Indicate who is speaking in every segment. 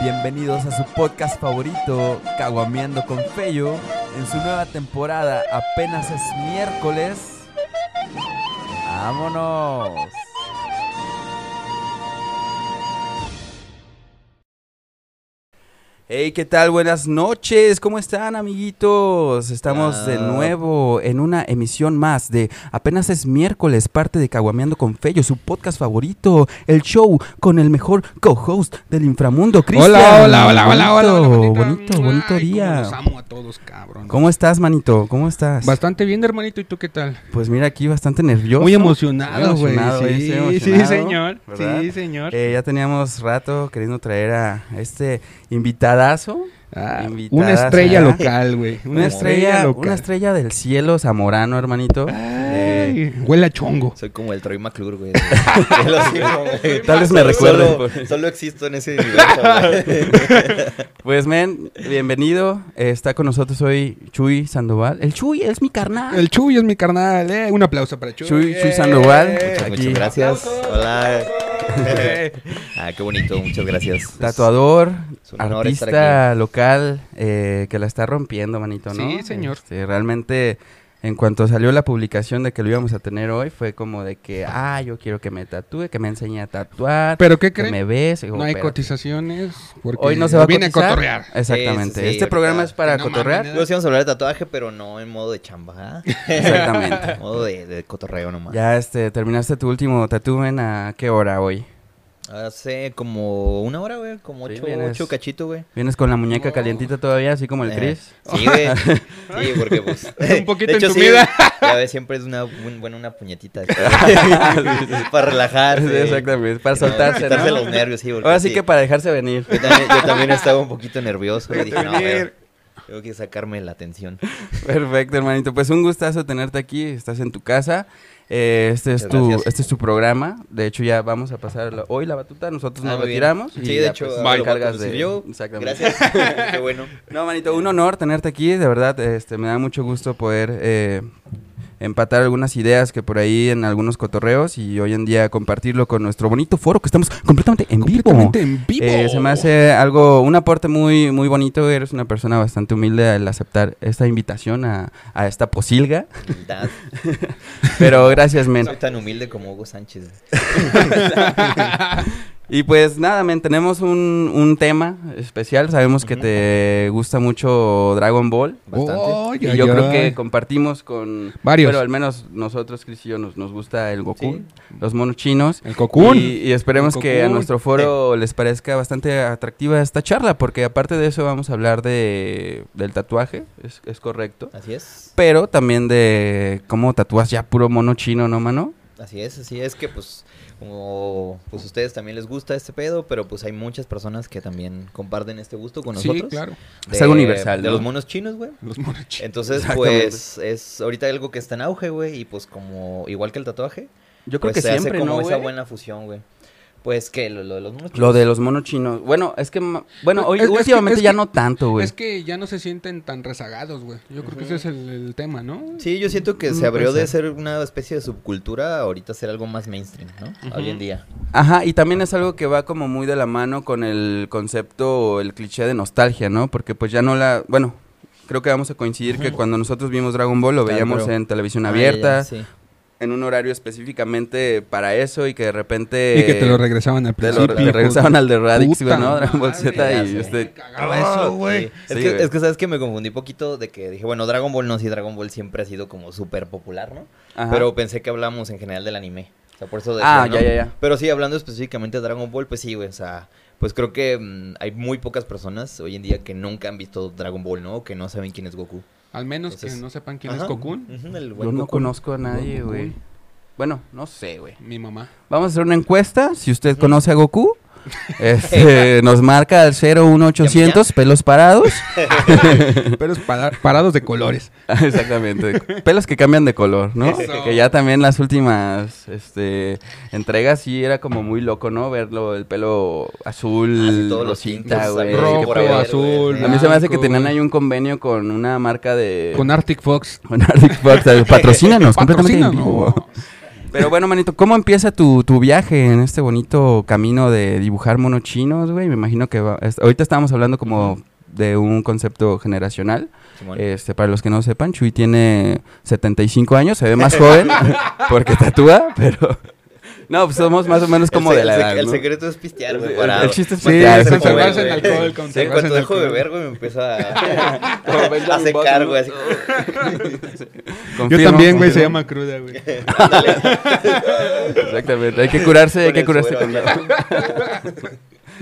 Speaker 1: Bienvenidos a su podcast favorito, Caguameando con Fello, en su nueva temporada, apenas es miércoles. ¡Vámonos! Hey, ¿qué tal? Buenas noches, ¿cómo están amiguitos? Estamos de
Speaker 2: Ah.
Speaker 1: nuevo en una emisión más de Apenas es miércoles, parte de Caguameando con Fello, su podcast favorito, el show con el mejor co-host del inframundo, Cristian.
Speaker 2: Hola, hola, hola, hola, hola, hola,
Speaker 1: Bonito,
Speaker 2: manita.
Speaker 1: bonito, bonito
Speaker 2: Ay, cómo
Speaker 1: día.
Speaker 2: Los amo a todos, cabrón.
Speaker 1: ¿Cómo estás, manito? ¿Cómo estás?
Speaker 2: Bastante bien, hermanito, ¿y tú qué tal?
Speaker 1: pues mira, aquí bastante nervioso.
Speaker 2: Muy emocionado,
Speaker 1: Muy
Speaker 2: güey.
Speaker 1: emocionado,
Speaker 2: Sí,
Speaker 1: estoy
Speaker 2: sí,
Speaker 1: emocionado,
Speaker 2: señor.
Speaker 1: ¿verdad?
Speaker 2: Sí, señor.
Speaker 1: Eh, ya teníamos rato queriendo traer a este invitadazo.
Speaker 2: Ah,
Speaker 1: invitadazo,
Speaker 2: una estrella
Speaker 1: ¿verdad?
Speaker 2: local, güey. Una,
Speaker 1: Una estrella,
Speaker 2: local.
Speaker 1: una estrella del cielo zamorano, hermanito. Eh,
Speaker 2: Ay, huele a chongo.
Speaker 3: Soy como el Troy McClure, güey. Te lo digo, güey.
Speaker 1: Tal vez me recuerden
Speaker 3: Solo, solo existo en ese universo, güey.
Speaker 1: pues, men, bienvenido. Eh, está con nosotros hoy Chuy Sandoval. El Chuy es mi carnal.
Speaker 2: El Chuy es mi carnal, eh. Un aplauso para Chuy.
Speaker 1: Chuy-
Speaker 2: eh.
Speaker 1: Chuy Sandoval.
Speaker 3: Muchas,
Speaker 1: Aquí.
Speaker 3: muchas gracias.
Speaker 2: Aplausos.
Speaker 3: Hola.
Speaker 2: Eh,
Speaker 3: Ah, qué bonito. Muchas gracias.
Speaker 1: Tatuador,
Speaker 3: es un honor estar
Speaker 1: artista local eh, que la está rompiendo, manito, ¿no?
Speaker 2: Sí, señor.
Speaker 1: Este, realmente, en cuanto salió la publicación de que lo íbamos a tener hoy, fue como de que, ah, yo quiero que me tatúe, que me enseñe a tatuar,
Speaker 2: ¿Pero qué
Speaker 1: que
Speaker 2: creen?
Speaker 1: me ves. Y digo,
Speaker 2: No hay
Speaker 1: "Espérate".
Speaker 2: cotizaciones porque
Speaker 1: Hoy no se va a
Speaker 2: viene
Speaker 1: cotizar.
Speaker 2: a cotorrear.
Speaker 1: Exactamente.
Speaker 3: Sí, sí, sí,
Speaker 1: este
Speaker 3: ahorita-
Speaker 1: programa es para
Speaker 2: Que no
Speaker 1: cotorrear.
Speaker 2: mames,
Speaker 3: Luego sí vamos Pues, a hablar de tatuaje, pero no en modo de chamba. ¿ah?
Speaker 1: Exactamente.
Speaker 3: modo de, de cotorreo nomás.
Speaker 1: ya este terminaste tu último tatú en a qué hora hoy?
Speaker 3: Hace como una hora, güey. Como
Speaker 1: Sí,
Speaker 3: ocho,
Speaker 1: vienes-
Speaker 3: ocho cachito, güey.
Speaker 1: ¿Vienes con la muñeca
Speaker 2: No.
Speaker 1: calientita todavía así como el
Speaker 3: Eh,
Speaker 1: Chris?
Speaker 3: Sí, güey. Sí, porque pues.
Speaker 2: Un poquito
Speaker 3: de hecho,
Speaker 2: en tu
Speaker 3: sí,
Speaker 2: vida.
Speaker 3: Ya ves, siempre es una, un- bueno, una puñetita. para relajarse.
Speaker 1: Sí, exactamente, para
Speaker 3: No,
Speaker 1: soltarse,
Speaker 3: quitarse
Speaker 1: ¿no?
Speaker 3: los nervios, sí. porque
Speaker 1: Ahora sí que para dejarse venir.
Speaker 3: Yo también, yo también estaba un poquito nervioso. Y dije, no,
Speaker 2: Venir.
Speaker 3: pero tengo que sacarme la atención.
Speaker 1: Pues Perfecto, hermanito. Pues un gustazo tenerte aquí. Estás en tu casa. Eh, este, es
Speaker 3: Muchas
Speaker 1: tu,
Speaker 3: gracias.
Speaker 1: este es tu programa. De hecho, ya vamos a pasar la- hoy la batuta. Nosotros
Speaker 3: Ah,
Speaker 1: nos
Speaker 3: muy bien.
Speaker 1: retiramos. y
Speaker 3: Sí, de
Speaker 1: ya,
Speaker 3: hecho,
Speaker 1: pues,
Speaker 3: ahora
Speaker 1: te
Speaker 3: lo voy a
Speaker 1: encargas
Speaker 3: conducir
Speaker 1: de-
Speaker 3: yo.
Speaker 1: Exactamente.
Speaker 3: Gracias. Qué bueno.
Speaker 1: No, manito, un honor tenerte aquí. De verdad, este, me da mucho gusto poder eh, empatar algunas ideas que por ahí en algunos cotorreos y hoy en día compartirlo con nuestro bonito foro que estamos completamente en vivo.
Speaker 2: Completamente en vivo.
Speaker 1: Eh, se me hace algo, un aporte muy, muy bonito. Eres una persona bastante humilde al aceptar esta invitación a, a esta posilga.
Speaker 3: Humildad.
Speaker 1: Pero gracias, men.
Speaker 3: Soy tan humilde como Hugo Sánchez.
Speaker 1: Y pues nada, men, tenemos un, un tema especial. Sabemos que
Speaker 3: Ujú.
Speaker 1: te gusta mucho Dragon Ball.
Speaker 3: Bastante.
Speaker 2: Oh,
Speaker 1: Y
Speaker 2: ya,
Speaker 1: yo
Speaker 2: ya.
Speaker 1: creo que compartimos con...
Speaker 2: Varios.
Speaker 1: Pero al menos nosotros, Cris y yo, nos, nos gusta el Goku,
Speaker 3: Sí.
Speaker 1: los monos chinos.
Speaker 2: El cocún.
Speaker 1: Y, y esperemos
Speaker 2: El
Speaker 1: que a
Speaker 2: Goku.
Speaker 1: nuestro
Speaker 3: Eh.
Speaker 1: foro les parezca bastante atractiva esta charla, porque aparte de eso vamos a hablar de, del tatuaje, es, es correcto.
Speaker 3: Así es.
Speaker 1: Pero también de cómo tatúas ya puro mono chino, ¿no, mano?
Speaker 3: Así es, así es que pues como pues ustedes también les gusta este pedo, pero pues hay muchas personas que también comparten este gusto con nosotros.
Speaker 2: Sí, claro.
Speaker 3: De-
Speaker 1: Es algo universal,
Speaker 3: De
Speaker 1: ¿no?
Speaker 3: los monos chinos, güey.
Speaker 2: Los
Speaker 1: Eh,
Speaker 2: monochinos.
Speaker 3: Entonces,
Speaker 1: Exactamente.
Speaker 3: pues, es ahorita algo que está en auge, güey, y pues como, igual que el tatuaje,
Speaker 1: Yo creo
Speaker 3: pues,
Speaker 1: que
Speaker 3: se
Speaker 1: siempre,
Speaker 3: hace como
Speaker 1: ¿no,
Speaker 3: esa
Speaker 1: güey?
Speaker 3: buena fusión, güey. Pues que lo, lo de los monos
Speaker 1: Lo
Speaker 3: chinos.
Speaker 1: de los monos chinos. Bueno, es que. ma- Bueno,
Speaker 2: Es-
Speaker 1: hoy,
Speaker 2: es que-
Speaker 1: últimamente
Speaker 2: es
Speaker 1: ya
Speaker 2: que-
Speaker 1: no tanto, güey.
Speaker 2: Es que ya no se sienten tan rezagados, güey. Yo creo que ese es el, el tema, ¿no?
Speaker 3: Sí, yo siento que
Speaker 1: Mm,
Speaker 3: se abrió
Speaker 1: puede
Speaker 3: de ser una especie de subcultura a ahorita ser algo más mainstream, ¿no? Hoy en día.
Speaker 1: Ajá, y también es algo que va como muy de la mano con el concepto o el cliché de nostalgia, ¿no? Porque pues ya no la. Bueno. Creo que vamos a coincidir que cuando nosotros vimos Dragon Ball lo
Speaker 3: Claro,
Speaker 1: veíamos
Speaker 3: pero-
Speaker 1: en televisión
Speaker 3: Ah,
Speaker 1: abierta,
Speaker 3: ya, ya, sí.
Speaker 1: en un horario específicamente para eso y que de repente
Speaker 2: y que te lo regresaban al
Speaker 1: eh, te lo
Speaker 2: principio.
Speaker 1: re- te regresaban al de Radix, güey,
Speaker 2: Puta
Speaker 1: ¿no? Dragon Ball
Speaker 2: madre,
Speaker 1: Z
Speaker 3: ya
Speaker 1: y
Speaker 3: sé.
Speaker 1: usted...
Speaker 2: Cagaba
Speaker 3: Ah,
Speaker 2: eso, güey.
Speaker 3: sí. Es,
Speaker 1: Sí,
Speaker 3: que,
Speaker 1: güey.
Speaker 3: es que sabes que me confundí poquito de que dije, bueno, Dragon Ball no, sí, Dragon Ball siempre ha sido como súper popular, ¿no?
Speaker 1: Ajá.
Speaker 3: Pero pensé que hablábamos en general del anime. O sea, por eso
Speaker 1: Ah,
Speaker 3: ¿no?
Speaker 1: ya, ya, ya.
Speaker 3: Pero sí, hablando específicamente de Dragon Ball, pues sí, güey. O sea, pues creo que mm, hay muy pocas personas hoy en día que nunca han visto Dragon Ball, ¿no? O que no saben quién es Goku.
Speaker 2: Al menos
Speaker 3: Entonces-
Speaker 2: que no sepan quién es
Speaker 3: Ajá.
Speaker 2: Cocoon.
Speaker 3: Ujú, el buen
Speaker 1: Yo no
Speaker 3: Goku.
Speaker 1: conozco a nadie,
Speaker 2: Goku.
Speaker 1: güey. Bueno, no sé, güey.
Speaker 2: Mi mamá.
Speaker 1: Vamos a hacer una encuesta. Si usted conoce a Goku, este, nos marca al 01800, pelos parados.
Speaker 2: Pero es para- parados de colores.
Speaker 1: Exactamente. Pelos que cambian de color, ¿no?
Speaker 2: Eso.
Speaker 1: Que ya también las últimas este, entregas sí era como muy loco, ¿no? Verlo, el pelo azul,
Speaker 3: Ah, sí, todos los
Speaker 1: rosita,
Speaker 3: tintos,
Speaker 1: güey.
Speaker 3: sí,
Speaker 2: Rojo,
Speaker 1: qué
Speaker 3: por
Speaker 1: pedo.
Speaker 3: haber,
Speaker 2: azul.
Speaker 3: güey.
Speaker 1: A mí se me hace que
Speaker 2: blanco,
Speaker 1: tenían
Speaker 2: güey.
Speaker 1: ahí un convenio con una marca de...
Speaker 2: Con Arctic Fox.
Speaker 1: con Arctic Fox. Patrocínanos, completamente en
Speaker 2: Patrocínanos.
Speaker 1: vivo. Pero bueno, manito, ¿cómo empieza tu, tu viaje en este bonito camino de dibujar monos chinos, güey? Me imagino que va- es- ahorita estábamos hablando como de un concepto generacional.
Speaker 3: Simón.
Speaker 1: Este, para los que no sepan, Chuy tiene 75 años, se ve más joven porque tatúa, pero no, pues somos más o menos como
Speaker 3: El se-
Speaker 1: de la
Speaker 3: el se-
Speaker 1: edad.
Speaker 3: El
Speaker 1: ¿no?
Speaker 3: secreto es pistear,
Speaker 1: El-
Speaker 3: güey.
Speaker 1: el-
Speaker 3: para
Speaker 1: el chiste es
Speaker 3: mantenerse
Speaker 1: pistear,
Speaker 3: joven,
Speaker 1: conservarse
Speaker 3: güey.
Speaker 1: en
Speaker 2: alcohol,
Speaker 3: Sí, En
Speaker 2: conservarse
Speaker 3: cuanto
Speaker 2: en
Speaker 3: dejo de
Speaker 2: alcohol.
Speaker 3: beber, güey, me empiezo a,
Speaker 1: Como
Speaker 3: a
Speaker 1: Benjamin Button,
Speaker 3: secar, güey. así.
Speaker 2: Yo
Speaker 1: Confirmo.
Speaker 2: también, güey, se llama cruda, güey.
Speaker 1: Exactamente, hay que curarse, hay
Speaker 3: Con
Speaker 1: que
Speaker 3: el
Speaker 1: curarse
Speaker 3: suero
Speaker 1: con
Speaker 3: acá.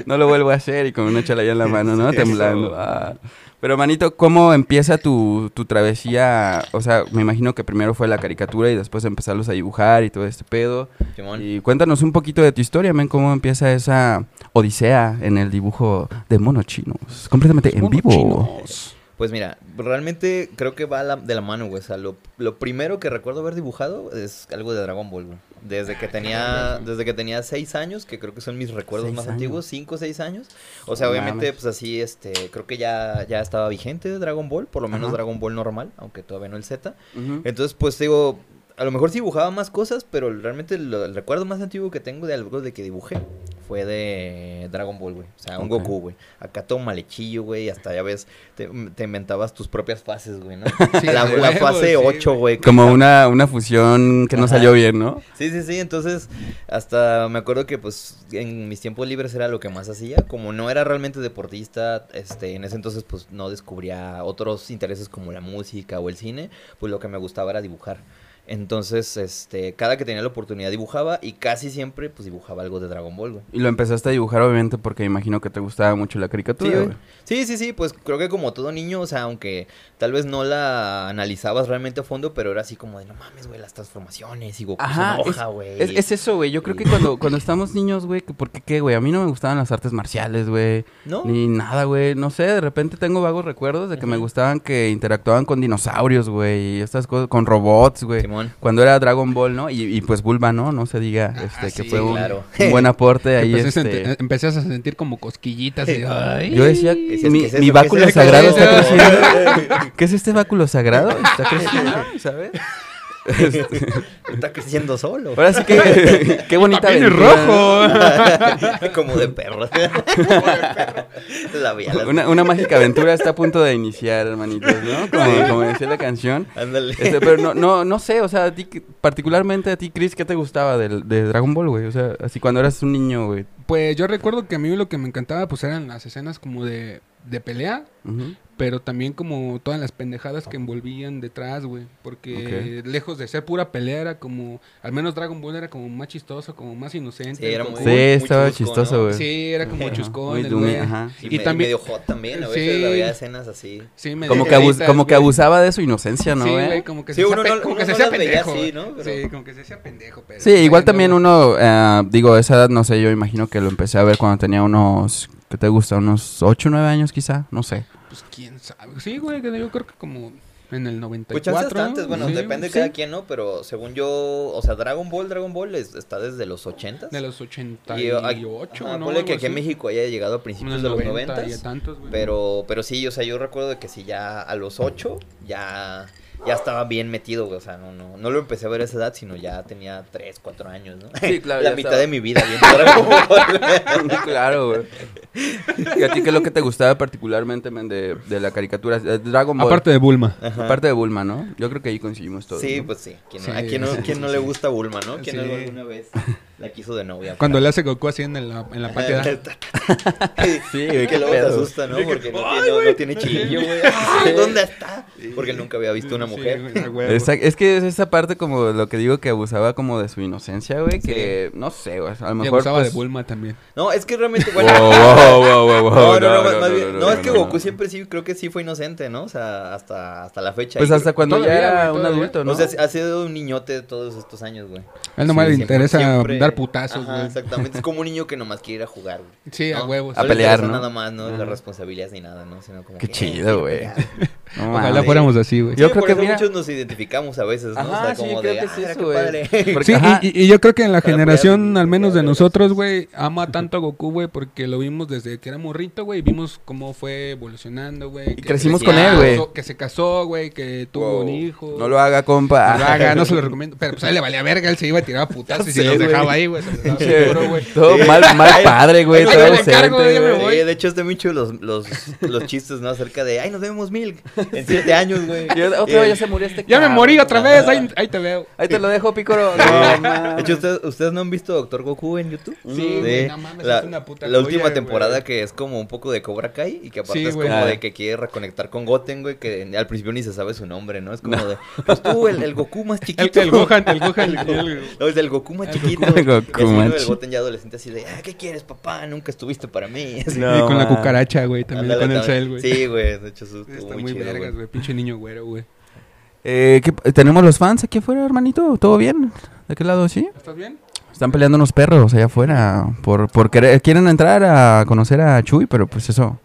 Speaker 1: No lo vuelvo a hacer y con una chalaya en la mano, ¿no?
Speaker 3: Sí,
Speaker 1: Temblando.
Speaker 3: eso.
Speaker 1: Ah. Pero, manito, ¿cómo empieza tu, tu travesía? O sea, me imagino que primero fue la caricatura y después empezarlos a dibujar y todo este pedo.
Speaker 3: Simón.
Speaker 1: Y cuéntanos un poquito de tu historia, men, cómo empieza esa odisea en el dibujo de monos chinos. Completamente en vivo.
Speaker 2: Monochinos.
Speaker 3: Pues mira, realmente creo que va a la- de la mano, güey. O sea, lo, lo primero que recuerdo haber dibujado es algo de Dragon Ball, güey. Desde
Speaker 1: Ah,
Speaker 3: que tenía, desde que tenía seis años, que creo que son mis recuerdos
Speaker 1: Seis
Speaker 3: más
Speaker 1: años.
Speaker 3: antiguos, cinco o seis años. O sea,
Speaker 1: No
Speaker 3: obviamente,
Speaker 1: mames.
Speaker 3: pues así, este, creo que ya, ya estaba vigente Dragon Ball, por lo menos
Speaker 1: Ajá.
Speaker 3: Dragon Ball normal, aunque todavía no el Z.
Speaker 1: Ujú.
Speaker 3: Entonces, pues digo, a lo mejor sí dibujaba más cosas, pero realmente lo- el recuerdo más antiguo que tengo de algo de que dibujé fue de Dragon Ball, güey. O sea, un
Speaker 1: Ok.
Speaker 3: Goku, güey. Acá todo malechillo, güey. Hasta ya ves, te, te inventabas tus propias fases, güey, ¿no?
Speaker 2: Sí,
Speaker 3: la,
Speaker 2: güey,
Speaker 3: la
Speaker 2: güey,
Speaker 3: fase
Speaker 2: sí,
Speaker 3: 8, güey. que-
Speaker 1: Como una, una fusión que no
Speaker 3: Ajá.
Speaker 1: salió bien, ¿no?
Speaker 3: Sí, sí, sí. Entonces, hasta me acuerdo que, pues, en mis tiempos libres era lo que más hacía. Como no era realmente deportista, este, en ese entonces, pues, no descubría otros intereses como la música o el cine. Pues, lo que me gustaba era dibujar. Entonces, este, cada que tenía la oportunidad dibujaba y casi siempre, pues, dibujaba algo de Dragon Ball, güey.
Speaker 1: Y lo empezaste a dibujar, obviamente, porque imagino que te gustaba mucho la
Speaker 3: Sí,
Speaker 1: caricatura,
Speaker 3: güey.
Speaker 1: güey.
Speaker 3: sí, sí, sí, pues creo que como todo niño, o sea, aunque tal vez no la analizabas realmente a fondo, pero era así como de, no mames, güey, las transformaciones y Goku
Speaker 1: Ajá,
Speaker 3: se enoja, güey.
Speaker 1: Es, es eso, güey. Yo creo que cuando, cuando estamos niños, güey, que porque qué, güey. A mí no me gustaban las artes marciales, güey.
Speaker 3: ¿No?
Speaker 1: Ni nada, güey. No sé, de repente tengo vagos recuerdos de que me
Speaker 3: Ujú.
Speaker 1: gustaban que interactuaban con dinosaurios, güey. Y estas cosas, con robots, güey.
Speaker 3: Simón.
Speaker 1: Cuando era Dragon Ball, ¿no? Y, y, pues Bulma, ¿no? No se diga
Speaker 2: Ah,
Speaker 1: este, que
Speaker 2: sí,
Speaker 1: fue un,
Speaker 3: claro.
Speaker 1: un buen aporte ahí.
Speaker 2: Empecé a senti-
Speaker 1: este.
Speaker 2: Empecé a sentir como cosquillitas y ay.
Speaker 1: Yo decía,
Speaker 3: ¿Qué es-
Speaker 1: mi,
Speaker 3: qué es eso?
Speaker 1: mi
Speaker 3: ¿Qué
Speaker 1: báculo
Speaker 3: es eso?
Speaker 1: sagrado
Speaker 2: ¿Qué es
Speaker 1: está
Speaker 2: eso?
Speaker 1: creciendo. ¿Qué es este báculo sagrado? Está creciendo, ¿sabes?
Speaker 3: Está creciendo solo.
Speaker 1: Ahora sí que, qué bonita
Speaker 2: Papel es
Speaker 1: aventura, ¿no?
Speaker 2: rojo.
Speaker 3: Como de perro. La vi a la-
Speaker 1: Una, una mágica aventura está a punto de iniciar, hermanitos, ¿no? Como, como decía la canción.
Speaker 3: Ándale.
Speaker 1: Este, pero no, no, no sé, o sea, a ti, que- particularmente a ti, Chris, ¿qué te gustaba del- de, Dragon Ball, güey? O sea, así cuando eras un niño, güey.
Speaker 2: Pues yo recuerdo que a mí lo que me encantaba pues eran las escenas como de, de pelea,
Speaker 1: Ujú.
Speaker 2: pero también como todas las pendejadas que envolvían detrás, güey, porque lejos de ser pura pelea era como, al menos Dragon Ball era como más chistoso, como más inocente.
Speaker 3: Sí, era
Speaker 2: como-
Speaker 3: muy-
Speaker 1: Sí, estaba
Speaker 3: chusco,
Speaker 1: chistoso,
Speaker 3: ¿no?
Speaker 1: güey.
Speaker 2: Sí, era como
Speaker 1: Ajá,
Speaker 2: chuscón.
Speaker 1: muy
Speaker 2: el
Speaker 1: dumi-
Speaker 2: güey.
Speaker 1: ajá.
Speaker 3: Y,
Speaker 2: Y también-
Speaker 3: medio hot también, a veces
Speaker 2: Sí.
Speaker 3: había escenas así.
Speaker 2: Sí, medio
Speaker 1: Como que, abus-
Speaker 2: cositas,
Speaker 1: como que
Speaker 2: güey.
Speaker 1: abusaba de su inocencia, ¿no, eh?
Speaker 2: sí,
Speaker 1: güey?
Speaker 2: güey, como que
Speaker 3: Sí,
Speaker 2: se,
Speaker 3: uno
Speaker 2: hacía pe-
Speaker 3: no-
Speaker 2: como
Speaker 3: uno
Speaker 2: que se
Speaker 3: no
Speaker 2: hacía
Speaker 3: las veía
Speaker 2: pendejo.
Speaker 3: así,
Speaker 2: güey.
Speaker 3: ¿no? Pero-
Speaker 2: Sí, como que se hacía pendejo, pero-
Speaker 1: Sí, igual
Speaker 2: Ay,
Speaker 1: también
Speaker 2: no,
Speaker 1: uno, eh, digo, esa edad, no sé, yo imagino que lo empecé a ver cuando tenía unos, ¿qué te gusta? Unos 8 o 9 años quizá, no sé.
Speaker 2: Pues quién sabe. Sí, güey, que yo creo que como en el
Speaker 3: Pues
Speaker 2: 94.
Speaker 3: chance hasta antes, bueno,
Speaker 2: sí,
Speaker 3: depende de
Speaker 2: sí.
Speaker 3: cada quien, ¿no? Pero según yo, o sea, Dragon Ball, Dragon Ball es- está desde los 80
Speaker 2: De los
Speaker 3: Y, ah,
Speaker 2: 88,
Speaker 3: ajá,
Speaker 2: ¿no?
Speaker 3: ponle que
Speaker 2: Algo
Speaker 3: aquí en
Speaker 2: así.
Speaker 3: México haya llegado a principios
Speaker 2: Unos
Speaker 3: de los
Speaker 2: 90 y
Speaker 3: 90
Speaker 2: tantos, güey.
Speaker 3: Pero, pero sí, o sea, yo recuerdo de que sí, ya a los 8 ya, ya estaba bien metido, güey. O sea, no, no, no lo empecé a ver a esa edad, sino ya tenía 3, 4 años, ¿no?
Speaker 1: Sí, claro,
Speaker 3: La
Speaker 1: ya
Speaker 3: mitad
Speaker 1: estaba.
Speaker 3: de mi vida viendo Dragon Ball.
Speaker 1: claro, güey. ¿Y a ti qué es lo que te gustaba particularmente, men, de, de la caricatura? Eh, Dragon Ball.
Speaker 2: Aparte de Bulma.
Speaker 3: Ajá.
Speaker 1: Aparte de Bulma, ¿no? Yo creo que ahí coincidimos todos.
Speaker 3: Sí,
Speaker 1: ¿no?
Speaker 3: pues sí. ¿Quién no-
Speaker 2: Sí,
Speaker 3: ¿A quién no,
Speaker 2: sí,
Speaker 3: quién no le gusta Bulma, no? ¿Quién
Speaker 2: Sí.
Speaker 3: no alguna vez la quiso de novia?
Speaker 2: Cuando le hace Goku así en la, en la
Speaker 3: Ajá,
Speaker 2: patera.
Speaker 1: Sí, güey, qué
Speaker 3: que luego se
Speaker 1: pedo.
Speaker 3: asusta, ¿no? Porque no tiene, no tiene chillo, güey. Ay, ¿Dónde está? Porque nunca había visto una
Speaker 2: Sí,
Speaker 3: mujer.
Speaker 2: güey, a huevo.
Speaker 1: Esa- es que es esa parte como lo que digo que abusaba como de su inocencia, güey, que no sé, güey, a lo
Speaker 2: Y
Speaker 1: mejor
Speaker 2: abusaba
Speaker 1: pues-
Speaker 2: de Bulma también.
Speaker 3: No, es que realmente,
Speaker 1: Wow,
Speaker 3: bueno.
Speaker 1: wow, wow, wow, wow,
Speaker 3: no, no, no, más- más bien- no, es que
Speaker 1: Oh, no,
Speaker 3: Goku
Speaker 1: no.
Speaker 3: siempre sí, creo que sí fue inocente, ¿no? O sea, hasta, hasta la fecha.
Speaker 1: Pues
Speaker 3: Y
Speaker 1: hasta cuando ya
Speaker 2: Todavía,
Speaker 1: era
Speaker 2: güey,
Speaker 1: un
Speaker 2: todavía.
Speaker 1: adulto, ¿no?
Speaker 3: O sea, ha sido un niñote todos estos años, güey.
Speaker 2: A él nomás
Speaker 3: Sí,
Speaker 2: le
Speaker 3: siempre-
Speaker 2: interesa
Speaker 3: siempre-
Speaker 2: dar aguantar putazos,
Speaker 3: Ajá,
Speaker 2: güey.
Speaker 3: exactamente. Es como un niño que nomás quiere ir a jugar, güey.
Speaker 2: Sí, a
Speaker 3: ¿no?
Speaker 2: huevos.
Speaker 1: A
Speaker 3: No le
Speaker 1: pelear,
Speaker 3: interesa
Speaker 1: ¿no?
Speaker 3: Nada más, no
Speaker 1: Ajá.
Speaker 3: las responsabilidades ni nada, ¿no? Sino como
Speaker 1: Qué
Speaker 3: que, eh,
Speaker 1: chido,
Speaker 3: quiero
Speaker 1: güey.
Speaker 3: pelear.
Speaker 1: No
Speaker 2: Ojalá
Speaker 1: mames.
Speaker 2: fuéramos así, güey.
Speaker 1: Yo
Speaker 3: yo
Speaker 1: creo
Speaker 3: creo
Speaker 1: que
Speaker 3: que
Speaker 1: mira-
Speaker 3: muchos nos identificamos a veces, ¿no?
Speaker 1: Ajá,
Speaker 3: o sea,
Speaker 1: sí,
Speaker 3: como
Speaker 1: creo
Speaker 3: de,
Speaker 1: que es
Speaker 3: "Ah,
Speaker 1: eso,
Speaker 3: qué
Speaker 1: güey".
Speaker 3: padre".
Speaker 1: Porque-
Speaker 2: Sí,
Speaker 1: Ajá.
Speaker 2: y- y, y yo creo que en la
Speaker 3: Para apoyar
Speaker 2: generación,
Speaker 3: y-
Speaker 2: al menos de
Speaker 3: apoyar a los
Speaker 2: nosotros, güey, ama tanto a Goku, güey, porque lo vimos desde que era morrito, güey, y vimos cómo fue evolucionando, güey. que
Speaker 1: crecimos
Speaker 2: se-
Speaker 3: con
Speaker 2: que
Speaker 3: él,
Speaker 1: güey.
Speaker 2: casó- Que se casó, güey, que tuvo
Speaker 3: Wow.
Speaker 2: un hijo.
Speaker 1: No lo haga,
Speaker 2: No
Speaker 1: compa.
Speaker 2: lo haga, no se lo recomiendo. Pero pues a él le valía verga, él se iba a tirar a putazos y se
Speaker 1: sé,
Speaker 2: los dejaba
Speaker 1: güey.
Speaker 2: ahí, güey. se los daba seguro, güey.
Speaker 1: Todo mal, mal padre, güey.
Speaker 2: Ahí
Speaker 1: Todo
Speaker 2: me lo
Speaker 1: ausente,
Speaker 2: encargo,
Speaker 1: güey.
Speaker 2: yo me voy.
Speaker 3: Sí, de hecho, está muy chido los, los, los chistes, ¿no? Acerca de, ay, nos vemos mil en siete años, güey.
Speaker 1: Y otra
Speaker 3: Eh,
Speaker 1: vez ya se murió este
Speaker 2: Ya me
Speaker 1: cabrón.
Speaker 2: morí otra vez, ahí, ahí te veo.
Speaker 1: Ahí te lo dejo, Picoro.
Speaker 3: Sí.
Speaker 1: No,
Speaker 3: De
Speaker 1: mames.
Speaker 3: hecho, ¿ustedes, ustedes no han visto Doctor Goku en YouTube?
Speaker 2: Sí, güey, no mames,
Speaker 3: la,
Speaker 2: es una puta
Speaker 3: La última
Speaker 2: joya,
Speaker 3: temporada
Speaker 2: güey.
Speaker 3: que es como un poco de Cobra Kai y que aparte
Speaker 2: Sí,
Speaker 3: es
Speaker 2: güey.
Speaker 3: como
Speaker 1: Ah.
Speaker 3: de que quiere reconectar con Goten, güey, que al principio ni se sabe su nombre, ¿no? Es como de, pues tú, el, el Goku más
Speaker 2: El,
Speaker 3: chiquito.
Speaker 2: el Gohan, el Gohan. el-
Speaker 3: No, es del Goku más
Speaker 2: El
Speaker 3: chiquito.
Speaker 1: Goku- el
Speaker 3: Y así,
Speaker 1: Goku
Speaker 3: ¿no?
Speaker 1: más
Speaker 3: el
Speaker 1: chiquito.
Speaker 3: Goten ya adolescente así de, ah, ¿qué quieres, papá? Nunca estuviste para mí. Así.
Speaker 1: No,
Speaker 2: y con la
Speaker 1: mames.
Speaker 2: cucaracha, güey, también
Speaker 3: Ándale,
Speaker 2: con el
Speaker 3: también.
Speaker 2: cel, güey.
Speaker 3: Sí, güey, de hecho, eso estuvo
Speaker 2: Está
Speaker 3: muy,
Speaker 2: muy
Speaker 3: chido,
Speaker 2: vergas,
Speaker 3: güey.
Speaker 2: güey, pinche niño güero, güey.
Speaker 1: Eh, ¿qué- ¿Tenemos los fans aquí afuera, hermanito? ¿Todo bien? ¿De qué lado sí?
Speaker 2: ¿Estás bien?
Speaker 1: Están peleando unos perros allá afuera por, por querer- quieren entrar a conocer a Chuy, pero pues eso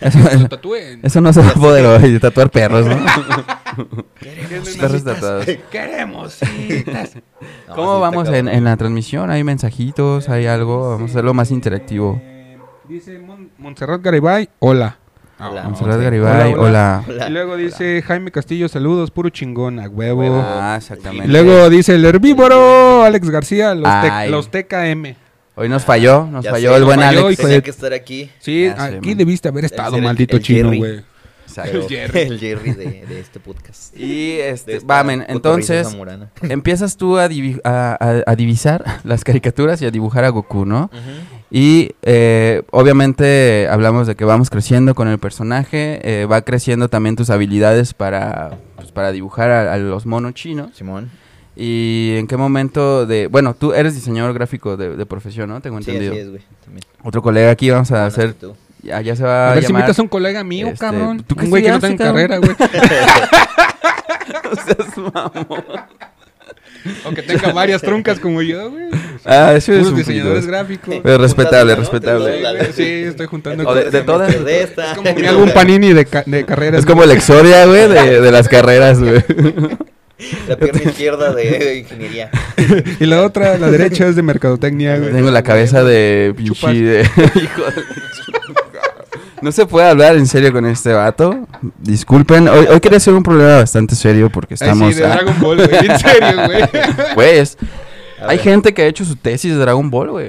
Speaker 1: eso,
Speaker 2: Lo tatúen.
Speaker 1: eso no se va a poder hoy, tatuar perros, ¿no?
Speaker 3: Queremos
Speaker 1: perros
Speaker 3: citas.
Speaker 1: tatuados.
Speaker 2: Queremos citas.
Speaker 3: No, sí
Speaker 1: ¿Cómo
Speaker 3: está
Speaker 1: vamos en,
Speaker 3: cabrón.
Speaker 1: en la transmisión? ¿Hay mensajitos? Pues ¿Hay algo? Vamos a hacerlo más interactivo.
Speaker 2: Eh, Dice Mon- Montserrat Garibay, hola.
Speaker 3: Hola.
Speaker 1: Montserrat
Speaker 3: sí.
Speaker 1: Garibay,
Speaker 2: Hola,
Speaker 1: hola.
Speaker 3: Hola.
Speaker 2: Y luego dice Jaime Castillo, saludos, puro chingón, a huevo.
Speaker 3: Huevo.
Speaker 1: Ah,
Speaker 2: Y
Speaker 1: exactamente.
Speaker 2: luego dice el herbívoro, Alex García, los, tec-
Speaker 1: Ay.
Speaker 2: los TKM.
Speaker 1: Hoy nos falló, nos
Speaker 3: Ya
Speaker 1: falló
Speaker 3: sé,
Speaker 1: el
Speaker 3: nos
Speaker 1: buen
Speaker 2: falló,
Speaker 1: Alex.
Speaker 2: hijo
Speaker 3: Tenía
Speaker 2: de-
Speaker 3: que estar aquí.
Speaker 2: Sí,
Speaker 1: Ya sé,
Speaker 2: aquí
Speaker 1: man.
Speaker 2: debiste haber
Speaker 3: Debe
Speaker 2: estado,
Speaker 3: ser el-
Speaker 2: maldito
Speaker 3: el
Speaker 2: chino,
Speaker 3: Jerry.
Speaker 2: güey.
Speaker 1: Exacto.
Speaker 3: Pero-
Speaker 2: Jerry.
Speaker 3: El Jerry de, de este podcast.
Speaker 1: Y
Speaker 3: De
Speaker 1: este,
Speaker 3: esta
Speaker 1: vamen,
Speaker 3: cotorriza
Speaker 1: entonces
Speaker 3: zamorana.
Speaker 1: empiezas tú a, divi- a- a- a divisar las caricaturas y a dibujar a Goku, ¿no? Y eh, obviamente hablamos de que vamos creciendo con el personaje, eh, va creciendo también tus habilidades para, pues, para dibujar a, a los monos chinos.
Speaker 3: Simón.
Speaker 1: ¿Y en qué momento de...? Bueno, tú eres diseñador gráfico de, de profesión, ¿no? Tengo
Speaker 3: Sí,
Speaker 1: entendido.
Speaker 3: así es, güey. También.
Speaker 1: Otro colega aquí vamos a
Speaker 3: Bueno,
Speaker 1: hacer...
Speaker 3: tú.
Speaker 1: Ya, ya se va
Speaker 2: A
Speaker 1: a,
Speaker 2: ver si
Speaker 1: Ah, llamar...
Speaker 2: invitas a un colega mío,
Speaker 1: este,
Speaker 2: cabrón.
Speaker 1: ¿tú qué
Speaker 2: un güey que no tenga
Speaker 1: estudiaste, cabrón?
Speaker 2: carrera, güey.
Speaker 1: O sea, es mamón.
Speaker 2: O que tenga varias troncas como yo, güey.
Speaker 1: Ah, eso es
Speaker 2: Puros
Speaker 1: un
Speaker 2: diseñadores
Speaker 1: poquito-
Speaker 2: gráficos.
Speaker 1: Pero respetable,
Speaker 3: Juntas una,
Speaker 2: Sí,
Speaker 3: ¿no?
Speaker 1: respetable.
Speaker 3: Te
Speaker 2: güey, sí, estoy juntando.
Speaker 1: O de-
Speaker 2: cosas.
Speaker 1: de todas-
Speaker 3: De esta.
Speaker 2: Es como me hago un panini de, ca- de carreras.
Speaker 1: Es como el exodia, güey, de, de las carreras, güey.
Speaker 3: La pierna izquierda de, de ingeniería.
Speaker 2: Y la otra, la derecha, es de mercadotecnia, güey.
Speaker 1: Tengo la cabeza de
Speaker 2: Chupas.
Speaker 1: pinche de... Hijo de- No se puede hablar en serio con este vato. Disculpen. Hoy, hoy quería hacer un problema bastante serio porque
Speaker 2: Ay,
Speaker 1: estamos...
Speaker 2: sí, de
Speaker 1: ah,
Speaker 2: Dragon Ball, güey. En serio, güey.
Speaker 1: pues,
Speaker 3: A
Speaker 1: hay
Speaker 3: ver.
Speaker 1: gente que ha hecho su tesis de Dragon Ball, güey.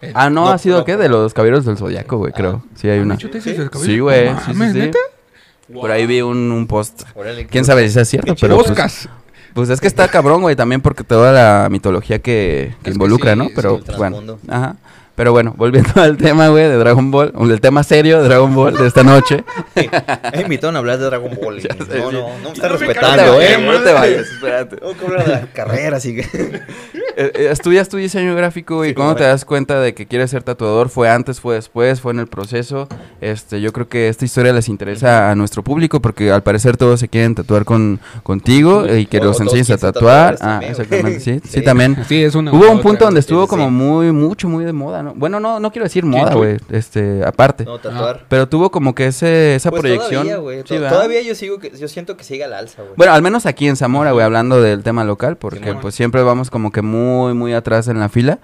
Speaker 2: Eh,
Speaker 1: Ah, no,
Speaker 3: no,
Speaker 1: ha sido,
Speaker 3: no,
Speaker 1: ¿qué?
Speaker 3: no.
Speaker 1: De los Caballeros del Zodiaco, güey, creo. Sí, hay una.
Speaker 2: ¿Yo te hice el cabello?
Speaker 1: Sí, güey.
Speaker 2: No
Speaker 1: Sí, sí,
Speaker 2: mames,
Speaker 1: sí.
Speaker 2: Ah, ¿neta?
Speaker 1: Por ahí vi un, un post.
Speaker 3: Órale,
Speaker 1: Quién sabe si sea cierto, pero. pues-
Speaker 2: Oscars.
Speaker 1: Pues es que está cabrón, güey, también porque toda la mitología que, que
Speaker 2: que
Speaker 1: involucra,
Speaker 2: sí,
Speaker 1: ¿no?
Speaker 2: es
Speaker 1: Pero
Speaker 3: el
Speaker 1: bueno.
Speaker 3: trasfondo.
Speaker 1: Ajá. Pero bueno, volviendo al tema, güey, de Dragon Ball, o el tema serio de Dragon Ball de esta noche.
Speaker 3: Me invitaron a hablar de Dragon Ball.
Speaker 1: Ya
Speaker 3: no,
Speaker 1: sé,
Speaker 3: no,
Speaker 1: sí.
Speaker 3: no, no me está
Speaker 2: No me
Speaker 3: respetando,
Speaker 2: cambia,
Speaker 3: eh.
Speaker 2: eh,
Speaker 1: No te vayas, espérate.
Speaker 3: Tengo que hablar de la carrera, así que.
Speaker 1: Eh, eh, Estudias tu diseño gráfico y
Speaker 3: Sí,
Speaker 1: cuando te
Speaker 3: correcto.
Speaker 1: das cuenta de que quieres ser tatuador, fue antes, fue después, fue en el proceso. Este, yo creo que esta historia les interesa a nuestro público porque al parecer todos se quieren tatuar con contigo eh, y que
Speaker 3: O-
Speaker 1: los
Speaker 3: o todos
Speaker 1: enseñes a
Speaker 3: quieren ser
Speaker 1: tatuar.
Speaker 3: tatuadores
Speaker 1: Ah,
Speaker 3: también, güey.
Speaker 1: exactamente, sí, sí,
Speaker 3: Sí.
Speaker 1: también.
Speaker 2: Sí, es una.
Speaker 1: Hubo
Speaker 2: u
Speaker 1: un punto
Speaker 2: otra,
Speaker 1: donde
Speaker 2: güey.
Speaker 1: estuvo
Speaker 3: sí, sí.
Speaker 1: como muy, mucho, muy de moda, ¿no? Bueno, no, no quiero decir moda,
Speaker 2: sí.
Speaker 1: güey, este, aparte.
Speaker 3: No,
Speaker 2: Ah.
Speaker 3: tatuar.
Speaker 1: Pero tuvo como que ese, esa
Speaker 3: Pues
Speaker 1: proyección.
Speaker 3: Todavía, güey,
Speaker 1: Sí,
Speaker 3: to-
Speaker 1: ¿verdad?
Speaker 3: todavía yo sigo que, yo siento que sigue al alza, güey.
Speaker 1: Bueno, al menos aquí en Zamora, güey, hablando del tema local, porque
Speaker 3: pues. Simón.
Speaker 1: pues siempre vamos como que muy, muy atrás en la fila.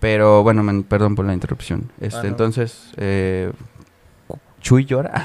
Speaker 1: Pero bueno, man, perdón por la interrupción. Este,
Speaker 3: Ah, no.
Speaker 1: entonces, eh, Chuy llora.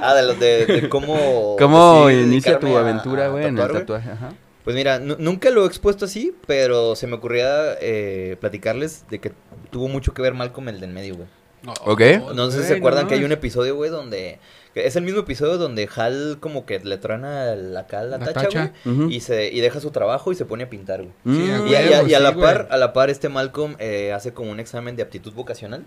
Speaker 3: ah, de, los de, de cómo.
Speaker 1: ¿Cómo
Speaker 3: decidí
Speaker 1: inicia
Speaker 3: pues dedicarme
Speaker 1: tu
Speaker 3: a-
Speaker 1: aventura,
Speaker 3: a
Speaker 1: güey, en el
Speaker 3: tatuar,
Speaker 1: tatuaje? Ajá.
Speaker 3: Pues mira, nu- nunca lo he expuesto así, pero se me ocurría eh, platicarles de que tuvo mucho que ver mal con el del medio, güey.
Speaker 2: No,
Speaker 1: Ok.
Speaker 3: No sé si
Speaker 2: güey,
Speaker 3: se acuerdan
Speaker 2: no
Speaker 3: que hay un
Speaker 2: mames.
Speaker 3: episodio, güey, donde... que Es el mismo episodio donde Hal como que le truena la- acá la,
Speaker 2: La
Speaker 3: tacha,
Speaker 2: tacha.
Speaker 3: güey.
Speaker 1: Ujú.
Speaker 3: Y, se, y deja su trabajo y se pone a pintar, güey.
Speaker 2: Sí,
Speaker 1: Mm,
Speaker 2: güey.
Speaker 3: Y, a- y a- y a
Speaker 2: sí,
Speaker 3: la
Speaker 2: güey.
Speaker 3: par, a la par este Malcolm eh, hace como un examen de aptitud vocacional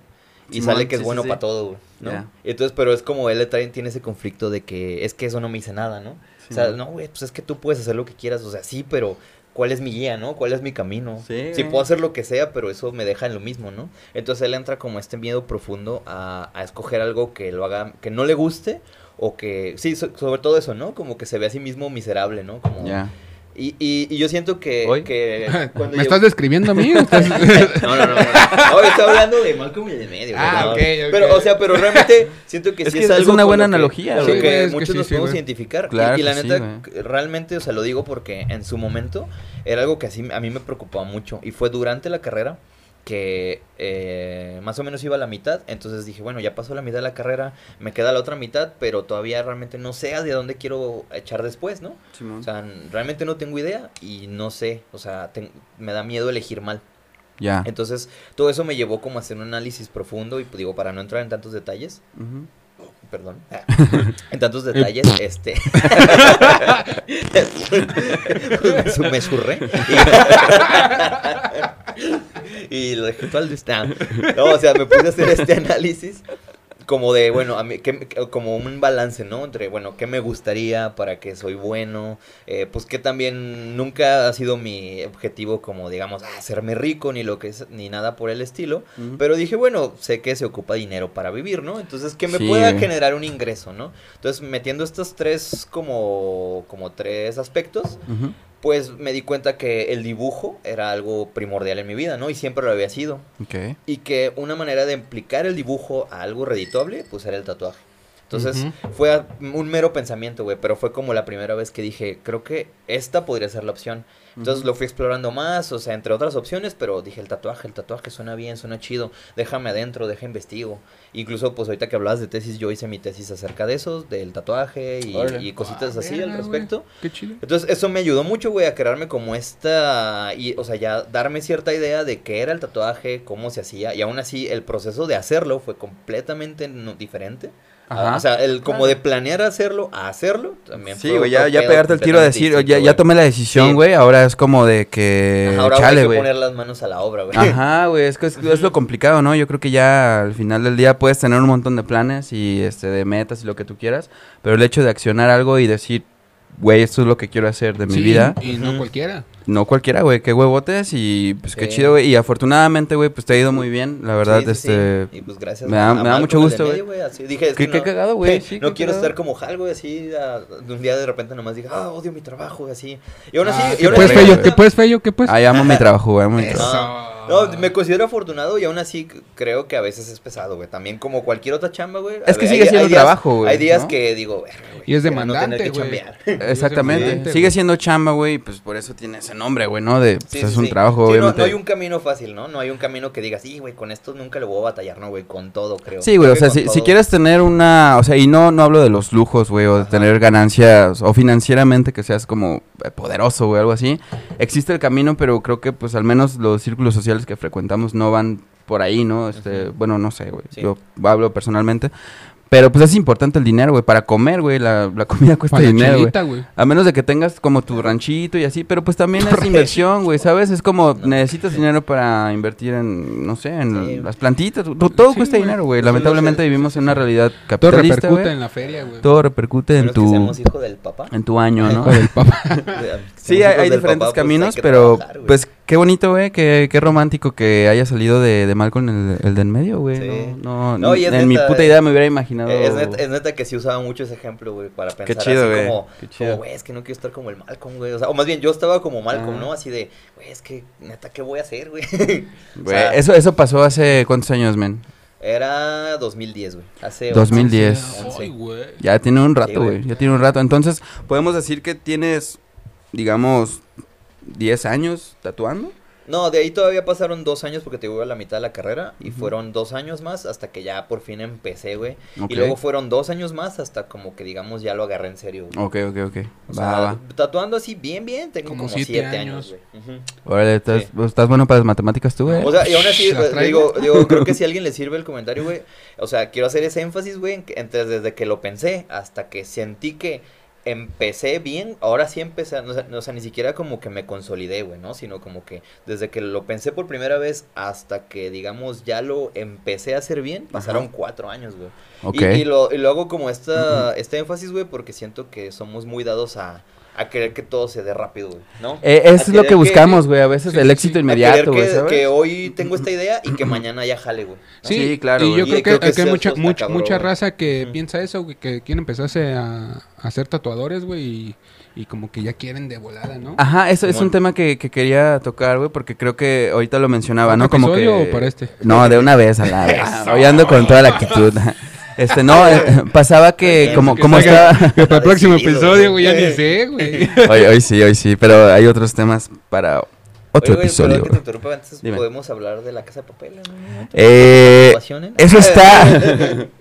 Speaker 3: y
Speaker 1: Simón,
Speaker 3: sale que es
Speaker 1: sí, sí,
Speaker 3: bueno
Speaker 1: sí.
Speaker 3: para todo, güey, ¿no?
Speaker 1: Ya.
Speaker 3: Entonces, pero es como él le trae, tiene ese conflicto de que es que eso no me hice nada, ¿no? O sea,
Speaker 1: Simón.
Speaker 3: no, güey, pues es que tú puedes hacer lo que quieras, o sea, sí, pero ¿cuál es mi guía, no? ¿Cuál es mi camino?
Speaker 1: Sí,
Speaker 3: sí,
Speaker 1: güey.
Speaker 3: puedo hacer lo que sea, pero eso me deja en lo mismo, ¿no? Entonces él entra como este miedo profundo a, a escoger algo que lo haga, que no le guste o que, sí, so- sobre todo eso, ¿no? Como que se ve a sí mismo miserable, ¿no? Como
Speaker 1: Ya.
Speaker 3: Y, y, y yo siento que...
Speaker 1: ¿Hoy?
Speaker 3: que
Speaker 2: ¿Me
Speaker 3: cuando yo-
Speaker 2: estás describiendo a mí? o estás-
Speaker 3: No, no, no. no. Ahora estoy hablando de Malcolm en el medio. güey,
Speaker 2: Ah,
Speaker 3: no.
Speaker 2: ok, ok.
Speaker 3: Pero, o sea, pero realmente siento que
Speaker 1: Es
Speaker 3: sí
Speaker 1: que
Speaker 3: es
Speaker 1: es
Speaker 3: algo
Speaker 1: una
Speaker 3: con
Speaker 1: buena
Speaker 3: lo que-
Speaker 1: analogía,
Speaker 3: con lo
Speaker 1: güey.
Speaker 3: que
Speaker 2: Sí, güey, es que
Speaker 3: muchos
Speaker 2: sí,
Speaker 3: nos
Speaker 2: sí,
Speaker 3: podemos
Speaker 2: güey.
Speaker 3: identificar. Y-
Speaker 1: Claro
Speaker 3: y, la
Speaker 1: que sí,
Speaker 3: neta,
Speaker 1: güey.
Speaker 3: c- realmente, o sea, lo digo porque en su momento era algo que así a mí me preocupaba mucho. Y fue durante la carrera que eh, más o menos iba a la mitad, entonces dije, bueno, ya pasó la mitad de la carrera, me queda la otra mitad, pero todavía realmente no sé hacia dónde quiero echar después, ¿no? O sea, n- realmente no tengo idea y no sé, o sea, ten- me da miedo elegir mal.
Speaker 1: Ya.
Speaker 3: Entonces, todo eso me llevó como a hacer un análisis profundo y pues, digo, para no entrar en tantos detalles,
Speaker 1: Ujú.
Speaker 3: perdón, en tantos detalles, este... me escurré. Y, y lo dejé todo al distante. No, o sea, me puse a hacer este análisis como de, bueno, a mí, que- como un balance, ¿no? Entre, bueno, qué me gustaría, para qué soy bueno, eh, pues que también nunca ha sido mi objetivo como, digamos, ah, hacerme rico ni lo que es, ni nada por el estilo.
Speaker 1: Ujú.
Speaker 3: Pero dije, bueno, sé que se ocupa dinero para vivir, ¿no? Entonces, que me
Speaker 1: Sí,
Speaker 3: pueda
Speaker 1: güey.
Speaker 3: generar un ingreso, ¿no? Entonces, metiendo estos tres como, como tres aspectos,
Speaker 1: Ujú.
Speaker 3: pues me di cuenta que el dibujo era algo primordial en mi vida, ¿no? Y siempre lo había sido.
Speaker 1: Ok.
Speaker 3: Y que una manera de implicar el dibujo a algo redituable, pues era el tatuaje. Entonces,
Speaker 2: Ujú.
Speaker 3: fue a- un mero pensamiento, güey, pero fue como la primera vez que dije, creo que esta podría ser la opción. Entonces
Speaker 1: Ujú.
Speaker 3: lo fui explorando más, o sea, entre otras opciones, pero dije, el tatuaje, el tatuaje suena bien, suena chido, déjame adentro, deja investigo. Incluso, pues ahorita que hablabas de tesis, yo hice mi tesis acerca de eso, del tatuaje y,
Speaker 1: Órale.
Speaker 3: y cositas
Speaker 2: Ah,
Speaker 3: así
Speaker 2: verga,
Speaker 3: al
Speaker 2: güey.
Speaker 3: respecto.
Speaker 2: Qué chido.
Speaker 3: Entonces eso me ayudó mucho, güey, a crearme como esta, y, o sea, ya darme cierta idea de qué era el tatuaje, cómo se hacía, y aún así el proceso de hacerlo fue completamente no- diferente. Ah,
Speaker 1: Ajá.
Speaker 3: O sea, el como de planear hacerlo a hacerlo también
Speaker 1: Sí,
Speaker 3: fue
Speaker 1: güey, ya,
Speaker 3: otro
Speaker 1: ya
Speaker 3: pedo
Speaker 1: pegarte el tiro de
Speaker 3: completamente
Speaker 1: decir, "Oye, ya,
Speaker 3: distinto,
Speaker 1: ya
Speaker 3: güey.
Speaker 1: tomé la decisión,
Speaker 3: Sí.
Speaker 1: güey, ahora es como de que...
Speaker 3: Ajá, ahora
Speaker 1: chale,
Speaker 3: hay que
Speaker 1: güey.
Speaker 3: poner las manos a la obra, güey.
Speaker 1: Ajá, güey, es que es, es lo complicado, ¿no? Yo creo que ya al final del día puedes tener un montón de planes y este de metas y lo que tú quieras, pero el hecho de accionar algo y decir, güey, esto es lo que quiero hacer de mi
Speaker 2: Sí,
Speaker 1: vida,
Speaker 2: Y no
Speaker 3: Ujú.
Speaker 2: cualquiera.
Speaker 1: no cualquiera, güey, qué huevotes y pues qué
Speaker 3: Sí.
Speaker 1: chido, güey, y afortunadamente, güey, pues te ha ido muy bien, la verdad,
Speaker 3: Sí, sí,
Speaker 1: este
Speaker 3: sí. Y pues gracias.
Speaker 1: me da-
Speaker 3: a- a
Speaker 1: me da
Speaker 3: Malcolm,
Speaker 1: mucho
Speaker 3: el de
Speaker 1: gusto,
Speaker 3: medio,
Speaker 1: güey.
Speaker 3: así. Dije, es
Speaker 1: Qué-
Speaker 3: que
Speaker 1: qué
Speaker 3: no,
Speaker 1: cagado, güey, sí,
Speaker 3: no
Speaker 1: qué
Speaker 3: quiero
Speaker 1: cagado.
Speaker 3: estar como Hal, güey, así. a- de un día de repente nomás diga, ah, odio mi trabajo, y así. Y aún así.
Speaker 2: Ah,
Speaker 3: y
Speaker 2: ¿Qué
Speaker 3: aún
Speaker 2: pues,
Speaker 3: así-
Speaker 1: verga,
Speaker 2: Fello?
Speaker 1: güey.
Speaker 2: ¿Qué pues, Fello? ¿Qué pues?
Speaker 1: ay, amo mi trabajo, güey, amo mi
Speaker 2: Eso.
Speaker 1: trabajo.
Speaker 3: Ah, No, me considero afortunado y aún así c- creo que a veces es pesado, güey. También como cualquier otra chamba, güey. A
Speaker 1: Es que
Speaker 3: ver,
Speaker 1: sigue
Speaker 3: hay-
Speaker 1: siendo
Speaker 3: hay días-
Speaker 1: trabajo, güey,
Speaker 3: Hay días
Speaker 1: ¿no?
Speaker 3: que digo, verga, güey.
Speaker 2: Y es
Speaker 3: quiero no tener
Speaker 2: demandante,
Speaker 3: que
Speaker 2: güey.
Speaker 3: chambear.
Speaker 1: Exactamente.
Speaker 2: Exactamente,
Speaker 1: Sigue
Speaker 2: güey.
Speaker 1: siendo chamba, güey, y pues por eso tiene ese nombre, güey, ¿no? De pues,
Speaker 3: Sí,
Speaker 1: es
Speaker 3: sí,
Speaker 1: un
Speaker 3: sí.
Speaker 1: trabajo,
Speaker 3: Sí, no- no,
Speaker 1: obviamente.
Speaker 3: hay un camino fácil, ¿no? No hay un camino que digas, sí, güey, con esto nunca le voy a batallar, no, güey, con todo, creo.
Speaker 1: Sí, güey,
Speaker 3: Creo
Speaker 1: o
Speaker 3: que
Speaker 1: sea,
Speaker 3: con
Speaker 1: si, si
Speaker 3: todo.
Speaker 1: quieres tener una, o sea, y no, no hablo de los lujos, güey, o de
Speaker 3: Ajá.
Speaker 1: tener ganancias, o financieramente que seas como eh, poderoso, güey, algo así, existe el camino, pero creo que, pues, al menos los círculos sociales que frecuentamos no van por ahí, ¿no? Este,
Speaker 3: Ujú.
Speaker 1: bueno, no sé, güey,
Speaker 3: Sí.
Speaker 1: yo hablo personalmente, pero, pues, es importante el dinero, güey, para comer, güey, la, la comida cuesta
Speaker 2: Para la
Speaker 1: dinero, güey.
Speaker 2: chelita, güey.
Speaker 1: A menos de que tengas como tu ranchito y así, pero pues también es inversión, güey, ¿sabes? Es como
Speaker 3: No.
Speaker 1: necesitas dinero para invertir en, no sé, en
Speaker 3: Sí.
Speaker 1: las plantitas, to- todo
Speaker 2: Sí,
Speaker 1: cuesta
Speaker 2: güey.
Speaker 1: dinero, güey.
Speaker 3: Sí,
Speaker 1: Lamentablemente
Speaker 3: lo sé.
Speaker 1: vivimos en una realidad
Speaker 2: Todo
Speaker 1: capitalista,
Speaker 2: repercute
Speaker 1: güey.
Speaker 2: en la feria, güey.
Speaker 1: Todo repercute en
Speaker 3: Menos que
Speaker 1: tu,
Speaker 3: seamos hijo del papá.
Speaker 1: en tu año, ¿no?
Speaker 2: Hijo del papá.
Speaker 1: Sí, hay,
Speaker 3: pues,
Speaker 1: hay diferentes caminos, pero pues qué bonito, güey, qué, qué romántico que haya salido de, de Malcolm el, el de en medio, güey.
Speaker 3: Sí.
Speaker 1: No, no,
Speaker 3: No, y
Speaker 1: en
Speaker 3: es
Speaker 1: mi
Speaker 3: neta,
Speaker 1: puta
Speaker 3: eh,
Speaker 1: idea me hubiera imaginado.
Speaker 3: es, neta, es neta que sí usaba mucho ese ejemplo, güey, para pensar
Speaker 1: chido,
Speaker 3: así
Speaker 1: güey.
Speaker 3: como,
Speaker 1: Qué
Speaker 3: como,
Speaker 1: chido.
Speaker 3: güey, es que no quiero estar como el Malcolm, güey. O, sea, o más bien yo estaba como Malcolm,
Speaker 1: Ah.
Speaker 3: ¿no? Así de, güey, es que neta, ¿qué voy a hacer, güey?
Speaker 1: Güey,
Speaker 3: o sea-
Speaker 1: eso, eso pasó hace cuántos años, men.
Speaker 3: Era 2010, güey. Hace
Speaker 1: 2010.
Speaker 3: once.
Speaker 2: Ay, güey.
Speaker 1: Ya tiene un
Speaker 3: Sí,
Speaker 1: rato,
Speaker 3: güey.
Speaker 1: güey. ya tiene un rato. Entonces, podemos decir que tienes, digamos, 10 años tatuando.
Speaker 3: No, de ahí todavía pasaron dos años porque te digo, iba a la mitad de la carrera y
Speaker 1: Ujú.
Speaker 3: fueron dos años más hasta que ya por fin empecé, güey.
Speaker 1: Ok.
Speaker 3: Y luego fueron dos años más hasta como que digamos ya lo agarré en serio, güey.
Speaker 1: Ok, ok, ok.
Speaker 3: O
Speaker 1: Oh, Va,
Speaker 3: sea,
Speaker 1: va.
Speaker 3: tatuando así bien, bien, tengo como, siete, años, güey. Ujú.
Speaker 1: Órale, estás,
Speaker 3: sí.
Speaker 1: pues, estás bueno para las matemáticas tú, güey.
Speaker 3: O sea, y aún así, eh,
Speaker 2: ¿Las traigo?
Speaker 3: digo, digo, creo que si a alguien le sirve el comentario, güey. O sea, quiero hacer ese énfasis, güey, en que- entre- desde que lo pensé hasta que sentí que empecé bien, ahora sí empecé, a- no, o sea, no, o sea, ni siquiera como que me consolidé, güey, ¿no? Sino como que desde que lo pensé por primera vez hasta que, digamos, ya lo empecé a hacer bien, pasaron cuatro años, güey.
Speaker 1: ok.
Speaker 3: Y- Y, lo, y lo hago como esta, este énfasis, güey, porque siento que somos muy dados a, a querer que todo se dé rápido, güey, ¿no?
Speaker 1: Eh,
Speaker 3: a
Speaker 1: eso es lo
Speaker 3: querer
Speaker 1: que buscamos, güey. A veces
Speaker 2: Sí,
Speaker 1: el
Speaker 2: sí,
Speaker 1: éxito
Speaker 2: sí.
Speaker 3: a
Speaker 1: inmediato,
Speaker 3: querer
Speaker 1: güey,
Speaker 3: que,
Speaker 1: ¿sabes?
Speaker 3: que hoy tengo esta idea y que mañana ya jale, güey.
Speaker 2: Sí,
Speaker 1: Sí, claro,
Speaker 2: Y
Speaker 1: güey.
Speaker 2: yo creo
Speaker 3: Y
Speaker 2: que,
Speaker 3: creo que
Speaker 2: que hay
Speaker 3: eso
Speaker 2: mucha,
Speaker 3: está
Speaker 2: mucha,
Speaker 3: cabrón,
Speaker 2: mucha
Speaker 3: güey.
Speaker 2: raza que
Speaker 3: Ujú.
Speaker 2: piensa eso, güey, que quieren empezarse a, a ser tatuadores, güey, y, y como que ya quieren de volada, ¿no?
Speaker 1: Ajá, eso es
Speaker 3: Simón.
Speaker 1: un tema que, que quería tocar, güey, porque creo que ahorita lo mencionaba, ¿no?
Speaker 2: ¿Otro
Speaker 1: Como que...
Speaker 2: episodio o para este?
Speaker 1: No, de una vez a la vez. Hoy ando con toda la actitud. Este, no, eh, pasaba que
Speaker 3: Bien,
Speaker 1: como,
Speaker 2: Que
Speaker 1: como
Speaker 2: salga-
Speaker 1: estaba...
Speaker 2: que para el próximo
Speaker 3: Decidido,
Speaker 2: episodio, güey,
Speaker 3: güey.
Speaker 2: ya ni sé, güey.
Speaker 1: Hoy, hoy sí, hoy sí, pero hay otros temas para otro
Speaker 3: Oye, güey,
Speaker 1: episodio.
Speaker 3: perdón que te interrumpa, antes
Speaker 1: Dime.
Speaker 3: podemos hablar de la casa de papel. ¿no?
Speaker 1: Eh,
Speaker 3: Pasión, ¿eh?
Speaker 1: eso está...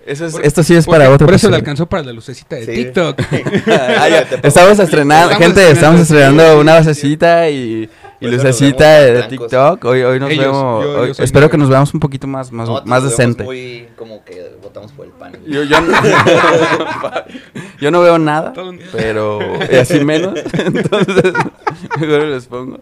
Speaker 1: Eso es- esto sí es para
Speaker 2: Porque
Speaker 1: otro
Speaker 2: Por eso
Speaker 1: episodio.
Speaker 2: le alcanzó para la lucecita de
Speaker 3: Sí.
Speaker 2: TikTok.
Speaker 1: Ah, ya,
Speaker 3: Te pongo-
Speaker 1: estamos estrenando, gente,
Speaker 2: Estamos estrenando,
Speaker 1: estamos
Speaker 2: sí,
Speaker 1: estrenando
Speaker 2: sí,
Speaker 1: una
Speaker 2: sí. Pues
Speaker 1: basecita y, y
Speaker 3: Por eso nos
Speaker 1: lucecita de
Speaker 3: vemos
Speaker 1: de
Speaker 3: blancos.
Speaker 1: TikTok. Hoy, hoy nos
Speaker 2: Ellos,
Speaker 1: vemos,
Speaker 2: yo- yo
Speaker 1: hoy-
Speaker 2: soy
Speaker 1: espero
Speaker 2: negro.
Speaker 1: que nos veamos un poquito más, más,
Speaker 3: Nosotros
Speaker 1: más
Speaker 3: nos vemos
Speaker 1: decente.
Speaker 3: Muy como que votamos por el pan.
Speaker 1: Yo, yo no, yo no veo nada,
Speaker 2: Todo un-
Speaker 1: pero y así menos. Entonces, mejor les pongo.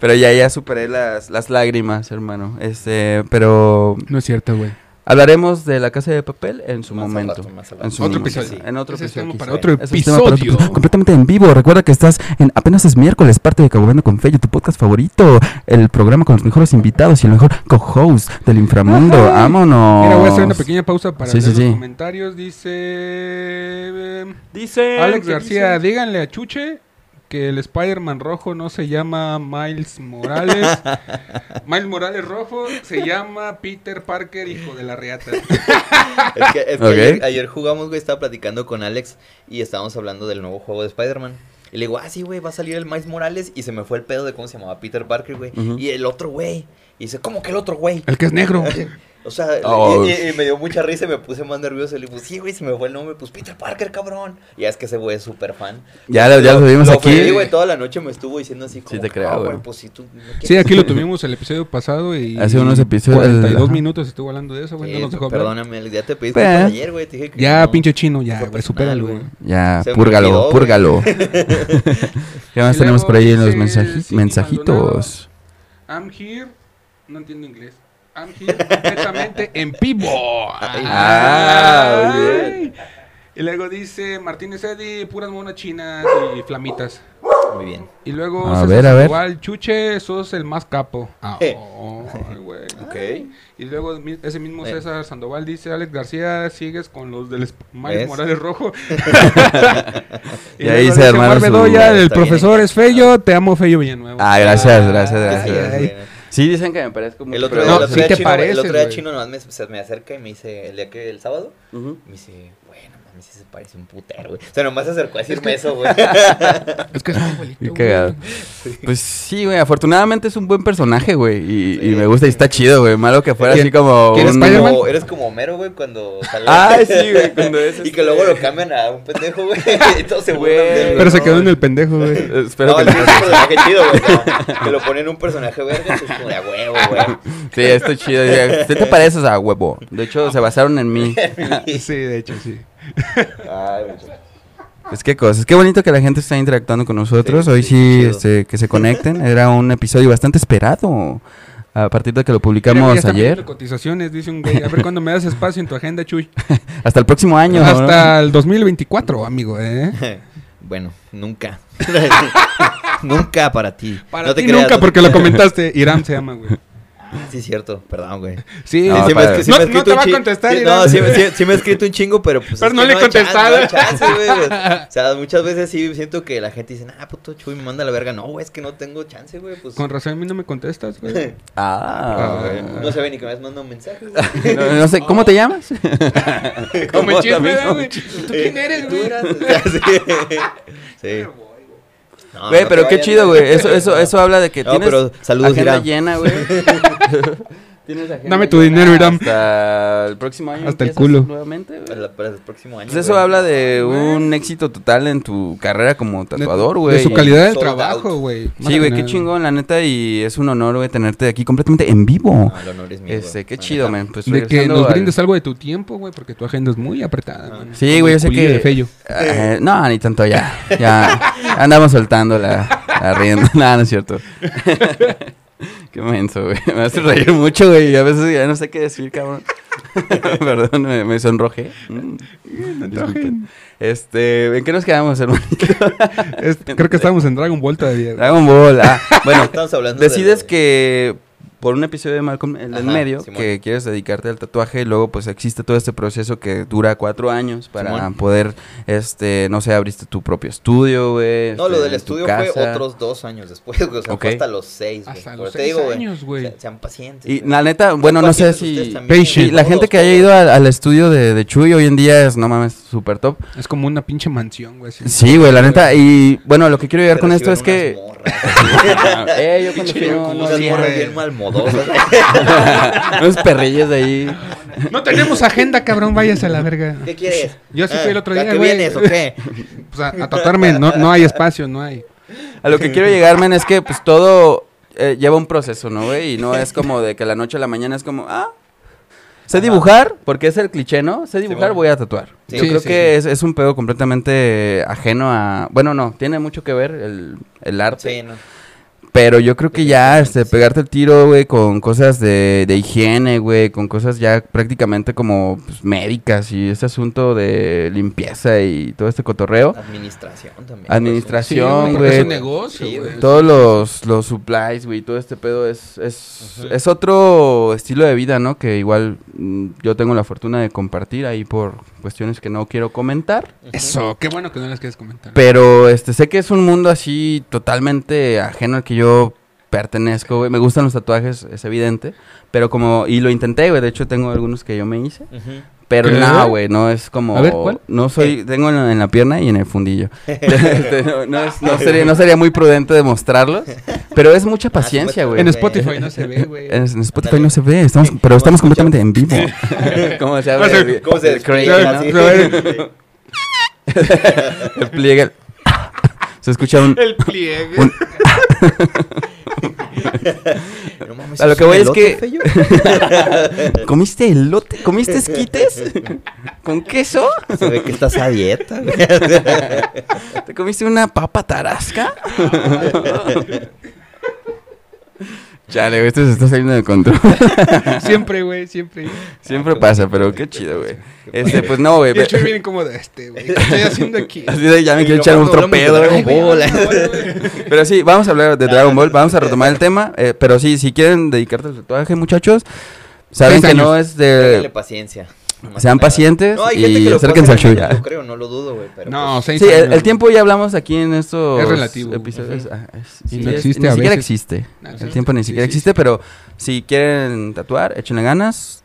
Speaker 1: Pero ya, ya superé las, las lágrimas, hermano. Este, pero
Speaker 2: No es cierto, güey.
Speaker 1: hablaremos de la casa de papel en su
Speaker 3: Más al
Speaker 1: momento.
Speaker 3: rato, más al
Speaker 1: en
Speaker 3: rato.
Speaker 1: su
Speaker 2: Otro
Speaker 1: momento,
Speaker 2: episodio.
Speaker 1: sí, En otro
Speaker 2: Ese es
Speaker 1: episodio.
Speaker 2: tema para
Speaker 1: quizá.
Speaker 2: otro
Speaker 1: Ese es tema para otro-
Speaker 2: episodio.
Speaker 1: completamente en vivo. Recuerda que estás en apenas es miércoles, parte de Caguabando con Feyo, tu podcast favorito. El programa con los mejores invitados y el mejor co-host del inframundo.
Speaker 2: Ajá.
Speaker 1: Vámonos.
Speaker 2: Mira, voy a hacer una pequeña pausa para
Speaker 1: Sí,
Speaker 2: leer
Speaker 1: sí,
Speaker 2: los
Speaker 1: sí.
Speaker 2: comentarios. Dice eh,
Speaker 1: Dice
Speaker 2: Alex García, díganle a Chuche que el Spider-Man rojo no se llama Miles Morales. Miles Morales rojo se llama Peter Parker, hijo de la reata.
Speaker 3: Es que, es que
Speaker 1: Ok.
Speaker 3: ayer, ayer jugamos, güey, estaba platicando con Alex y estábamos hablando del nuevo juego de Spider-Man. Y le digo, ah, sí, güey, va a salir el Miles Morales. Y se me fue el pedo de cómo se llamaba Peter Parker, güey.
Speaker 1: Ujú.
Speaker 3: Y el otro, güey. Y dice, ¿cómo que el otro, güey?
Speaker 2: El que es negro.
Speaker 3: O sea, y-
Speaker 1: Oh.
Speaker 3: y, y me dio mucha risa y me puse más nervioso. Y le digo, sí, güey, se me fue el nombre. Pues Peter Parker, cabrón. Y es que ese güey es súper fan.
Speaker 1: Ya lo, ya lo vimos
Speaker 3: Lo
Speaker 1: aquí.
Speaker 3: ofendí, güey, toda la noche me estuvo diciendo así como.
Speaker 1: te
Speaker 3: que,
Speaker 1: creo,
Speaker 3: "Ah,
Speaker 1: güey.
Speaker 3: Pues si tú. no
Speaker 2: Sí,
Speaker 3: quieres".
Speaker 2: aquí lo tuvimos el episodio pasado y...
Speaker 1: Hace unos episodios-
Speaker 2: 42
Speaker 1: ajá.
Speaker 2: minutos estuvo hablando de eso, güey.
Speaker 3: Sí,
Speaker 2: no nos dejó hablar.
Speaker 3: perdóname, Alex, ya te pediste
Speaker 1: Pues,
Speaker 3: ayer, güey. te dije que
Speaker 2: Ya,
Speaker 3: no.
Speaker 2: pinche chino, ya,
Speaker 3: Fue
Speaker 2: güey,
Speaker 3: personal,
Speaker 2: supéralo,
Speaker 3: güey.
Speaker 2: güey.
Speaker 1: Ya,
Speaker 3: Se me
Speaker 1: púrgalo,
Speaker 3: olvidó,
Speaker 1: púrgalo. ¿Qué más
Speaker 2: Y
Speaker 1: tenemos
Speaker 2: luego
Speaker 1: por ahí en los
Speaker 2: dice
Speaker 1: mensaji-
Speaker 2: Cindy
Speaker 1: mensajitos?
Speaker 2: I'm here. No entiendo inglés. I'm here completamente en vivo.
Speaker 1: Ah, muy bien.
Speaker 2: Y luego dice Martínez Eddy, puras monas chinas y flamitas.
Speaker 3: Muy bien.
Speaker 2: Y luego
Speaker 1: A
Speaker 2: César
Speaker 1: ver, a ver.
Speaker 2: Sandoval, Chuche, sos el más capo. Ah,
Speaker 3: Eh.
Speaker 2: oh, ay, güey.
Speaker 3: Ok.
Speaker 2: Y luego mi- ese mismo
Speaker 3: Eh.
Speaker 2: César Sandoval dice, Alex García, sigues con los del Sp- Miles
Speaker 3: ¿Ves?
Speaker 2: Morales Rojo.
Speaker 1: Y ahí
Speaker 2: luego
Speaker 1: se
Speaker 2: dice,
Speaker 1: armaron
Speaker 2: "Mar
Speaker 1: su-
Speaker 2: Bedoya, el
Speaker 3: Está bien
Speaker 2: profesor es
Speaker 3: encantado.
Speaker 2: Fello, te amo Fello Villanueva.
Speaker 1: Ah, gracias, gracias,
Speaker 2: Ay,
Speaker 1: gracias.
Speaker 2: ay, ay.
Speaker 1: Sí, dicen que me parezco mucho.
Speaker 3: El otro,
Speaker 1: pero-
Speaker 3: día,
Speaker 2: No,
Speaker 3: el otro
Speaker 2: sí
Speaker 3: día
Speaker 2: te
Speaker 3: chino,
Speaker 2: pareces,
Speaker 3: el otro día
Speaker 2: güey.
Speaker 3: chino nomás me, se me acerca y me dice, el día que el sábado,
Speaker 1: Ujú.
Speaker 3: me dice, bueno, mames, sí se parece un putero, güey. O sea, nomás se acercó a decirme eso, güey.
Speaker 2: Es que es mi abuelito,
Speaker 1: Qué
Speaker 2: güey.
Speaker 1: cagado. Pues sí, güey, afortunadamente es un buen personaje, güey. Y, y
Speaker 3: Sí.
Speaker 1: me gusta y está chido, güey. Malo que fuera así como.
Speaker 2: quién es
Speaker 1: un-
Speaker 2: Spider-Man?
Speaker 3: Como- eres como Homero, güey, cuando sale.
Speaker 1: Ay, sí, güey, cuando es
Speaker 3: Y
Speaker 1: este-
Speaker 3: que luego lo cambian a un pendejo, güey. Y todos se
Speaker 1: Güey.
Speaker 3: burlan de él,
Speaker 2: Pero se
Speaker 3: ¿no?
Speaker 2: quedó en el pendejo, güey.
Speaker 1: Espero
Speaker 3: no,
Speaker 1: que no.
Speaker 3: sí, es un personaje chido, güey. no. Que lo ponen un personaje verga, pues como de a huevo, güey.
Speaker 1: Sí, está chido. ya. ¿Qué te pareces a huevo? De hecho, se basaron en mí.
Speaker 2: Sí, de hecho, sí.
Speaker 3: Ay, güey.
Speaker 1: Pues qué cosas, qué bonito que la gente está interactuando con nosotros.
Speaker 3: Sí,
Speaker 1: Hoy
Speaker 3: sí,
Speaker 1: sí,
Speaker 3: chido.
Speaker 1: este, que se conecten. Era un episodio bastante esperado. A partir de que lo
Speaker 2: Mira, ya
Speaker 1: publicamos
Speaker 2: están pidiendo
Speaker 1: ayer.
Speaker 2: Cotizaciones, dice un güey. A ver cuándo me das espacio en tu agenda, Chuy.
Speaker 1: Hasta el próximo año. ¿no?
Speaker 2: Hasta el 2024, amigo, ¿eh?
Speaker 3: Bueno, nunca. nunca para ti.
Speaker 2: Para
Speaker 3: No te
Speaker 2: ti
Speaker 3: creas,
Speaker 2: nunca,
Speaker 3: no-
Speaker 2: porque lo comentaste. Irán se llama, güey.
Speaker 3: Sí, cierto, perdón, güey.
Speaker 2: Sí,
Speaker 1: No,
Speaker 3: sí,
Speaker 2: sí,
Speaker 3: me,
Speaker 1: padre.
Speaker 3: sí me
Speaker 2: No- no
Speaker 3: ha escrito
Speaker 2: te
Speaker 3: un
Speaker 2: va a
Speaker 3: chi-
Speaker 2: contestar,
Speaker 3: sí,
Speaker 2: Irán.
Speaker 3: no, sí, me- sí- sí me ha escrito un chingo, pero pues.
Speaker 2: Pero
Speaker 3: es
Speaker 2: no
Speaker 3: que
Speaker 2: le he
Speaker 3: hay chance,
Speaker 2: contestado.
Speaker 3: no hay chance, güey. o sea, muchas veces sí siento que la gente dice, ah, puto chuy, me manda a la verga. No, güey, es que no tengo chance, güey. Pues.
Speaker 2: Con razón a mí no me contestas, güey.
Speaker 1: Ah.
Speaker 3: No se ve ni que me has mandado un mensaje, güey.
Speaker 1: No, no sé, ¿cómo te llamas?
Speaker 2: Como el chisme,
Speaker 1: también,
Speaker 2: ¿verdad,
Speaker 1: ¿no?
Speaker 2: güey. ¿Tú quién eres,
Speaker 3: Tú
Speaker 2: güey?
Speaker 3: eras. o sea, sí. Sí. No,
Speaker 2: Ah,
Speaker 1: Güey,
Speaker 3: no
Speaker 1: pero
Speaker 3: te
Speaker 1: qué
Speaker 3: vayas.
Speaker 1: chido, güey. Eso, eso, eso habla de que
Speaker 3: No,
Speaker 1: tienes
Speaker 3: pero saludos,
Speaker 1: agenda
Speaker 3: Irán.
Speaker 1: llena, güey. Tienes agenda
Speaker 2: Dame tu
Speaker 1: llena
Speaker 2: dinero, Irán.
Speaker 1: Hasta el próximo año.
Speaker 2: Hasta el
Speaker 1: empiezas
Speaker 2: culo.
Speaker 1: Nuevamente, güey.
Speaker 3: Para, para el próximo año.
Speaker 1: Pues eso
Speaker 3: güey.
Speaker 1: habla de un éxito total en tu carrera como tatuador,
Speaker 2: De-
Speaker 1: güey.
Speaker 2: De su calidad de
Speaker 3: Sold
Speaker 2: trabajo,
Speaker 3: out.
Speaker 2: güey. Más
Speaker 1: Sí, güey,
Speaker 2: que
Speaker 1: qué
Speaker 2: nada.
Speaker 1: chingón, la neta. Y es un honor, güey, tenerte aquí completamente en vivo.
Speaker 3: No, el honor es mío.
Speaker 1: Este,
Speaker 3: güey.
Speaker 1: qué
Speaker 3: La
Speaker 1: chido,
Speaker 3: neta.
Speaker 1: man. Pues
Speaker 2: de que
Speaker 1: regresando
Speaker 2: nos
Speaker 1: al-
Speaker 2: brindes algo de tu tiempo, güey, porque tu agenda es muy apretada, güey.
Speaker 1: Sí, güey, yo sé
Speaker 2: Culillo
Speaker 1: que.
Speaker 2: de Fello.
Speaker 1: Eh, no, ni tanto ya. Ya andamos soltando la, la rienda. No, no es cierto. qué menso, güey. Me hace reír mucho, güey. y A veces ya no sé qué decir, cabrón. Perdón, me, me sonrojé. Mm, disculpen. Este, ¿en qué nos quedamos, hermano?
Speaker 2: Es- creo que estábamos en Dragon Ball todavía. güey.
Speaker 1: Dragon Ball. Ah, bueno,
Speaker 3: Estamos hablando de-
Speaker 1: decides que por un episodio de Malcolm el del
Speaker 3: Ajá,
Speaker 1: medio
Speaker 3: Simón.
Speaker 1: que quieres dedicarte al tatuaje y luego pues existe todo este proceso que dura cuatro años para
Speaker 3: Simón.
Speaker 1: poder este no sé abriste tu propio estudio güey
Speaker 3: No, lo
Speaker 1: este,
Speaker 3: del
Speaker 1: tu
Speaker 3: estudio fue
Speaker 1: casa.
Speaker 3: otros dos años después, güey. O sea,
Speaker 1: Ok.
Speaker 3: fue hasta los seis, güey.
Speaker 2: Hasta
Speaker 3: Por
Speaker 2: los
Speaker 3: eso te
Speaker 2: seis
Speaker 3: digo, güey,
Speaker 2: años, güey.
Speaker 3: se- Sean pacientes.
Speaker 1: y
Speaker 3: güey.
Speaker 1: la neta bueno no sé
Speaker 3: pacientes ustedes
Speaker 1: si
Speaker 3: también,
Speaker 2: Patient.
Speaker 1: y la gente
Speaker 3: todos,
Speaker 1: que haya
Speaker 3: todos.
Speaker 1: ido al, al estudio de, de Chuy hoy en día es no mames super top
Speaker 2: Es como una pinche mansión, güey. así.
Speaker 1: sí güey la neta y bueno lo que quiero llegar
Speaker 3: Te
Speaker 1: con esto es
Speaker 3: reciben
Speaker 1: que
Speaker 3: unas morras.
Speaker 1: Eh, yo cuando
Speaker 2: Pinche
Speaker 1: fui, no, no
Speaker 3: Unas
Speaker 2: sí,
Speaker 1: había-
Speaker 3: morras
Speaker 2: güey.
Speaker 3: bien malmodosas.
Speaker 1: unos perrillos de ahí
Speaker 2: No tenemos agenda, cabrón, váyase a la verga.
Speaker 3: ¿Qué quieres?
Speaker 2: Yo sí fui el otro
Speaker 3: ¿a
Speaker 2: día,
Speaker 3: qué
Speaker 2: güey.
Speaker 3: vienes o qué?
Speaker 2: O sea, Pues, a tatuarme, no, no hay espacio, no hay.
Speaker 1: A lo que quiero llegar, men, es que pues todo eh, lleva un proceso, ¿no, güey? Y no es como de que la noche a la mañana es como, ah, sé dibujar, porque es el cliché, ¿no? Sé dibujar,
Speaker 3: bueno.
Speaker 1: voy a tatuar.
Speaker 3: Sí,
Speaker 1: Yo
Speaker 2: sí,
Speaker 1: creo
Speaker 2: sí,
Speaker 1: que Es, es un pedo completamente ajeno a... Bueno, no, tiene mucho que ver el, el arte.
Speaker 3: Sí, no.
Speaker 1: Pero yo creo que ya, este,
Speaker 3: Definitivamente, sí.
Speaker 1: pegarte el tiro, güey, con cosas de, de higiene, güey, con cosas ya prácticamente como pues, médicas y este asunto de limpieza y todo este cotorreo.
Speaker 3: Administración también. pues,
Speaker 1: Administración, güey,
Speaker 2: Sí, porque
Speaker 1: güey.
Speaker 2: Es un negocio,
Speaker 3: Sí,
Speaker 2: güey.
Speaker 1: Todos los, los supplies, güey, todo este pedo es, es,
Speaker 3: Ujú.
Speaker 1: es otro estilo de vida, ¿no? Que igual mm, yo tengo la fortuna de compartir ahí por cuestiones que no quiero comentar.
Speaker 3: Ujú.
Speaker 2: Eso, qué bueno que no les quieres comentar.
Speaker 1: Pero este sé que es un mundo así totalmente ajeno al que yo pertenezco, güey. Me gustan los tatuajes, es evidente. Pero como, y lo intenté, güey. De hecho, tengo algunos que yo me hice.
Speaker 3: Ujú.
Speaker 1: Pero
Speaker 2: ¿Qué?
Speaker 1: no, güey, no es como.
Speaker 2: A ver, ¿cuál? Eh.
Speaker 1: No soy. Tengo en, en la pierna y en el fundillo. Este, no, no es-
Speaker 3: Ah,
Speaker 1: no sería, no sería muy prudente demostrarlos. Pero es mucha paciencia, güey.
Speaker 2: en Spotify no se ve, güey.
Speaker 1: En- en Spotify
Speaker 3: Ándale.
Speaker 1: no se ve, estamos, pero
Speaker 3: No,
Speaker 1: estamos
Speaker 3: escucha.
Speaker 1: completamente en vivo. ¿Cómo se
Speaker 2: No sé,
Speaker 1: abre?
Speaker 3: ¿Cómo se
Speaker 1: El crane,
Speaker 3: despliega?
Speaker 1: ¿no?
Speaker 3: Sí.
Speaker 2: Pero-
Speaker 1: El pliegue, el- Se escucha un.
Speaker 2: El pliegue.
Speaker 1: Un-
Speaker 3: No mames,
Speaker 1: A lo
Speaker 3: ¿es
Speaker 1: que
Speaker 3: un
Speaker 1: voy es
Speaker 3: elote,
Speaker 1: que-
Speaker 3: Fello?
Speaker 1: ¿Comiste elote? ¿Comiste esquites? ¿Con queso?
Speaker 3: Se ve que estás a dieta, güey.
Speaker 1: ¿Te comiste una papa tarasca? Chale, güey, esto se está saliendo de control.
Speaker 2: Siempre, güey, siempre.
Speaker 1: Siempre pasa, pero qué chido, güey. Este, pues no, güey.
Speaker 2: De hecho,
Speaker 1: ve-
Speaker 2: viene como de este, güey. ¿Qué estoy haciendo aquí?
Speaker 1: Así de, ya me quiero echar ¿eh? otro pedo,
Speaker 3: Dragon
Speaker 1: güey.
Speaker 3: Ball.
Speaker 1: Pero sí, vamos a hablar de Dragon Ball, vamos a retomar el tema. eh, pero sí, si quieren dedicarte al tatuaje, muchachos, saben
Speaker 2: Seis
Speaker 1: que
Speaker 2: años.
Speaker 1: no es
Speaker 3: Ténganle
Speaker 1: de...
Speaker 3: paciencia. más
Speaker 1: Sean
Speaker 3: que nada.
Speaker 1: pacientes
Speaker 3: No, hay gente que
Speaker 1: y
Speaker 3: lo
Speaker 1: acérquense al
Speaker 3: puede
Speaker 1: show
Speaker 3: hacer,
Speaker 1: ya.
Speaker 3: No creo, no lo dudo, güey. pero
Speaker 2: No,
Speaker 3: pues,
Speaker 2: seis
Speaker 1: Sí, el,
Speaker 2: años.
Speaker 1: el tiempo ya hablamos aquí en estos
Speaker 2: Es relativo.
Speaker 1: episodios.
Speaker 3: Ujú.
Speaker 1: Ah, es-
Speaker 2: Sí,
Speaker 1: y
Speaker 2: no
Speaker 1: es-
Speaker 2: existe
Speaker 1: ni
Speaker 2: a
Speaker 1: siquiera
Speaker 2: veces.
Speaker 1: existe.
Speaker 2: No
Speaker 1: El
Speaker 2: existe.
Speaker 1: tiempo ni
Speaker 2: Sí,
Speaker 1: siquiera
Speaker 2: sí,
Speaker 1: existe,
Speaker 2: sí.
Speaker 1: pero si quieren tatuar, échenle ganas.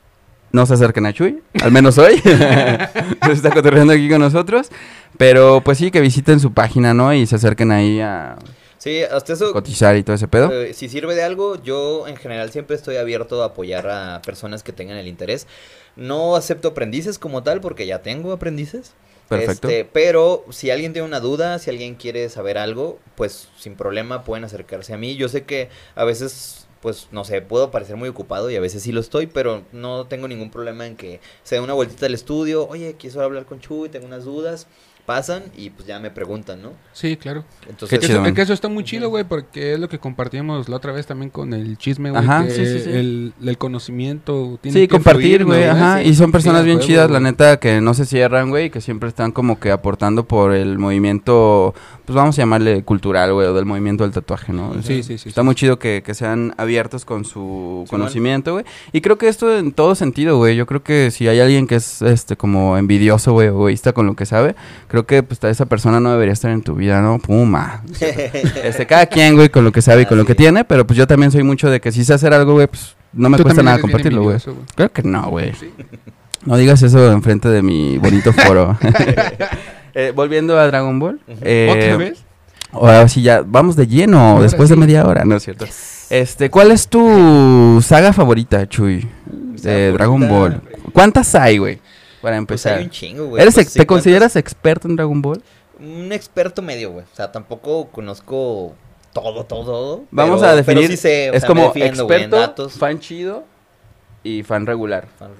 Speaker 1: No se acerquen a Chuy, al menos hoy. se está cotorreando aquí con nosotros. Pero pues sí, que visiten su página, ¿no? Y se acerquen ahí a
Speaker 3: Sí, hasta eso.
Speaker 1: cotizar y todo ese pedo.
Speaker 3: eh, si sirve de algo, yo en general siempre estoy abierto a apoyar a personas que tengan el interés. No acepto aprendices como tal, porque ya tengo aprendices.
Speaker 1: Perfecto.
Speaker 3: Este, pero si alguien tiene una duda, si alguien quiere saber algo, pues sin problema pueden acercarse a mí. Yo sé que a veces, pues no sé, puedo parecer muy ocupado y a veces sí lo estoy, pero no tengo ningún problema en que se dé una vueltita al estudio. Oye, quiso hablar con Chuy, tengo unas dudas. Pasan y pues ya me preguntan, ¿no?
Speaker 2: Sí, claro.
Speaker 3: Entonces,
Speaker 1: Qué
Speaker 2: Que
Speaker 1: chido,
Speaker 2: eso,
Speaker 1: man.
Speaker 2: que eso está muy chido, güey, porque es lo que compartimos la otra vez también con el chisme, güey.
Speaker 1: Ajá,
Speaker 2: que
Speaker 1: sí, sí, sí.
Speaker 2: El, el conocimiento tiene
Speaker 1: Sí,
Speaker 2: que
Speaker 1: compartir,
Speaker 2: fluir,
Speaker 1: güey.
Speaker 2: ¿no?
Speaker 1: Ajá.
Speaker 2: Sí.
Speaker 1: Y son personas
Speaker 2: Sí,
Speaker 1: bien
Speaker 2: a huevo,
Speaker 1: chidas, la
Speaker 2: güey.
Speaker 1: neta, que no se cierran, güey, y que siempre están como que aportando por el movimiento, pues vamos a llamarle cultural, güey, o del movimiento del tatuaje, ¿no? O sea,
Speaker 2: Sí, sí, sí.
Speaker 1: Está
Speaker 2: sí.
Speaker 1: muy chido que, que sean abiertos con su
Speaker 3: Simón.
Speaker 1: conocimiento, güey. Y creo que esto en todo sentido, güey. Yo creo que si hay alguien que es este como envidioso, güey, o egoísta con lo que sabe, creo que pues esa persona no debería estar en tu vida, ¿no? Puma. Este, cada quien, güey, con lo que sabe y con lo que
Speaker 3: Así es.
Speaker 1: tiene, pero pues yo también soy mucho de que si sé hacer algo, güey, pues no me
Speaker 2: Tú
Speaker 1: cuesta
Speaker 2: también
Speaker 1: nada
Speaker 2: eres bien
Speaker 1: compartirlo, güey.
Speaker 2: envidioso, güey.
Speaker 1: Creo que no, güey.
Speaker 2: Sí.
Speaker 1: No digas eso enfrente de mi bonito foro. Eh, volviendo a Dragon Ball.
Speaker 3: Ujú.
Speaker 1: eh,
Speaker 2: ¿Otra vez?
Speaker 1: Ahora sí, ya vamos de lleno
Speaker 2: Ahora
Speaker 1: después de
Speaker 2: sí.
Speaker 1: media hora, ¿no es cierto? Este, ¿cuál es tu saga favorita, Chuy? De
Speaker 3: saga
Speaker 1: Dragon Ball.
Speaker 3: favorita.
Speaker 1: ¿Cuántas hay, güey? Para
Speaker 3: pues
Speaker 1: empezar.
Speaker 3: hay un chingo, güey.
Speaker 1: ¿Eres
Speaker 3: Pues,
Speaker 1: ex-
Speaker 3: sí,
Speaker 1: ¿Te
Speaker 3: ¿cuántos?
Speaker 1: consideras experto en Dragon Ball?
Speaker 3: Un experto medio, güey. O sea, tampoco conozco todo, todo, todo.
Speaker 1: Vamos
Speaker 3: pero-
Speaker 1: a definir.
Speaker 3: Pero sí sé, o
Speaker 1: es
Speaker 3: sea, me
Speaker 1: como
Speaker 3: defiendo, güey, en
Speaker 1: experto,
Speaker 3: datos.
Speaker 1: fan chido y fan regular.
Speaker 3: Fan-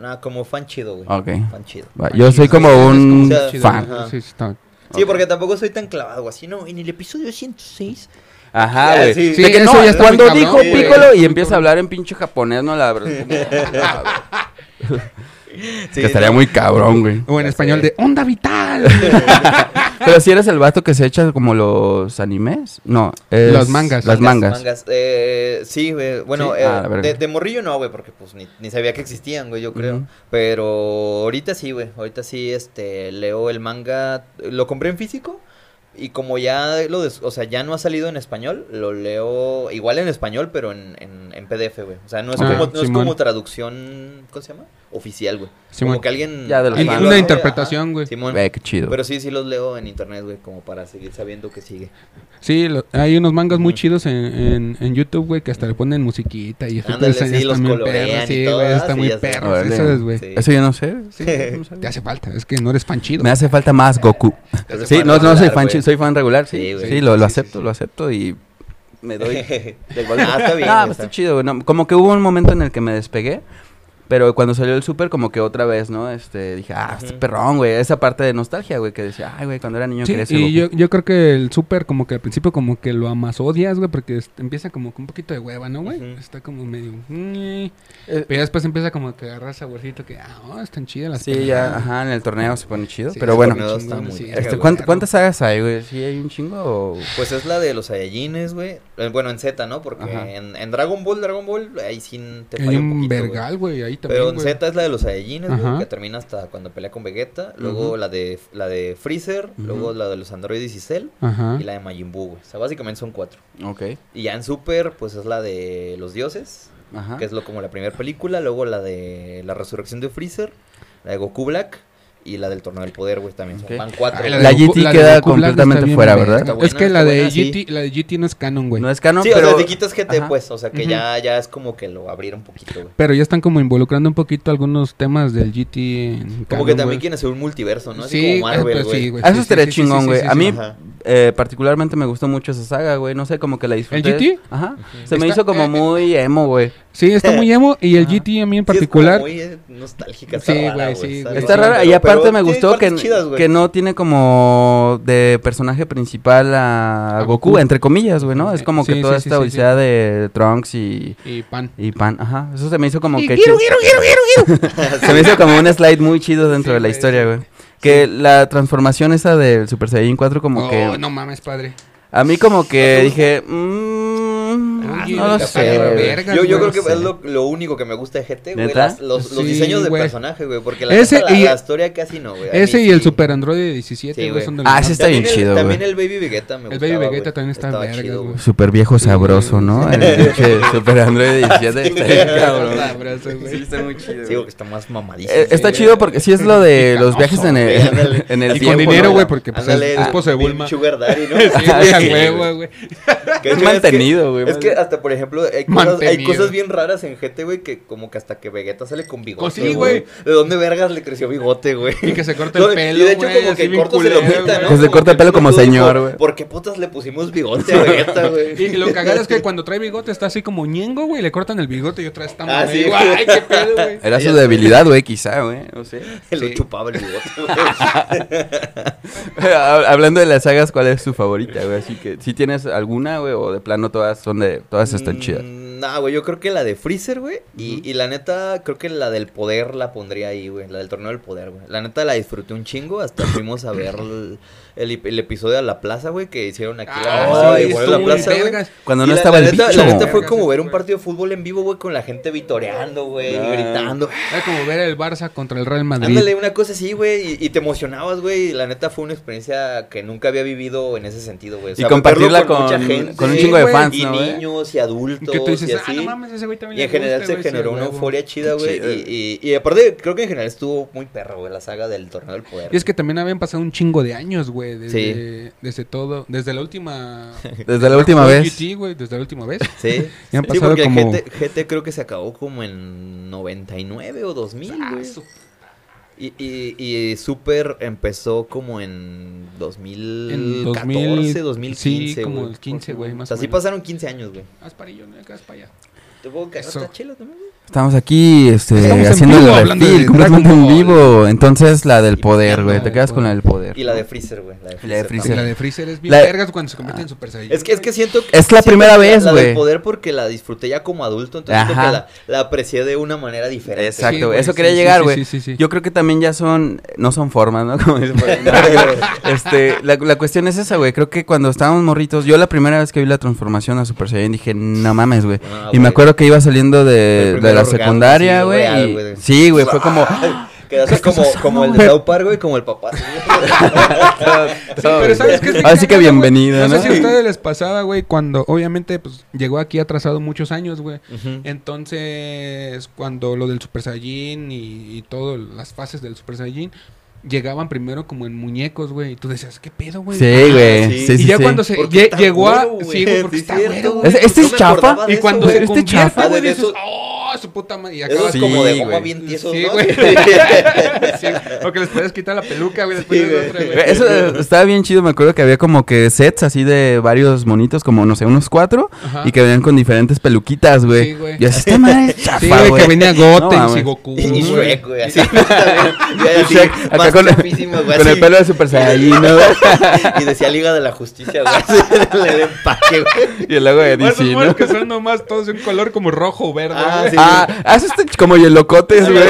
Speaker 3: Nada, como fan chido, güey.
Speaker 1: Ok.
Speaker 3: Fan chido.
Speaker 1: Va,
Speaker 2: Fan
Speaker 1: Yo soy
Speaker 2: chido.
Speaker 1: como
Speaker 2: Sí, eres
Speaker 1: un
Speaker 3: como-
Speaker 2: Chido,
Speaker 1: fan.
Speaker 2: güey.
Speaker 3: Ajá.
Speaker 2: Sí, sí, está.
Speaker 3: Sí, porque tampoco soy tan clavado así, ¿no? En el episodio 106.
Speaker 1: Ajá,
Speaker 3: Ya,
Speaker 1: Ah, güey.
Speaker 3: sí.
Speaker 1: De
Speaker 2: Sí,
Speaker 1: que
Speaker 2: eso
Speaker 1: no,
Speaker 2: ya está muy
Speaker 1: cuando
Speaker 2: cabrón,
Speaker 1: dijo
Speaker 3: güey.
Speaker 1: Piccolo y
Speaker 2: Muy
Speaker 1: empieza a
Speaker 2: cabrón.
Speaker 1: hablar en pinche japonés, no la verdad. "Ah, que estaría muy cabrón, güey.
Speaker 2: O en
Speaker 3: Ya
Speaker 2: español
Speaker 3: sé.
Speaker 2: de onda vital.
Speaker 1: Pero si eres el vato que se echa como los animes. No, es-
Speaker 2: Las mangas.
Speaker 1: Las mangas.
Speaker 3: eh, sí, güey. Bueno,
Speaker 1: Sí.
Speaker 3: eh,
Speaker 1: Ah, la verga.
Speaker 3: de, de morrillo no, güey, porque pues ni, ni sabía que existían, güey, yo creo.
Speaker 1: Ujú.
Speaker 3: Pero ahorita sí, güey. Ahorita sí, este, leo el manga. Lo compré en físico. Y como ya lo des- o sea, ya no ha salido en español, lo leo igual en español, pero en, en, en PDF, güey. O sea, no es,
Speaker 2: Ah,
Speaker 3: como, no es
Speaker 2: Simón.
Speaker 3: como traducción, ¿cómo se llama? Oficial, güey.
Speaker 2: Simón.
Speaker 3: Como que alguien...
Speaker 1: Ya de los
Speaker 3: alguien
Speaker 1: fans.
Speaker 3: lo
Speaker 1: Una
Speaker 3: hace,
Speaker 2: interpretación,
Speaker 3: ajá,
Speaker 2: güey.
Speaker 3: Simón.
Speaker 1: Ve, Eh, qué chido.
Speaker 3: Pero sí, sí los leo en internet, güey, como para seguir sabiendo que sigue.
Speaker 2: Sí, lo- hay unos mangas muy
Speaker 3: Ujú.
Speaker 2: chidos en, en, en YouTube, güey, que hasta le ponen musiquita y efectos
Speaker 3: Ándale,
Speaker 2: de sonido,
Speaker 3: sí, los
Speaker 2: están bien
Speaker 3: colorean
Speaker 2: perros,
Speaker 3: y
Speaker 2: Sí,
Speaker 3: todo,
Speaker 2: güey,
Speaker 3: ah,
Speaker 2: están
Speaker 3: sí,
Speaker 2: muy
Speaker 3: ya sé.
Speaker 2: perros.
Speaker 1: Órale.
Speaker 2: Eso es, güey.
Speaker 3: Sí.
Speaker 1: Eso yo no sé.
Speaker 2: Sí, no sabía. te hace falta, es que no eres fan chido.
Speaker 1: Me hace falta más Goku.
Speaker 3: Te hace
Speaker 1: Sí,
Speaker 3: falta
Speaker 1: no, no soy
Speaker 3: hablar,
Speaker 1: fan,
Speaker 3: güey.
Speaker 1: chi- soy fan regular, sí.
Speaker 3: Sí,
Speaker 1: Sí,
Speaker 3: güey.
Speaker 1: lo, lo
Speaker 2: Sí, sí,
Speaker 1: acepto,
Speaker 2: sí.
Speaker 1: lo acepto y me doy.
Speaker 3: de golpe. Ah, está bien.
Speaker 1: no,
Speaker 3: está.
Speaker 1: pues está chido, güey, no, como que hubo un momento en el que me despegué, pero cuando salió el súper como que otra vez, ¿no? Este, dije, ah, este
Speaker 3: Ujú.
Speaker 1: perrón, güey, esa parte de nostalgia, güey, que decía, ay, güey, cuando era niño
Speaker 2: Sí,
Speaker 1: quería ser
Speaker 2: y
Speaker 1: Goku".
Speaker 2: yo, yo creo que el súper como que al principio como que lo amas odias, güey, porque es- empieza como con un poquito de hueva, ¿no, güey?
Speaker 3: Ujú.
Speaker 2: Está como medio...
Speaker 1: Eh,
Speaker 2: mm, pero ya después empieza como que agarrar saborcito que, ah, oh, están chidas las
Speaker 1: Sí,
Speaker 2: peleas,
Speaker 1: ya, ajá, en el torneo se pone chido,
Speaker 2: Sí,
Speaker 1: pero
Speaker 2: los
Speaker 1: bueno.
Speaker 3: torneos
Speaker 2: chingones,
Speaker 3: están muy
Speaker 2: sí,
Speaker 3: verga,
Speaker 1: Este,
Speaker 3: güey.
Speaker 1: ¿cuán- ¿Cuántas sagas hay, güey? ¿Sí hay un chingo o...?
Speaker 3: Pues es la de los Saiyajines, güey. Eh, Bueno, en Z, ¿no? Porque
Speaker 1: Ajá.
Speaker 3: en, en Dragon Ball, Dragon Ball, ahí sí te
Speaker 2: Hay
Speaker 3: falla un
Speaker 2: un
Speaker 3: poquito, güey.
Speaker 2: vergal, güey, ahí también,
Speaker 3: Pero en
Speaker 2: güey.
Speaker 3: Z es la de los Saiyajines, güey,
Speaker 2: Ajá.
Speaker 3: que termina hasta cuando pelea con Vegeta. Luego
Speaker 1: Ujú.
Speaker 3: la de la de Freezer, luego
Speaker 1: Ujú.
Speaker 3: la de los androides y Cell
Speaker 2: Ajá.
Speaker 3: y la de Majin Buu, güey. O sea, básicamente son cuatro.
Speaker 1: Ok.
Speaker 3: Y ya en Super, pues es la de los dioses,
Speaker 1: Ajá.
Speaker 3: que es lo como la primera película. Luego la de la resurrección de Freezer, la de Goku Black y la del torneo del poder, güey, también. Son-
Speaker 1: Ok.
Speaker 3: Van cuatro.
Speaker 2: Ay,
Speaker 3: güey.
Speaker 1: La
Speaker 2: Ah, de
Speaker 1: GT
Speaker 2: Goku- de
Speaker 1: queda
Speaker 2: Goku Black está
Speaker 1: completamente
Speaker 2: bien
Speaker 1: fuera,
Speaker 2: verga.
Speaker 1: ¿verdad?
Speaker 3: Está
Speaker 2: es que
Speaker 3: buena,
Speaker 2: la
Speaker 3: está
Speaker 2: de,
Speaker 3: buena, sí.
Speaker 2: GT, la de GT no es canon, güey.
Speaker 1: No es canon,
Speaker 3: sí,
Speaker 1: pero...
Speaker 3: o sea, si quitas GT,
Speaker 1: Ajá.
Speaker 3: pues, o sea, que
Speaker 2: Ujú.
Speaker 3: ya, ya es como que lo abrieron un poquito, güey.
Speaker 2: Pero ya están como involucrando un poquito algunos temas del GT en
Speaker 3: Como
Speaker 2: canon,
Speaker 3: que también
Speaker 2: güey.
Speaker 3: quieren hacer un multiverso, ¿no? Así
Speaker 2: Sí,
Speaker 3: como Marvel,
Speaker 2: pues,
Speaker 3: güey.
Speaker 2: sí, güey.
Speaker 1: Ah, Eso
Speaker 2: sí,
Speaker 1: estaría
Speaker 2: sí, sí,
Speaker 1: chingón,
Speaker 2: sí,
Speaker 1: güey.
Speaker 2: sí,
Speaker 1: a
Speaker 2: sí,
Speaker 1: mí,
Speaker 2: sí.
Speaker 3: Ajá.
Speaker 1: eh, particularmente, me gustó mucho esa saga, güey. No sé, como que la disfruté.
Speaker 2: GT?
Speaker 1: Ajá. Se me
Speaker 2: Está-
Speaker 1: hizo como
Speaker 2: eh,
Speaker 1: muy emo, güey.
Speaker 2: Sí, está muy emo y el
Speaker 1: Ajá.
Speaker 2: GT a mí en
Speaker 3: Ah. Sí, es
Speaker 2: particular.
Speaker 3: como muy eh, nostálgica
Speaker 2: Sí,
Speaker 3: esa rola,
Speaker 2: güey,
Speaker 3: güey,
Speaker 2: sí,
Speaker 3: está
Speaker 2: güey.
Speaker 3: bien,
Speaker 1: Está rara.
Speaker 3: pero-
Speaker 1: y aparte
Speaker 3: pero
Speaker 1: me
Speaker 3: tiene
Speaker 1: gustó que,
Speaker 3: partes chidas, güey.
Speaker 1: que no tiene como de personaje principal a,
Speaker 2: A
Speaker 1: Goku,
Speaker 2: Goku.
Speaker 1: entre comillas, güey, ¿no? Es como
Speaker 2: Sí,
Speaker 1: que toda
Speaker 2: sí, sí,
Speaker 1: esta
Speaker 2: sí,
Speaker 1: odisea de Trunks y,
Speaker 2: Y pan.
Speaker 1: y Pan. Ajá. Eso se me hizo como
Speaker 2: Y
Speaker 1: que.
Speaker 2: quiero,
Speaker 1: chido. se me hizo como un slide muy chido dentro
Speaker 2: Sí,
Speaker 1: de la
Speaker 2: güey,
Speaker 1: historia,
Speaker 2: sí.
Speaker 1: güey. Que la transformación esa del Super Saiyan 4, como
Speaker 2: oh,
Speaker 1: que.
Speaker 2: no mames, padre.
Speaker 1: A mí como que
Speaker 3: ¿No te
Speaker 1: dije, mm,
Speaker 2: Ah,
Speaker 1: no lo
Speaker 2: la
Speaker 1: sé.
Speaker 2: perra,
Speaker 1: güey.
Speaker 2: verga.
Speaker 3: Yo, yo
Speaker 2: güey,
Speaker 3: creo que
Speaker 1: no sé.
Speaker 3: es lo, lo único que me gusta de GT, güey.
Speaker 1: ¿Neta?
Speaker 3: las- los, los
Speaker 2: Sí,
Speaker 3: diseños de
Speaker 2: güey.
Speaker 3: personaje, güey. Porque la,
Speaker 2: Ese
Speaker 3: neta, la,
Speaker 2: y- e-
Speaker 3: la historia casi no, güey. a mí
Speaker 2: Ese y el
Speaker 3: sí.
Speaker 2: Super Android 17,
Speaker 3: Sí,
Speaker 2: güey,
Speaker 3: güey.
Speaker 2: son de los
Speaker 1: Ah,
Speaker 2: más-
Speaker 1: sí está bien
Speaker 3: También el-
Speaker 1: chido,
Speaker 3: También
Speaker 1: güey.
Speaker 3: el Baby Vegeta me
Speaker 2: El
Speaker 3: gustaba,
Speaker 2: Baby Vegeta
Speaker 3: güey.
Speaker 2: también está
Speaker 3: Estaba
Speaker 2: verga,
Speaker 3: chido,
Speaker 2: güey.
Speaker 1: Super viejo sabroso, ¿no? El pinche Super Android 17. está bien cabrón.
Speaker 2: Abrazo, güey.
Speaker 1: Sí, está muy chido.
Speaker 3: Sí,
Speaker 1: güey.
Speaker 3: güey, que está más mamadísimo.
Speaker 1: Eh, Está
Speaker 3: güey.
Speaker 1: chido porque sí es lo de los
Speaker 2: Picanoso,
Speaker 1: viajes en el,
Speaker 3: güey, ándale.
Speaker 1: en el
Speaker 2: Y con
Speaker 1: tiempo.
Speaker 2: dinero,
Speaker 1: ¿no?
Speaker 2: güey, porque pues,
Speaker 3: Ándale,
Speaker 2: es esposo de
Speaker 3: Bim
Speaker 2: Bulma.
Speaker 3: Sugar Daddy, ¿no?
Speaker 2: Sí, güey, a
Speaker 1: sí,
Speaker 2: huevo, güey.
Speaker 3: Que
Speaker 1: Es
Speaker 3: hecho,
Speaker 1: mantenido, güey,
Speaker 3: que- Es que
Speaker 1: madre.
Speaker 3: hasta, por ejemplo, hay cosas, hay
Speaker 2: Mantenido.
Speaker 3: cosas bien raras en GT, güey, que como que hasta que Vegeta sale con bigote,
Speaker 2: Oh, sí, güey.
Speaker 3: ¿De dónde vergas le creció bigote, güey?
Speaker 2: Y que se corta el
Speaker 3: No,
Speaker 2: pelo,
Speaker 3: Y de hecho,
Speaker 2: güey,
Speaker 3: como
Speaker 2: así
Speaker 3: que
Speaker 2: bien
Speaker 3: corto se lo
Speaker 2: culero,
Speaker 3: quita,
Speaker 2: güey.
Speaker 3: ¿no?
Speaker 2: Que se
Speaker 1: corta
Speaker 3: que
Speaker 1: pelo como
Speaker 3: Goku
Speaker 1: señor,
Speaker 3: dijo,
Speaker 1: güey.
Speaker 3: ¿Por qué putas le pusimos bigote a Vegeta, güey?
Speaker 2: Y lo cagado es que cuando trae bigote está así como ñengo, güey, le cortan el bigote y otra vez está
Speaker 3: Ah,
Speaker 2: mamada.
Speaker 3: sí.
Speaker 2: Digo, Ay, qué pedo, güey.
Speaker 1: Era su debilidad, güey, quizá, güey. No sé.
Speaker 3: Lo
Speaker 2: Sí.
Speaker 3: chupaba el bigote, güey.
Speaker 1: Hab- Hablando de las sagas, ¿cuál es tu favorita, güey? Así que, si tienes alguna, güey, o de plano todas son de... Todas están
Speaker 3: Mm,
Speaker 1: chidas.
Speaker 3: Nah, güey, yo creo que la de Freezer, güey. Y, y la neta, creo que la del poder la pondría ahí, güey. La del torneo del poder, güey. La neta la disfruté un chingo. Hasta fuimos a ver el, el ep- el episodio a la plaza, güey, que hicieron aquí. la-
Speaker 1: Ah,
Speaker 3: la-
Speaker 1: sí,
Speaker 3: de
Speaker 1: estuvo
Speaker 3: la
Speaker 1: muy
Speaker 3: plaza, güey.
Speaker 2: vergas.
Speaker 1: Cuando
Speaker 3: Y
Speaker 1: no
Speaker 3: la-
Speaker 1: estaba
Speaker 3: la
Speaker 1: el
Speaker 3: neta,
Speaker 1: bicho.
Speaker 3: La neta fue
Speaker 2: Vergas,
Speaker 3: como
Speaker 2: sí,
Speaker 3: ver un
Speaker 2: fue.
Speaker 3: partido de fútbol en vivo, güey, con la gente vitoreando, güey,
Speaker 1: Ah.
Speaker 3: y gritando.
Speaker 2: Era como ver el Barça contra el Real Madrid.
Speaker 3: Ándale, una cosa así, güey, y, y te emocionabas, güey, y la neta fue una experiencia que nunca había vivido en ese sentido, güey. O
Speaker 1: Y
Speaker 3: sea,
Speaker 1: compartirla
Speaker 3: verlo
Speaker 1: con- con un chingo
Speaker 2: de
Speaker 3: güey,
Speaker 1: fans,
Speaker 3: y
Speaker 1: ¿no, güey?
Speaker 3: niños y adultos
Speaker 2: Que tú dices,
Speaker 3: y
Speaker 2: ah,
Speaker 3: así.
Speaker 2: no mames, ese güey también
Speaker 3: y en
Speaker 2: le
Speaker 3: general
Speaker 2: gusta,
Speaker 3: se
Speaker 2: güey, sí,
Speaker 3: generó
Speaker 2: a
Speaker 3: una
Speaker 2: huevo.
Speaker 3: euforia chida, güey,
Speaker 1: chido.
Speaker 3: y, y, y aparte creo que en general estuvo muy perro, güey, la saga del Torneo del Poder.
Speaker 2: Y es que también habían pasado un chingo de años, güey, desde,
Speaker 3: Sí.
Speaker 2: desde todo, desde la última...
Speaker 1: Desde la última vez.
Speaker 2: Sí, güey, desde la última vez.
Speaker 3: Sí,
Speaker 2: Y han
Speaker 3: sí,
Speaker 2: pasado
Speaker 3: porque
Speaker 2: como-
Speaker 3: GT, GT creo que se acabó como en 99 o 2000,
Speaker 2: Ah,
Speaker 3: güey. Y, y, y Super empezó como en 2014, 2015.
Speaker 2: Sí, como
Speaker 3: güey.
Speaker 2: el 15, güey,
Speaker 3: O
Speaker 2: más o
Speaker 3: sea, sí
Speaker 2: menos.
Speaker 3: pasaron 15 años, güey.
Speaker 2: Haz para allá, no acá, haz para allá.
Speaker 3: Tuvo que
Speaker 2: Eso.
Speaker 3: está chilo también. güey.
Speaker 1: Estamos aquí este,
Speaker 2: Estamos en
Speaker 1: haciendo
Speaker 2: vivo
Speaker 1: el
Speaker 2: hablando de
Speaker 1: perfil
Speaker 2: Dragon
Speaker 1: completamente en
Speaker 2: Ball.
Speaker 1: vivo. Entonces, la del
Speaker 3: Y
Speaker 1: poder,
Speaker 3: buscando
Speaker 1: güey.
Speaker 2: la
Speaker 1: Te
Speaker 2: del
Speaker 1: quedas con la del poder.
Speaker 3: Y la de Freezer, güey. La de
Speaker 1: Y la de
Speaker 2: Sí,
Speaker 1: Freezer.
Speaker 2: la
Speaker 3: también.
Speaker 2: de Freezer es bien
Speaker 1: La- Ah.
Speaker 2: vergas cuando se convierte en Super Saiyan.
Speaker 3: Es que, es que siento que.
Speaker 1: Es la
Speaker 3: siento
Speaker 1: primera
Speaker 3: que
Speaker 1: vez,
Speaker 3: la del
Speaker 1: güey.
Speaker 3: poder porque la disfruté ya como adulto, entonces siento
Speaker 1: Ajá.
Speaker 3: que la, la aprecié de una manera diferente.
Speaker 1: Exacto,
Speaker 2: güey,
Speaker 1: eso quería llegar, güey.
Speaker 2: Sí, sí, sí.
Speaker 1: Yo creo que también ya son, no son formas, ¿no? Como dice por ahí, ¿no? este, la, la cuestión es esa, güey. Creo que cuando estábamos morritos, yo la primera vez que vi la transformación a Super Saiyan dije, no mames, güey.
Speaker 3: Ah,
Speaker 1: y
Speaker 3: güey.
Speaker 1: me acuerdo que iba saliendo
Speaker 3: El
Speaker 1: de,
Speaker 3: primer
Speaker 1: de la
Speaker 3: orgasmo,
Speaker 1: secundaria,
Speaker 3: sí, real,
Speaker 1: güey.
Speaker 3: güey. Ah,
Speaker 1: y- Sí, güey, fue como...
Speaker 3: Quedaste
Speaker 1: estás
Speaker 3: como,
Speaker 1: haciendo,
Speaker 3: como el de
Speaker 1: güey?
Speaker 3: South Park, güey, como el papá. así.
Speaker 2: Sí, pero ¿sabes qué es bien
Speaker 1: Así que
Speaker 2: cagado, güey?
Speaker 1: bienvenida,
Speaker 2: No
Speaker 1: ¿no?
Speaker 2: sé si a ustedes les pasaba, güey, cuando obviamente pues, llegó aquí atrasado muchos años, güey.
Speaker 3: Ujú.
Speaker 2: Entonces, cuando lo del Super Saiyajin y, y todas las fases del Super Saiyajin llegaban primero como en muñecos, güey. Y tú decías, ¿qué pedo, güey?
Speaker 1: Sí, güey.
Speaker 3: Ah, sí.
Speaker 1: Sí, sí,
Speaker 2: y ya
Speaker 1: sí.
Speaker 2: cuando se
Speaker 3: Porque
Speaker 2: lle-
Speaker 3: está
Speaker 2: llegó a.
Speaker 3: güero, güey.
Speaker 2: Sí, güey, porque
Speaker 3: Sí,
Speaker 2: está
Speaker 3: cierto,
Speaker 2: güero,
Speaker 3: güey.
Speaker 2: güey.
Speaker 1: Este- este
Speaker 3: Yo
Speaker 1: es
Speaker 3: me
Speaker 1: chafa.
Speaker 3: acordaba de
Speaker 2: Y
Speaker 3: eso,
Speaker 2: cuando
Speaker 3: güey.
Speaker 2: se
Speaker 1: Este
Speaker 2: convierte,
Speaker 1: chafa.
Speaker 2: güey,
Speaker 3: Ah, de
Speaker 2: dices,
Speaker 3: esos-
Speaker 2: ¡oh, su puta madre! Y
Speaker 3: Eso
Speaker 2: acabas
Speaker 3: es
Speaker 1: Sí,
Speaker 3: como de goma
Speaker 1: güey.
Speaker 3: bien tiesos,
Speaker 2: Sí,
Speaker 3: ¿no?
Speaker 2: güey. sí, o que les puedes quitar la peluca, güey, después
Speaker 3: Sí,
Speaker 2: de
Speaker 3: güey.
Speaker 2: otra, güey.
Speaker 1: Güey, Eso eh, estaba bien chido, me acuerdo que había como que sets así de varios monitos, como no sé, unos cuatro,
Speaker 2: Ajá.
Speaker 1: y que venían con diferentes peluquitas, güey.
Speaker 2: Ah. Sí, güey.
Speaker 1: Y así está madre es chafa,
Speaker 2: Sí, güey, que
Speaker 1: güey".
Speaker 2: venía
Speaker 1: No
Speaker 2: Goten
Speaker 1: mames.
Speaker 2: y Goku,
Speaker 3: Y y
Speaker 2: güey.
Speaker 3: Shrek, güey, así. Y así,
Speaker 1: Acá
Speaker 3: más
Speaker 1: con,
Speaker 3: chafísimo, güey,
Speaker 1: con el
Speaker 3: así.
Speaker 1: pelo de Super Saiyajin, ¿no?
Speaker 3: Y decía Liga de la Justicia, güey. así, Le de empaque, güey.
Speaker 1: y el logo de
Speaker 2: Bueno,
Speaker 1: DC,
Speaker 2: esos
Speaker 1: ¿no?
Speaker 2: güeyes que son nomás todos de un color como rojo o verde.
Speaker 3: Ah,
Speaker 2: güey.
Speaker 3: sí.
Speaker 1: Ah, haces este como yelocotes, güey.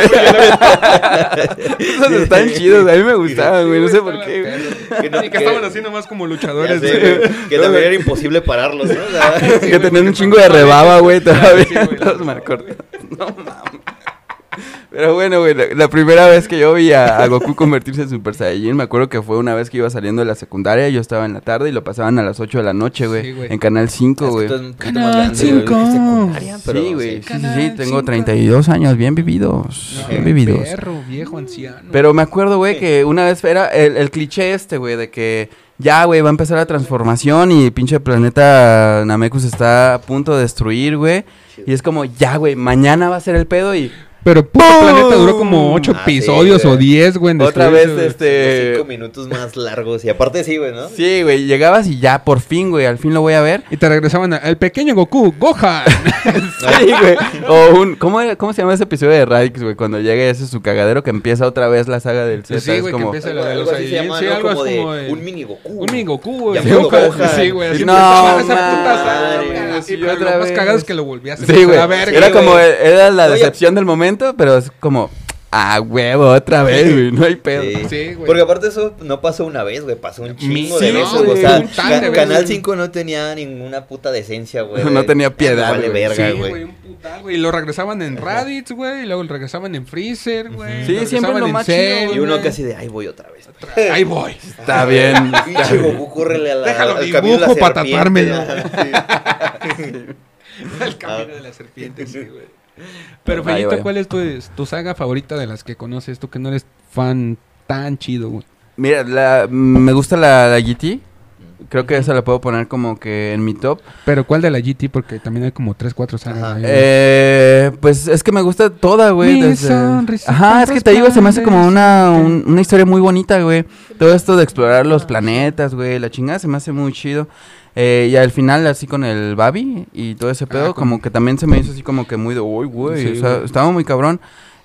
Speaker 1: Esos están chidos, a mí me gustaban, güey, no sé por qué. güey.
Speaker 3: Que no-
Speaker 2: Y que
Speaker 3: que-
Speaker 2: estaban así nomás como
Speaker 3: Ya
Speaker 2: luchadores.
Speaker 3: sé,
Speaker 2: güey.
Speaker 3: güey, Que también era imposible pararlos, ¿no? O sea,
Speaker 2: Sí,
Speaker 1: que
Speaker 2: güey,
Speaker 1: tenían
Speaker 2: porque
Speaker 1: un chingo de
Speaker 2: son-
Speaker 1: rebaba, güey,
Speaker 2: Sí, güey,
Speaker 1: todavía.
Speaker 2: sí, güey,
Speaker 1: todos
Speaker 2: los
Speaker 1: mal cortados. No mames. Pero bueno, güey, la, la primera vez que yo vi a, a Goku convertirse en Super Saiyajin, me acuerdo que fue una vez que iba saliendo de la secundaria, yo estaba en la tarde y lo pasaban a las 8 de la noche, güey,
Speaker 2: Sí, güey.
Speaker 1: en Canal 5,
Speaker 3: Es que
Speaker 1: güey.
Speaker 3: tú eres un poquito más grande,
Speaker 2: Canal
Speaker 3: güey, que
Speaker 2: cinco.
Speaker 3: secundaria, pero
Speaker 1: Sí, güey, sí, sí, sí,
Speaker 2: Canal
Speaker 1: tengo
Speaker 2: 5.
Speaker 1: 32 años, bien vividos,
Speaker 2: No,
Speaker 1: bien vividos.
Speaker 2: Perro, viejo, anciano.
Speaker 1: Pero me acuerdo, güey, que una vez era el, el cliché este, güey, de que ya, güey, va a empezar la transformación y pinche planeta Namekus está a punto de destruir, güey. Y es como, ya, güey, mañana va a ser el pedo y
Speaker 2: Pero puto
Speaker 1: ¡Pum!
Speaker 2: planeta duró como 8
Speaker 3: Ah, sí,
Speaker 2: episodios
Speaker 3: güey.
Speaker 2: o 10, güey. en
Speaker 1: otra vez,
Speaker 2: destruirse, güey.
Speaker 3: Cinco
Speaker 1: este...
Speaker 3: minutos más largos. Y aparte sí, güey, ¿no?
Speaker 1: Sí, güey, llegabas y ya, por fin, güey, al fin lo voy a ver.
Speaker 2: Y te regresaban a- al pequeño Goku, Gohan.
Speaker 1: Sí, güey. O un... ¿Cómo, era- ¿Cómo se llama ese episodio de Radix, güey? Cuando llega ese su cagadero que empieza otra vez la saga del Z.
Speaker 2: Sí,
Speaker 1: es
Speaker 2: güey, que
Speaker 1: como...
Speaker 2: empieza-
Speaker 3: Algo,
Speaker 2: la de los
Speaker 3: algo así se
Speaker 2: aliens,
Speaker 3: llama,
Speaker 2: sí,
Speaker 3: ¿no?
Speaker 2: algo
Speaker 3: Como
Speaker 2: es
Speaker 3: de
Speaker 2: como de-
Speaker 3: un mini Goku.
Speaker 2: Un mi Goku, güey.
Speaker 3: Llamado
Speaker 2: Sí, güey,
Speaker 3: Gohan.
Speaker 2: Sí, güey. así
Speaker 1: No,
Speaker 2: empezaban esa puta
Speaker 1: man.
Speaker 2: saga, güey,
Speaker 3: Y
Speaker 2: así,
Speaker 1: otra
Speaker 2: pero Lo más
Speaker 1: vez.
Speaker 2: cagado es que lo volvías a
Speaker 1: Sí, güey.
Speaker 2: a ver.
Speaker 1: Era
Speaker 3: güey.
Speaker 1: como... e-, Era la
Speaker 3: Oye.
Speaker 1: decepción del momento, pero es como... Ah, huevo, otra vez, güey. No hay pedo.
Speaker 3: Sí.
Speaker 2: Sí, güey.
Speaker 3: Porque aparte eso no pasó una vez, güey, pasó un chingo
Speaker 2: Sí,
Speaker 3: de veces,
Speaker 2: güey,
Speaker 3: güey. O sea,
Speaker 2: un tal de
Speaker 3: Ca-
Speaker 2: veces.
Speaker 3: Canal 5 no tenía ninguna puta decencia, güey.
Speaker 1: No tenía piedad,
Speaker 3: Vale
Speaker 1: güey.
Speaker 3: verga,
Speaker 2: Sí, güey,
Speaker 3: güey.
Speaker 2: un putal, güey. Y lo regresaban en Raditz, güey. Y luego lo regresaban en Freezer, güey.
Speaker 1: Sí,
Speaker 2: lo
Speaker 1: siempre
Speaker 2: regresaban
Speaker 1: lo
Speaker 2: en
Speaker 1: más chido,
Speaker 2: Cell,
Speaker 1: güey.
Speaker 3: Y uno
Speaker 2: güey.
Speaker 3: casi de, ay, voy otra vez.
Speaker 2: Ahí voy.
Speaker 1: Está bien.
Speaker 3: Pinche Goku, córrele a la,
Speaker 2: Déjalo
Speaker 3: al camino de la
Speaker 2: dibujo pa'
Speaker 3: serpiente.
Speaker 2: tatuármelo.
Speaker 3: Ajá,
Speaker 2: El camino de la serpiente, sí, güey. Pero,
Speaker 1: Vaya,
Speaker 2: Fellito,
Speaker 1: Ah. vaya.
Speaker 2: ¿cuál es tu, es tu saga favorita de las que conoces? Tú que no eres fan tan chido, güey.
Speaker 1: Mira, la- me gusta la, la GT. Creo que esa la puedo poner como que en mi top.
Speaker 2: Pero, ¿cuál de la GT? Porque también hay como 3, 4 sagas.
Speaker 3: Ajá.
Speaker 2: ahí, güey.
Speaker 1: Eh, pues es que me gusta toda, güey.
Speaker 2: Mi
Speaker 1: desde-
Speaker 2: sonrisa
Speaker 1: Ajá, es que te digo, se me hace como una,
Speaker 2: resplandece.
Speaker 1: un- una historia muy bonita, güey. Todo esto de explorar los planetas, güey. La chingada se me hace muy chido. Eh, y al final, así con el Babi y todo ese pedo,
Speaker 2: Ah, con-
Speaker 1: como que también se me hizo así como que muy de, uy, güey.
Speaker 2: Sí,
Speaker 1: o sea,
Speaker 2: güey.
Speaker 1: estaba muy cabrón.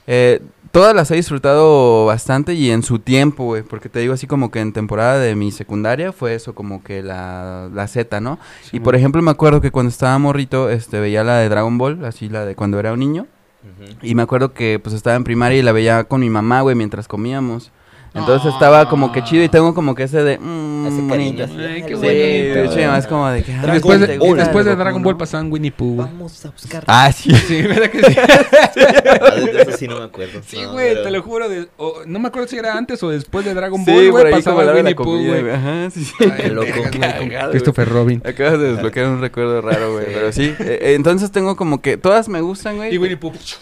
Speaker 1: Eh, todas las he disfrutado bastante y en su tiempo, güey. Porque te digo así como que en temporada de mi secundaria fue eso como que la, la Z, ¿no?
Speaker 2: Sí,
Speaker 1: Y por ejemplo me acuerdo que cuando estaba morrito, este, veía la de Dragon Ball, así la de cuando era un niño. Y me acuerdo que pues estaba en primaria y la veía con mi mamá, güey, mientras comíamos. Entonces
Speaker 2: Ah.
Speaker 1: estaba como que chido y tengo como que ese de... mm,
Speaker 3: Hace
Speaker 1: bonito.
Speaker 3: cariño.
Speaker 1: Sí,
Speaker 3: así,
Speaker 2: Ay, qué
Speaker 3: "Ay,
Speaker 2: bonito".
Speaker 1: de hecho, mi mamá es como de que... "Ay,
Speaker 2: Y después, de,
Speaker 1: te
Speaker 2: y
Speaker 1: gusta
Speaker 2: después de
Speaker 1: Goku,
Speaker 2: Dragon
Speaker 1: ¿no?".
Speaker 2: Ball pasaban Winnie Pooh, güey.
Speaker 3: Vamos a buscar.
Speaker 1: Ah, sí.
Speaker 2: Sí, ¿verdad que sí?
Speaker 3: Ah, de eso sí no me acuerdo.
Speaker 2: Sí,
Speaker 3: no,
Speaker 2: güey,
Speaker 3: pero-
Speaker 2: te lo juro. de- o- no me acuerdo si era antes o después de Dragon
Speaker 1: Sí,
Speaker 2: Ball,
Speaker 1: por
Speaker 2: güey.
Speaker 1: ahí como
Speaker 2: Pasaba
Speaker 1: la hora de la
Speaker 2: Winnie Pooh,
Speaker 1: comida, güey.
Speaker 2: güey.
Speaker 1: Ajá, sí, sí.
Speaker 2: Ay,
Speaker 3: Qué loco.
Speaker 2: vergas, güey, con
Speaker 1: Cagado, güey.
Speaker 2: Christopher Robin.
Speaker 1: Acabas de desbloquear un recuerdo raro, güey. Pero sí. eh, eh, entonces tengo como que... Todas me gustan, güey.
Speaker 2: Y Winnie Pooh,
Speaker 1: Sí,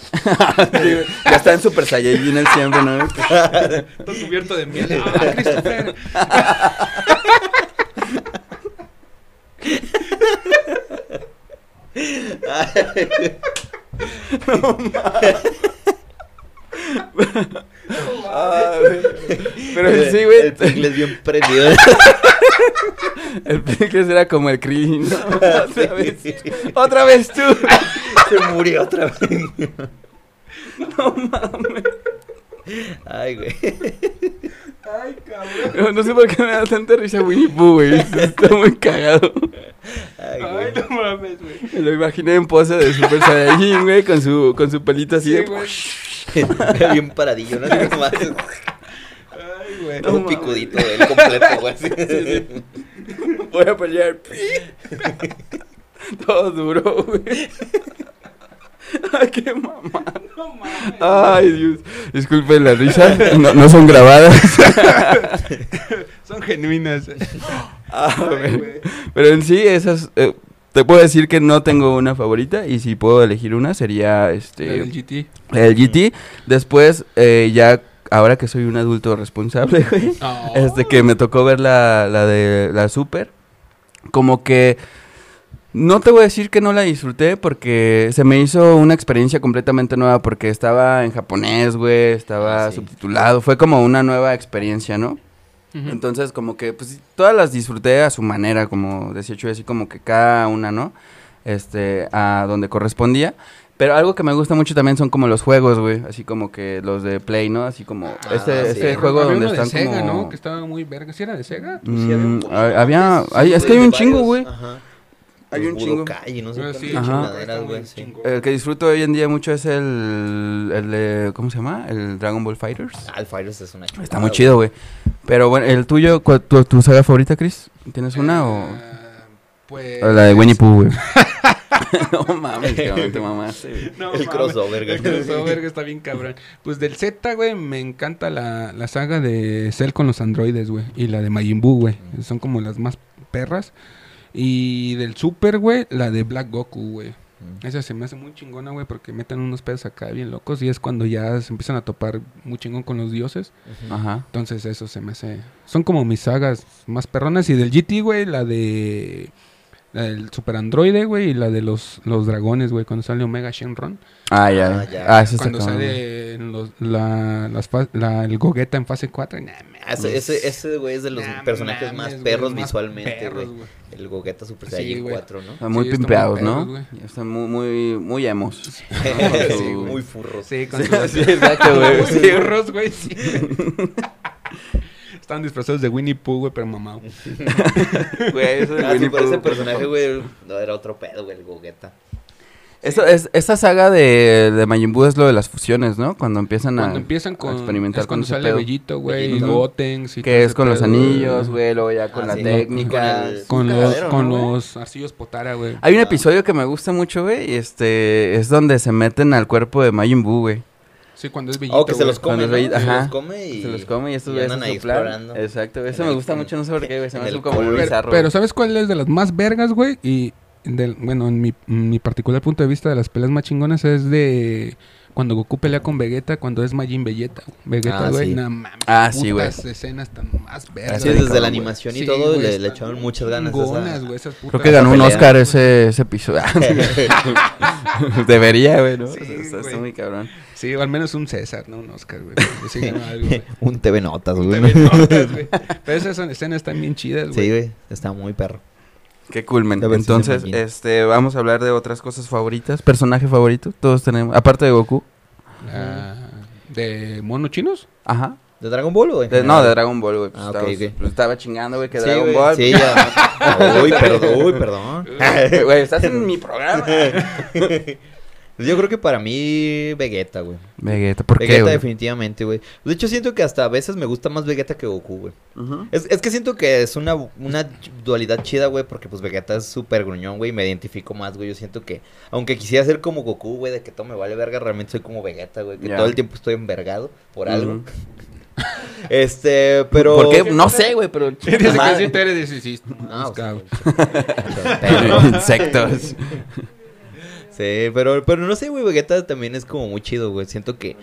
Speaker 1: güey. ya está en Super Saiyajin el siempre, ¿no?
Speaker 2: todo cubierto de miel. Ah, Christopher.
Speaker 1: Pero sí, güey.
Speaker 3: El inglés bien prendido.
Speaker 1: El Pickles era como el cringe. ¿no? Otra vez. Otra vez tú.
Speaker 3: Se murió otra vez.
Speaker 1: No mames.
Speaker 3: Ay, güey.
Speaker 2: Ay, cabrón.
Speaker 1: No sé por qué me da tanta risa Winnie Pooh, güey. Está muy cagado.
Speaker 3: Ay, güey.
Speaker 2: Ay, no mames, güey.
Speaker 1: Me lo imaginé en pose de Super Saiyajin, güey, con su, con su pelito así
Speaker 2: Sí,
Speaker 1: de...
Speaker 2: güey.
Speaker 3: Bien paradillo, ¿no? Así nomás,
Speaker 2: Ay, güey.
Speaker 1: No
Speaker 3: todo
Speaker 1: mames.
Speaker 3: picudito, güey, el completo, güey. así.
Speaker 1: Voy a pelear. Todo duro, güey. Ay, qué mamá.
Speaker 2: No mames.
Speaker 1: Ay, Dios. Disculpen la risa. No, no son grabadas.
Speaker 2: Son genuinas.
Speaker 1: Ah,
Speaker 2: Ay,
Speaker 1: güey.
Speaker 2: güey.
Speaker 1: Pero en sí, esas. eh, te puedo decir que no tengo una favorita. Y si puedo elegir una, sería
Speaker 2: La
Speaker 1: este.
Speaker 2: del GT.
Speaker 1: El GT. Después, eh, ya. Ahora que soy un adulto responsable, güey.
Speaker 2: No.
Speaker 1: Este que me tocó ver la, la de la Super. Como que. No te voy a decir que no la disfruté porque se me hizo una experiencia completamente nueva porque estaba en japonés, güey, estaba
Speaker 3: Ah, sí.
Speaker 1: subtitulado, fue como una nueva experiencia, ¿no?
Speaker 2: Ujú.
Speaker 1: Entonces, como que, pues, todas las disfruté a su manera, como decía Chuy, así como que cada una, ¿no? Este, a donde correspondía. Pero algo que me gusta mucho también son como los juegos, güey. Así como que los de Play, ¿no? Así como
Speaker 3: Ah,
Speaker 1: este,
Speaker 3: sí.
Speaker 1: este
Speaker 3: Había
Speaker 1: juego
Speaker 2: Había
Speaker 1: donde
Speaker 2: uno de
Speaker 1: están
Speaker 2: Sega,
Speaker 1: como...
Speaker 2: ¿no? Que estaba muy verga. ¿Sí era de Sega?
Speaker 3: Sí, había un
Speaker 1: Mm,
Speaker 3: poquito
Speaker 1: ha- había...
Speaker 3: antes,
Speaker 1: hay-
Speaker 3: sí,
Speaker 1: es que hay un
Speaker 3: de
Speaker 1: chingo, güey.
Speaker 3: varios, ajá.
Speaker 1: Hay
Speaker 3: Los
Speaker 1: un chingo.
Speaker 3: Budokai, no sé
Speaker 2: Ah,
Speaker 3: cuántas
Speaker 2: sí,
Speaker 1: Ajá.
Speaker 3: chingaderas, güey, sí.
Speaker 1: El eh, que disfruto hoy en día mucho es el, el de... ¿Cómo se llama? El Dragon Ball Fighters.
Speaker 3: Ah, el Fighters es una
Speaker 1: Está muy chido, güey. Pero bueno, el tuyo, ¿cuál- tu, tu saga favorita, Chris? ¿Tienes
Speaker 2: Eh,
Speaker 1: una o...?
Speaker 2: Ah, Pues...
Speaker 1: O Eh, la de Winnie Pooh, güey. no mames, cabrón, te mamaste, güey.
Speaker 2: No,
Speaker 3: el
Speaker 2: mames.
Speaker 3: crossover, güey.
Speaker 2: El crossover que está bien cabrón. Pues del Z, güey, me encanta la, la saga de Cell con los androides, güey. Y la de Majin Buu, güey. Son como las más perras. Y del Super, güey, la de Black Goku, güey. Esa se me hace muy chingona, güey, porque meten unos pedos acá bien locos. Y es cuando ya se empiezan a topar muy chingón con los dioses.
Speaker 3: Ah,
Speaker 1: Ajá.
Speaker 2: Entonces eso se me hace... Son como mis sagas más perronas. Y del GT, güey, la de... La del Super Androide, güey, y la de los, los dragones, güey, cuando sale Omega Shenron.
Speaker 1: Ah, ya.
Speaker 3: Ah,
Speaker 1: ya.
Speaker 3: ya.
Speaker 1: Ah, eso está
Speaker 2: Cuando
Speaker 1: cabrón. güey.
Speaker 2: sale en los- la, las fa- la- el Gogeta en fase 4. Nah,
Speaker 3: Ah,
Speaker 1: Pues
Speaker 3: ese, ese, ese, güey es de los
Speaker 2: nah,
Speaker 3: personajes
Speaker 2: mames,
Speaker 3: más
Speaker 2: güey,
Speaker 3: perros
Speaker 2: más
Speaker 3: visualmente,
Speaker 2: perros,
Speaker 3: güey. El Gogeta Super
Speaker 2: Sí,
Speaker 3: Saiyan
Speaker 2: güey.
Speaker 3: 4, ¿no?
Speaker 1: Están muy
Speaker 2: Sí, están muy
Speaker 1: pimpeados, ¿no?
Speaker 2: perros, güey.
Speaker 1: Están muy, muy, muy emos.
Speaker 3: Sí,
Speaker 1: güey.
Speaker 3: muy furros.
Speaker 2: Sí, con
Speaker 1: Sí,
Speaker 2: sus
Speaker 1: sí, exacto, güey.
Speaker 2: sus
Speaker 1: Sí, güey.
Speaker 2: gorros, güey. sí. Estaban disfrazados de Winnie Pooh, güey, pero mamado.
Speaker 1: Güey, eso de
Speaker 3: Ah, sí,
Speaker 1: Winnie
Speaker 3: por ese
Speaker 1: Pooh.
Speaker 3: personaje, güey, no, era otro pedo, güey, el Gogeta.
Speaker 1: Eso es, esta saga de, de Majin Buu es lo de las fusiones, ¿no? Cuando empiezan a,
Speaker 2: Cuando empiezan
Speaker 1: a
Speaker 2: con.
Speaker 1: experimentar
Speaker 2: es cuando
Speaker 1: con ese
Speaker 2: sale
Speaker 1: pedo.
Speaker 2: Bellito, güey, y
Speaker 1: Bellito.
Speaker 2: Gotenks. y todo
Speaker 1: que es
Speaker 2: ese
Speaker 1: con los
Speaker 2: pedo,
Speaker 1: anillos, güey, luego ya con
Speaker 3: Ah,
Speaker 1: la
Speaker 3: sí.
Speaker 1: técnica.
Speaker 3: Con el-
Speaker 2: Con
Speaker 3: Es un
Speaker 2: los,
Speaker 3: cagadero,
Speaker 2: con
Speaker 3: ¿no, güey?
Speaker 2: los arcillos Potara, güey.
Speaker 1: Hay un
Speaker 3: Ah.
Speaker 1: episodio que me gusta mucho, güey, y este es donde se meten al cuerpo de Majin Buu, güey.
Speaker 2: Sí, cuando es Bellito.
Speaker 3: Oh, que se
Speaker 2: güey.
Speaker 3: los come,
Speaker 1: Cuando
Speaker 3: ¿no?
Speaker 1: los ve-
Speaker 3: Se
Speaker 1: ajá.
Speaker 3: los come y...
Speaker 1: se los come y estos
Speaker 3: y
Speaker 1: güeyes
Speaker 3: andan
Speaker 1: hacen
Speaker 3: ahí
Speaker 1: su plan.
Speaker 3: explorando.
Speaker 1: Exacto, eso
Speaker 3: En
Speaker 1: me
Speaker 3: el-
Speaker 1: gusta mucho, no sé por qué, güey, se me
Speaker 3: en
Speaker 1: hace
Speaker 3: el
Speaker 1: como muy
Speaker 3: culo.
Speaker 1: bizarro.
Speaker 2: Pero
Speaker 1: güey.
Speaker 2: ¿sabes cuál es de las más vergas, güey? Y, del, bueno, en mi, mi particular punto de vista de las peleas más chingonas es de cuando Goku pelea con Vegeta, cuando es Majin Vegeta. Vegeta,
Speaker 3: Ah,
Speaker 2: güey,
Speaker 3: sí.
Speaker 2: no mames.
Speaker 1: Ah, sí, güey.
Speaker 2: putas escenas tan más vergas.
Speaker 3: Así
Speaker 1: Está bien
Speaker 3: desde
Speaker 1: cabrón,
Speaker 3: la
Speaker 1: güey.
Speaker 3: animación y
Speaker 2: Sí,
Speaker 3: todo,
Speaker 2: güey,
Speaker 3: le,
Speaker 2: están
Speaker 3: le echaron muchas ganas. a esa-
Speaker 2: chingonas, güey, esas putas.
Speaker 1: Creo que ganó un
Speaker 3: pelea.
Speaker 1: Oscar ese, ese episodio. Debería, güey, ¿no?
Speaker 2: Sí,
Speaker 1: está, está
Speaker 2: güey.
Speaker 1: muy cabrón.
Speaker 2: Sí, o al menos un César, no un Oscar, güey. pero Sí, ganó algo, güey.
Speaker 3: Un TV Notas, güey.
Speaker 2: También notas, güey. Pero esas son escenas están bien chidas,
Speaker 3: Pues Sí,
Speaker 2: güey.
Speaker 3: güey, está muy perro.
Speaker 1: Qué culmen.
Speaker 3: A ver si se
Speaker 1: Entonces,
Speaker 3: imagina.
Speaker 1: este, vamos a hablar de otras cosas favoritas. Personaje favorito, todos tenemos. Aparte de Goku.
Speaker 2: Ah, ¿De monos chinos?
Speaker 1: Ajá.
Speaker 3: ¿De Dragon Ball, güey?
Speaker 1: De- no, de Dragon Ball, güey. Pues,
Speaker 3: Ah, ok,
Speaker 1: estabas-
Speaker 3: ok.
Speaker 1: pues, estaba chingando, güey, que
Speaker 3: Sí,
Speaker 1: Dragon
Speaker 3: güey,
Speaker 1: Ball.
Speaker 3: Sí, ya. Uy, perdón, uy, perdón.
Speaker 1: Güey, estás en mi programa.
Speaker 3: Yo creo que para mí, Vegeta, güey.
Speaker 1: Vegeta, ¿por qué,
Speaker 3: Vegeta,
Speaker 1: güey?
Speaker 3: definitivamente, güey. De hecho, siento que hasta a veces me gusta más Vegeta que Goku, güey.
Speaker 1: Ujú.
Speaker 3: Es, es que siento que es una, una dualidad chida, güey, porque pues Vegeta es súper gruñón, güey, y me identifico más, güey. Yo siento que, aunque quisiera ser como Goku, güey, de que todo me vale verga, realmente soy como Vegeta, güey, que
Speaker 1: Ya.
Speaker 3: todo el tiempo estoy envergado por algo.
Speaker 1: Ujú.
Speaker 3: Este, pero...
Speaker 1: ¿Por qué? No sé, güey, pero.
Speaker 2: Desde que
Speaker 3: Madre.
Speaker 2: sí te eres de sí,
Speaker 3: No, pues,
Speaker 2: cabrón.
Speaker 3: Pero-
Speaker 1: Insectos.
Speaker 3: Sí, pero, pero no sé, güey, Vegeta también es como muy chido, güey. Siento que,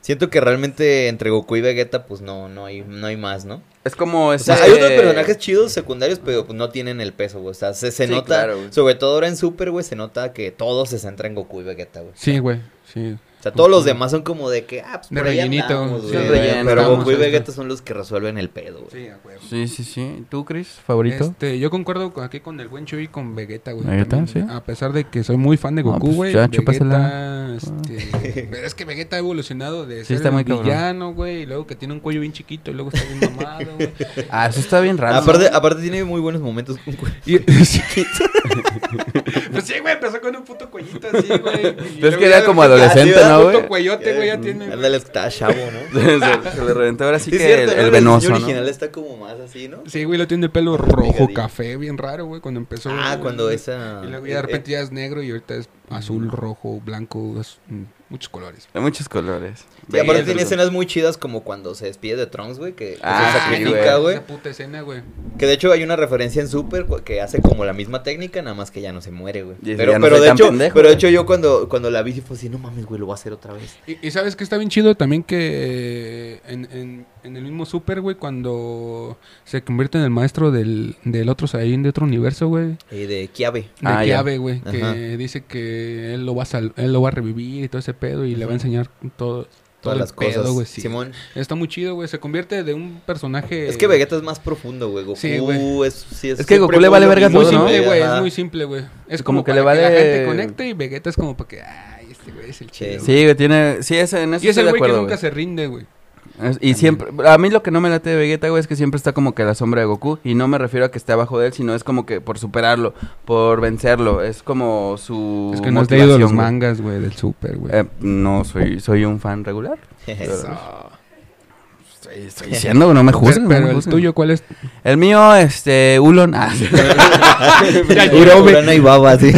Speaker 3: siento que realmente entre Goku y Vegeta, pues no, no hay, no hay más, ¿no?
Speaker 1: Es como.
Speaker 3: O sea, hay
Speaker 1: eh,
Speaker 3: otros personajes chidos secundarios, pero pues, no tienen el peso, güey. O sea, se, se
Speaker 1: Sí,
Speaker 3: nota,
Speaker 1: claro, güey.
Speaker 3: sobre todo ahora en Super, güey, se nota que todo se centra en Goku y Vegeta, güey.
Speaker 2: Sí, güey. Sí.
Speaker 3: O sea, todos los demás son como de que, ah, pues
Speaker 2: De
Speaker 3: por ahí
Speaker 2: rellenito,
Speaker 3: andamos,
Speaker 2: sí,
Speaker 3: güey.
Speaker 1: de relleno,
Speaker 3: Pero
Speaker 1: estamos,
Speaker 3: Goku y
Speaker 2: ahí está.
Speaker 3: Vegeta son los que resuelven el pedo, güey.
Speaker 2: Sí, a huevo.
Speaker 1: Sí, sí, sí. ¿Tú, Chris, favorito?
Speaker 2: Este, yo concuerdo con- aquí con el buen Chuy y con Vegeta, güey.
Speaker 1: Vegeta, sí.
Speaker 2: También, A pesar de que soy muy fan de
Speaker 1: No,
Speaker 2: Goku,
Speaker 1: pues,
Speaker 2: güey.
Speaker 1: ya, chúpasela. Ah.
Speaker 2: Vegeta, este, pero es que Vegeta ha evolucionado de
Speaker 1: Sí,
Speaker 2: ser
Speaker 1: está muy
Speaker 2: el
Speaker 1: cabrón.
Speaker 2: villano, güey, y luego que tiene un cuello bien chiquito y luego está bien mamado, güey.
Speaker 1: Ah, eso está bien raro.
Speaker 3: Aparte, aparte tiene muy buenos momentos con
Speaker 2: Y- pues sí, güey, empezó con un puto cuellito así, güey.
Speaker 1: que era como adolescente, ¿no,
Speaker 2: Un
Speaker 1: güey?
Speaker 2: puto cuellote, güey, ya tiene.
Speaker 3: Eh, Mm, Ándale, está chavo,
Speaker 1: se,
Speaker 3: ¿no?
Speaker 1: se le reventó ahora sí,
Speaker 3: Sí,
Speaker 1: que
Speaker 3: cierto,
Speaker 1: el, el
Speaker 3: ¿no? El
Speaker 1: venoso, ¿no?
Speaker 3: diseño original está como más así, ¿no?
Speaker 2: Sí, güey, lo tiene el pelo rojo
Speaker 3: Ligadito.
Speaker 2: café, bien raro, güey, cuando empezó.
Speaker 3: Ah,
Speaker 2: güey.
Speaker 3: cuando esa... eh,
Speaker 2: Y luego ya de repente ya es negro y ahorita es azul, rojo, blanco, es- mm, muchos colores.
Speaker 1: De muchos colores.
Speaker 3: eh, Y aparte
Speaker 1: Verde,
Speaker 3: tiene
Speaker 1: güey.
Speaker 3: escenas muy chidas como cuando se despide de Trunks, güey, que, que
Speaker 1: Ah,
Speaker 3: se sacrifica,
Speaker 1: sí,
Speaker 3: güey.
Speaker 2: Esa puta escena, güey.
Speaker 3: Que de hecho hay una referencia en Super cu- que hace como la misma técnica, nada más que ya no se muere, güey.
Speaker 1: Y
Speaker 3: Pero,
Speaker 1: ya no
Speaker 3: pero
Speaker 1: soy
Speaker 3: de
Speaker 1: tan
Speaker 3: hecho,
Speaker 1: pendejo,
Speaker 3: pero de
Speaker 1: güey.
Speaker 3: hecho yo cuando, cuando la vi sí fue así, no mames, güey, lo voy a hacer otra vez.
Speaker 2: Y, y sabes que está bien chido también que eh, en, en- en el mismo Super, güey, cuando se convierte en el maestro del, del otro Saiyan de otro universo, güey.
Speaker 3: Eh, de Kiabe.
Speaker 2: De
Speaker 1: Ah, ya.
Speaker 2: Kiabe, güey,
Speaker 3: Ajá.
Speaker 2: que dice que él lo va a sal- él lo va a revivir y todo ese pedo y le va a enseñar todo, todo
Speaker 3: Todas
Speaker 2: el
Speaker 3: las cosas.
Speaker 2: pedo, güey, sí.
Speaker 3: Simón.
Speaker 2: Está muy chido, güey, se convierte de un personaje
Speaker 3: Es que Vegeta es más profundo, güey. Goku
Speaker 2: Sí, güey.
Speaker 3: es. Sí, es,
Speaker 1: Es que
Speaker 3: siempre
Speaker 1: Goku le
Speaker 3: muy
Speaker 1: vale
Speaker 3: lo
Speaker 1: verga
Speaker 2: es muy
Speaker 3: mismo,
Speaker 1: todo, ¿no?
Speaker 2: simple, güey,
Speaker 3: Ajá.
Speaker 2: es muy simple, güey. Es
Speaker 1: Como
Speaker 2: como,
Speaker 1: que
Speaker 2: que
Speaker 1: le
Speaker 2: para que la
Speaker 1: vale-
Speaker 2: gente conecte y Vegeta es como para que, ay, este güey es el
Speaker 3: Sí.
Speaker 2: chido.
Speaker 1: Sí, güey, tiene... Sí, ese- en eso
Speaker 2: Y es
Speaker 1: estoy
Speaker 2: el
Speaker 1: de
Speaker 2: güey que
Speaker 1: acuerdo,
Speaker 2: nunca
Speaker 1: güey.
Speaker 2: se rinde, güey.
Speaker 1: Es- Y siempre, a mí lo que no me late de Vegeta, güey, es que siempre está como que a la sombra de Goku. Y no me refiero a que esté abajo de él, sino es como que por superarlo, por vencerlo. Es como su.
Speaker 2: Es que no has leído los
Speaker 1: motivación, güey.
Speaker 2: mangas, güey, del Super, güey.
Speaker 1: Eh, no, soy, soy un fan regular.
Speaker 3: Eso.
Speaker 1: Estoy, estoy diciendo, no me juzguen.
Speaker 2: pero
Speaker 1: no
Speaker 2: pero
Speaker 1: me
Speaker 2: el
Speaker 1: juzguen.
Speaker 2: tuyo, ¿cuál es?
Speaker 1: El mío, este, Ulon. Ah,
Speaker 2: Urame.
Speaker 3: Urana y Baba, sí.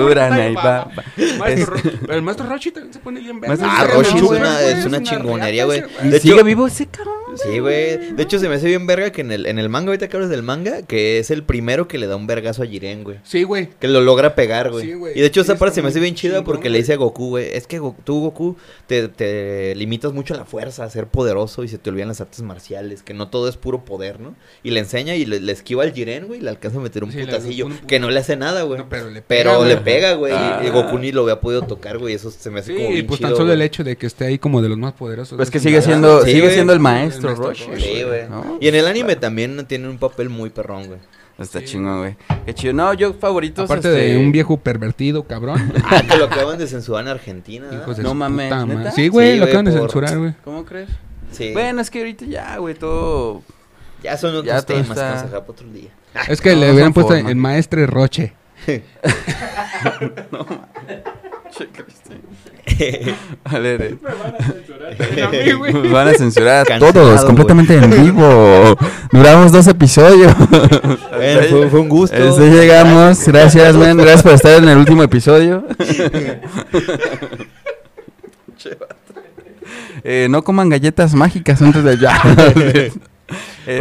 Speaker 1: Urana y Baba.
Speaker 2: Maestro Ro- pero el maestro Roshi también se pone bien
Speaker 1: Maestro
Speaker 2: verga.
Speaker 1: Sí,
Speaker 3: Ah, Roshi es
Speaker 1: no, güey,
Speaker 3: una, es una chingonería, güey.
Speaker 1: ¿Y
Speaker 3: De hecho-
Speaker 1: sigue vivo ese cabrón?
Speaker 3: Sí, güey. De hecho, se me hace bien verga que en el, en el manga, ahorita que hablas del manga, que es el primero que le da un vergazo a Jiren, güey.
Speaker 2: Sí, güey.
Speaker 3: Que lo logra pegar, güey.
Speaker 2: Sí, güey.
Speaker 3: y de hecho,
Speaker 2: Sí,
Speaker 3: esa
Speaker 2: está
Speaker 3: parte se me
Speaker 2: muy
Speaker 3: hace bien chida
Speaker 2: chingón,
Speaker 3: porque le dice a Goku, güey. Es que Go- tú, Goku, te, te limitas mucho a la fuerza, a ser poderoso y se te olvidan las artes marciales. Que no todo es puro poder, ¿no? Y le enseña y le, le esquiva al Jiren, güey. Y le alcanza a meter un
Speaker 2: Sí, le-
Speaker 3: putacillo.
Speaker 2: un-
Speaker 3: que no le hace nada, güey.
Speaker 2: No, pero le pega,
Speaker 3: pero
Speaker 2: güey.
Speaker 3: le pega, güey. y-
Speaker 1: Ah.
Speaker 3: Y Goku ni lo había podido tocar, güey. Eso se me hace
Speaker 2: Sí,
Speaker 3: como
Speaker 2: y
Speaker 3: bien
Speaker 2: pues
Speaker 3: chido,
Speaker 2: tan solo
Speaker 3: güey.
Speaker 2: el hecho de que esté ahí como de los más poderosos.
Speaker 1: Pues
Speaker 2: de
Speaker 1: que
Speaker 2: ese
Speaker 1: sigue
Speaker 2: lugar.
Speaker 1: siendo,
Speaker 3: Sí,
Speaker 1: sigue
Speaker 3: güey.
Speaker 1: siendo el maestro, Roshi.
Speaker 3: Sí, güey.
Speaker 1: ¿no?
Speaker 3: Y en el anime también tiene un papel muy perrón, güey.
Speaker 1: Está
Speaker 2: Sí.
Speaker 1: chingón, güey. Qué chido. No, yo favoritos.
Speaker 2: Aparte
Speaker 1: este,
Speaker 2: de un viejo pervertido, cabrón.
Speaker 3: Ah, que lo acaban de censurar en Argentina. ¿ah?
Speaker 2: hijos de
Speaker 1: No
Speaker 2: su
Speaker 1: mames,
Speaker 2: puta madre.
Speaker 1: ¿neta?
Speaker 2: Sí, güey,
Speaker 3: Sí,
Speaker 2: lo
Speaker 3: güey,
Speaker 2: acaban de
Speaker 3: por-
Speaker 2: censurar, güey.
Speaker 1: ¿Cómo crees?
Speaker 3: Sí.
Speaker 1: Bueno, es que ahorita ya, güey, todo.
Speaker 3: ya son otros
Speaker 1: ya todo
Speaker 3: temas
Speaker 1: está-
Speaker 3: que vamos a dejar para otro día.
Speaker 2: Es que
Speaker 1: no,
Speaker 2: le
Speaker 1: no son
Speaker 2: hubieran puesto
Speaker 1: forma.
Speaker 2: el maestre Roche.
Speaker 1: Vale, de-
Speaker 2: güey.
Speaker 1: Nos van a censurar a
Speaker 3: Cancelado,
Speaker 1: todos,
Speaker 3: güey.
Speaker 1: completamente en vivo. Duramos dos episodios.
Speaker 3: Bueno, fue, fue un gusto.
Speaker 1: Hasta ahí llegamos. Gracias, men. Gracias por estar en el último episodio. Eh, no coman galletas mágicas antes de ya.
Speaker 3: Pero,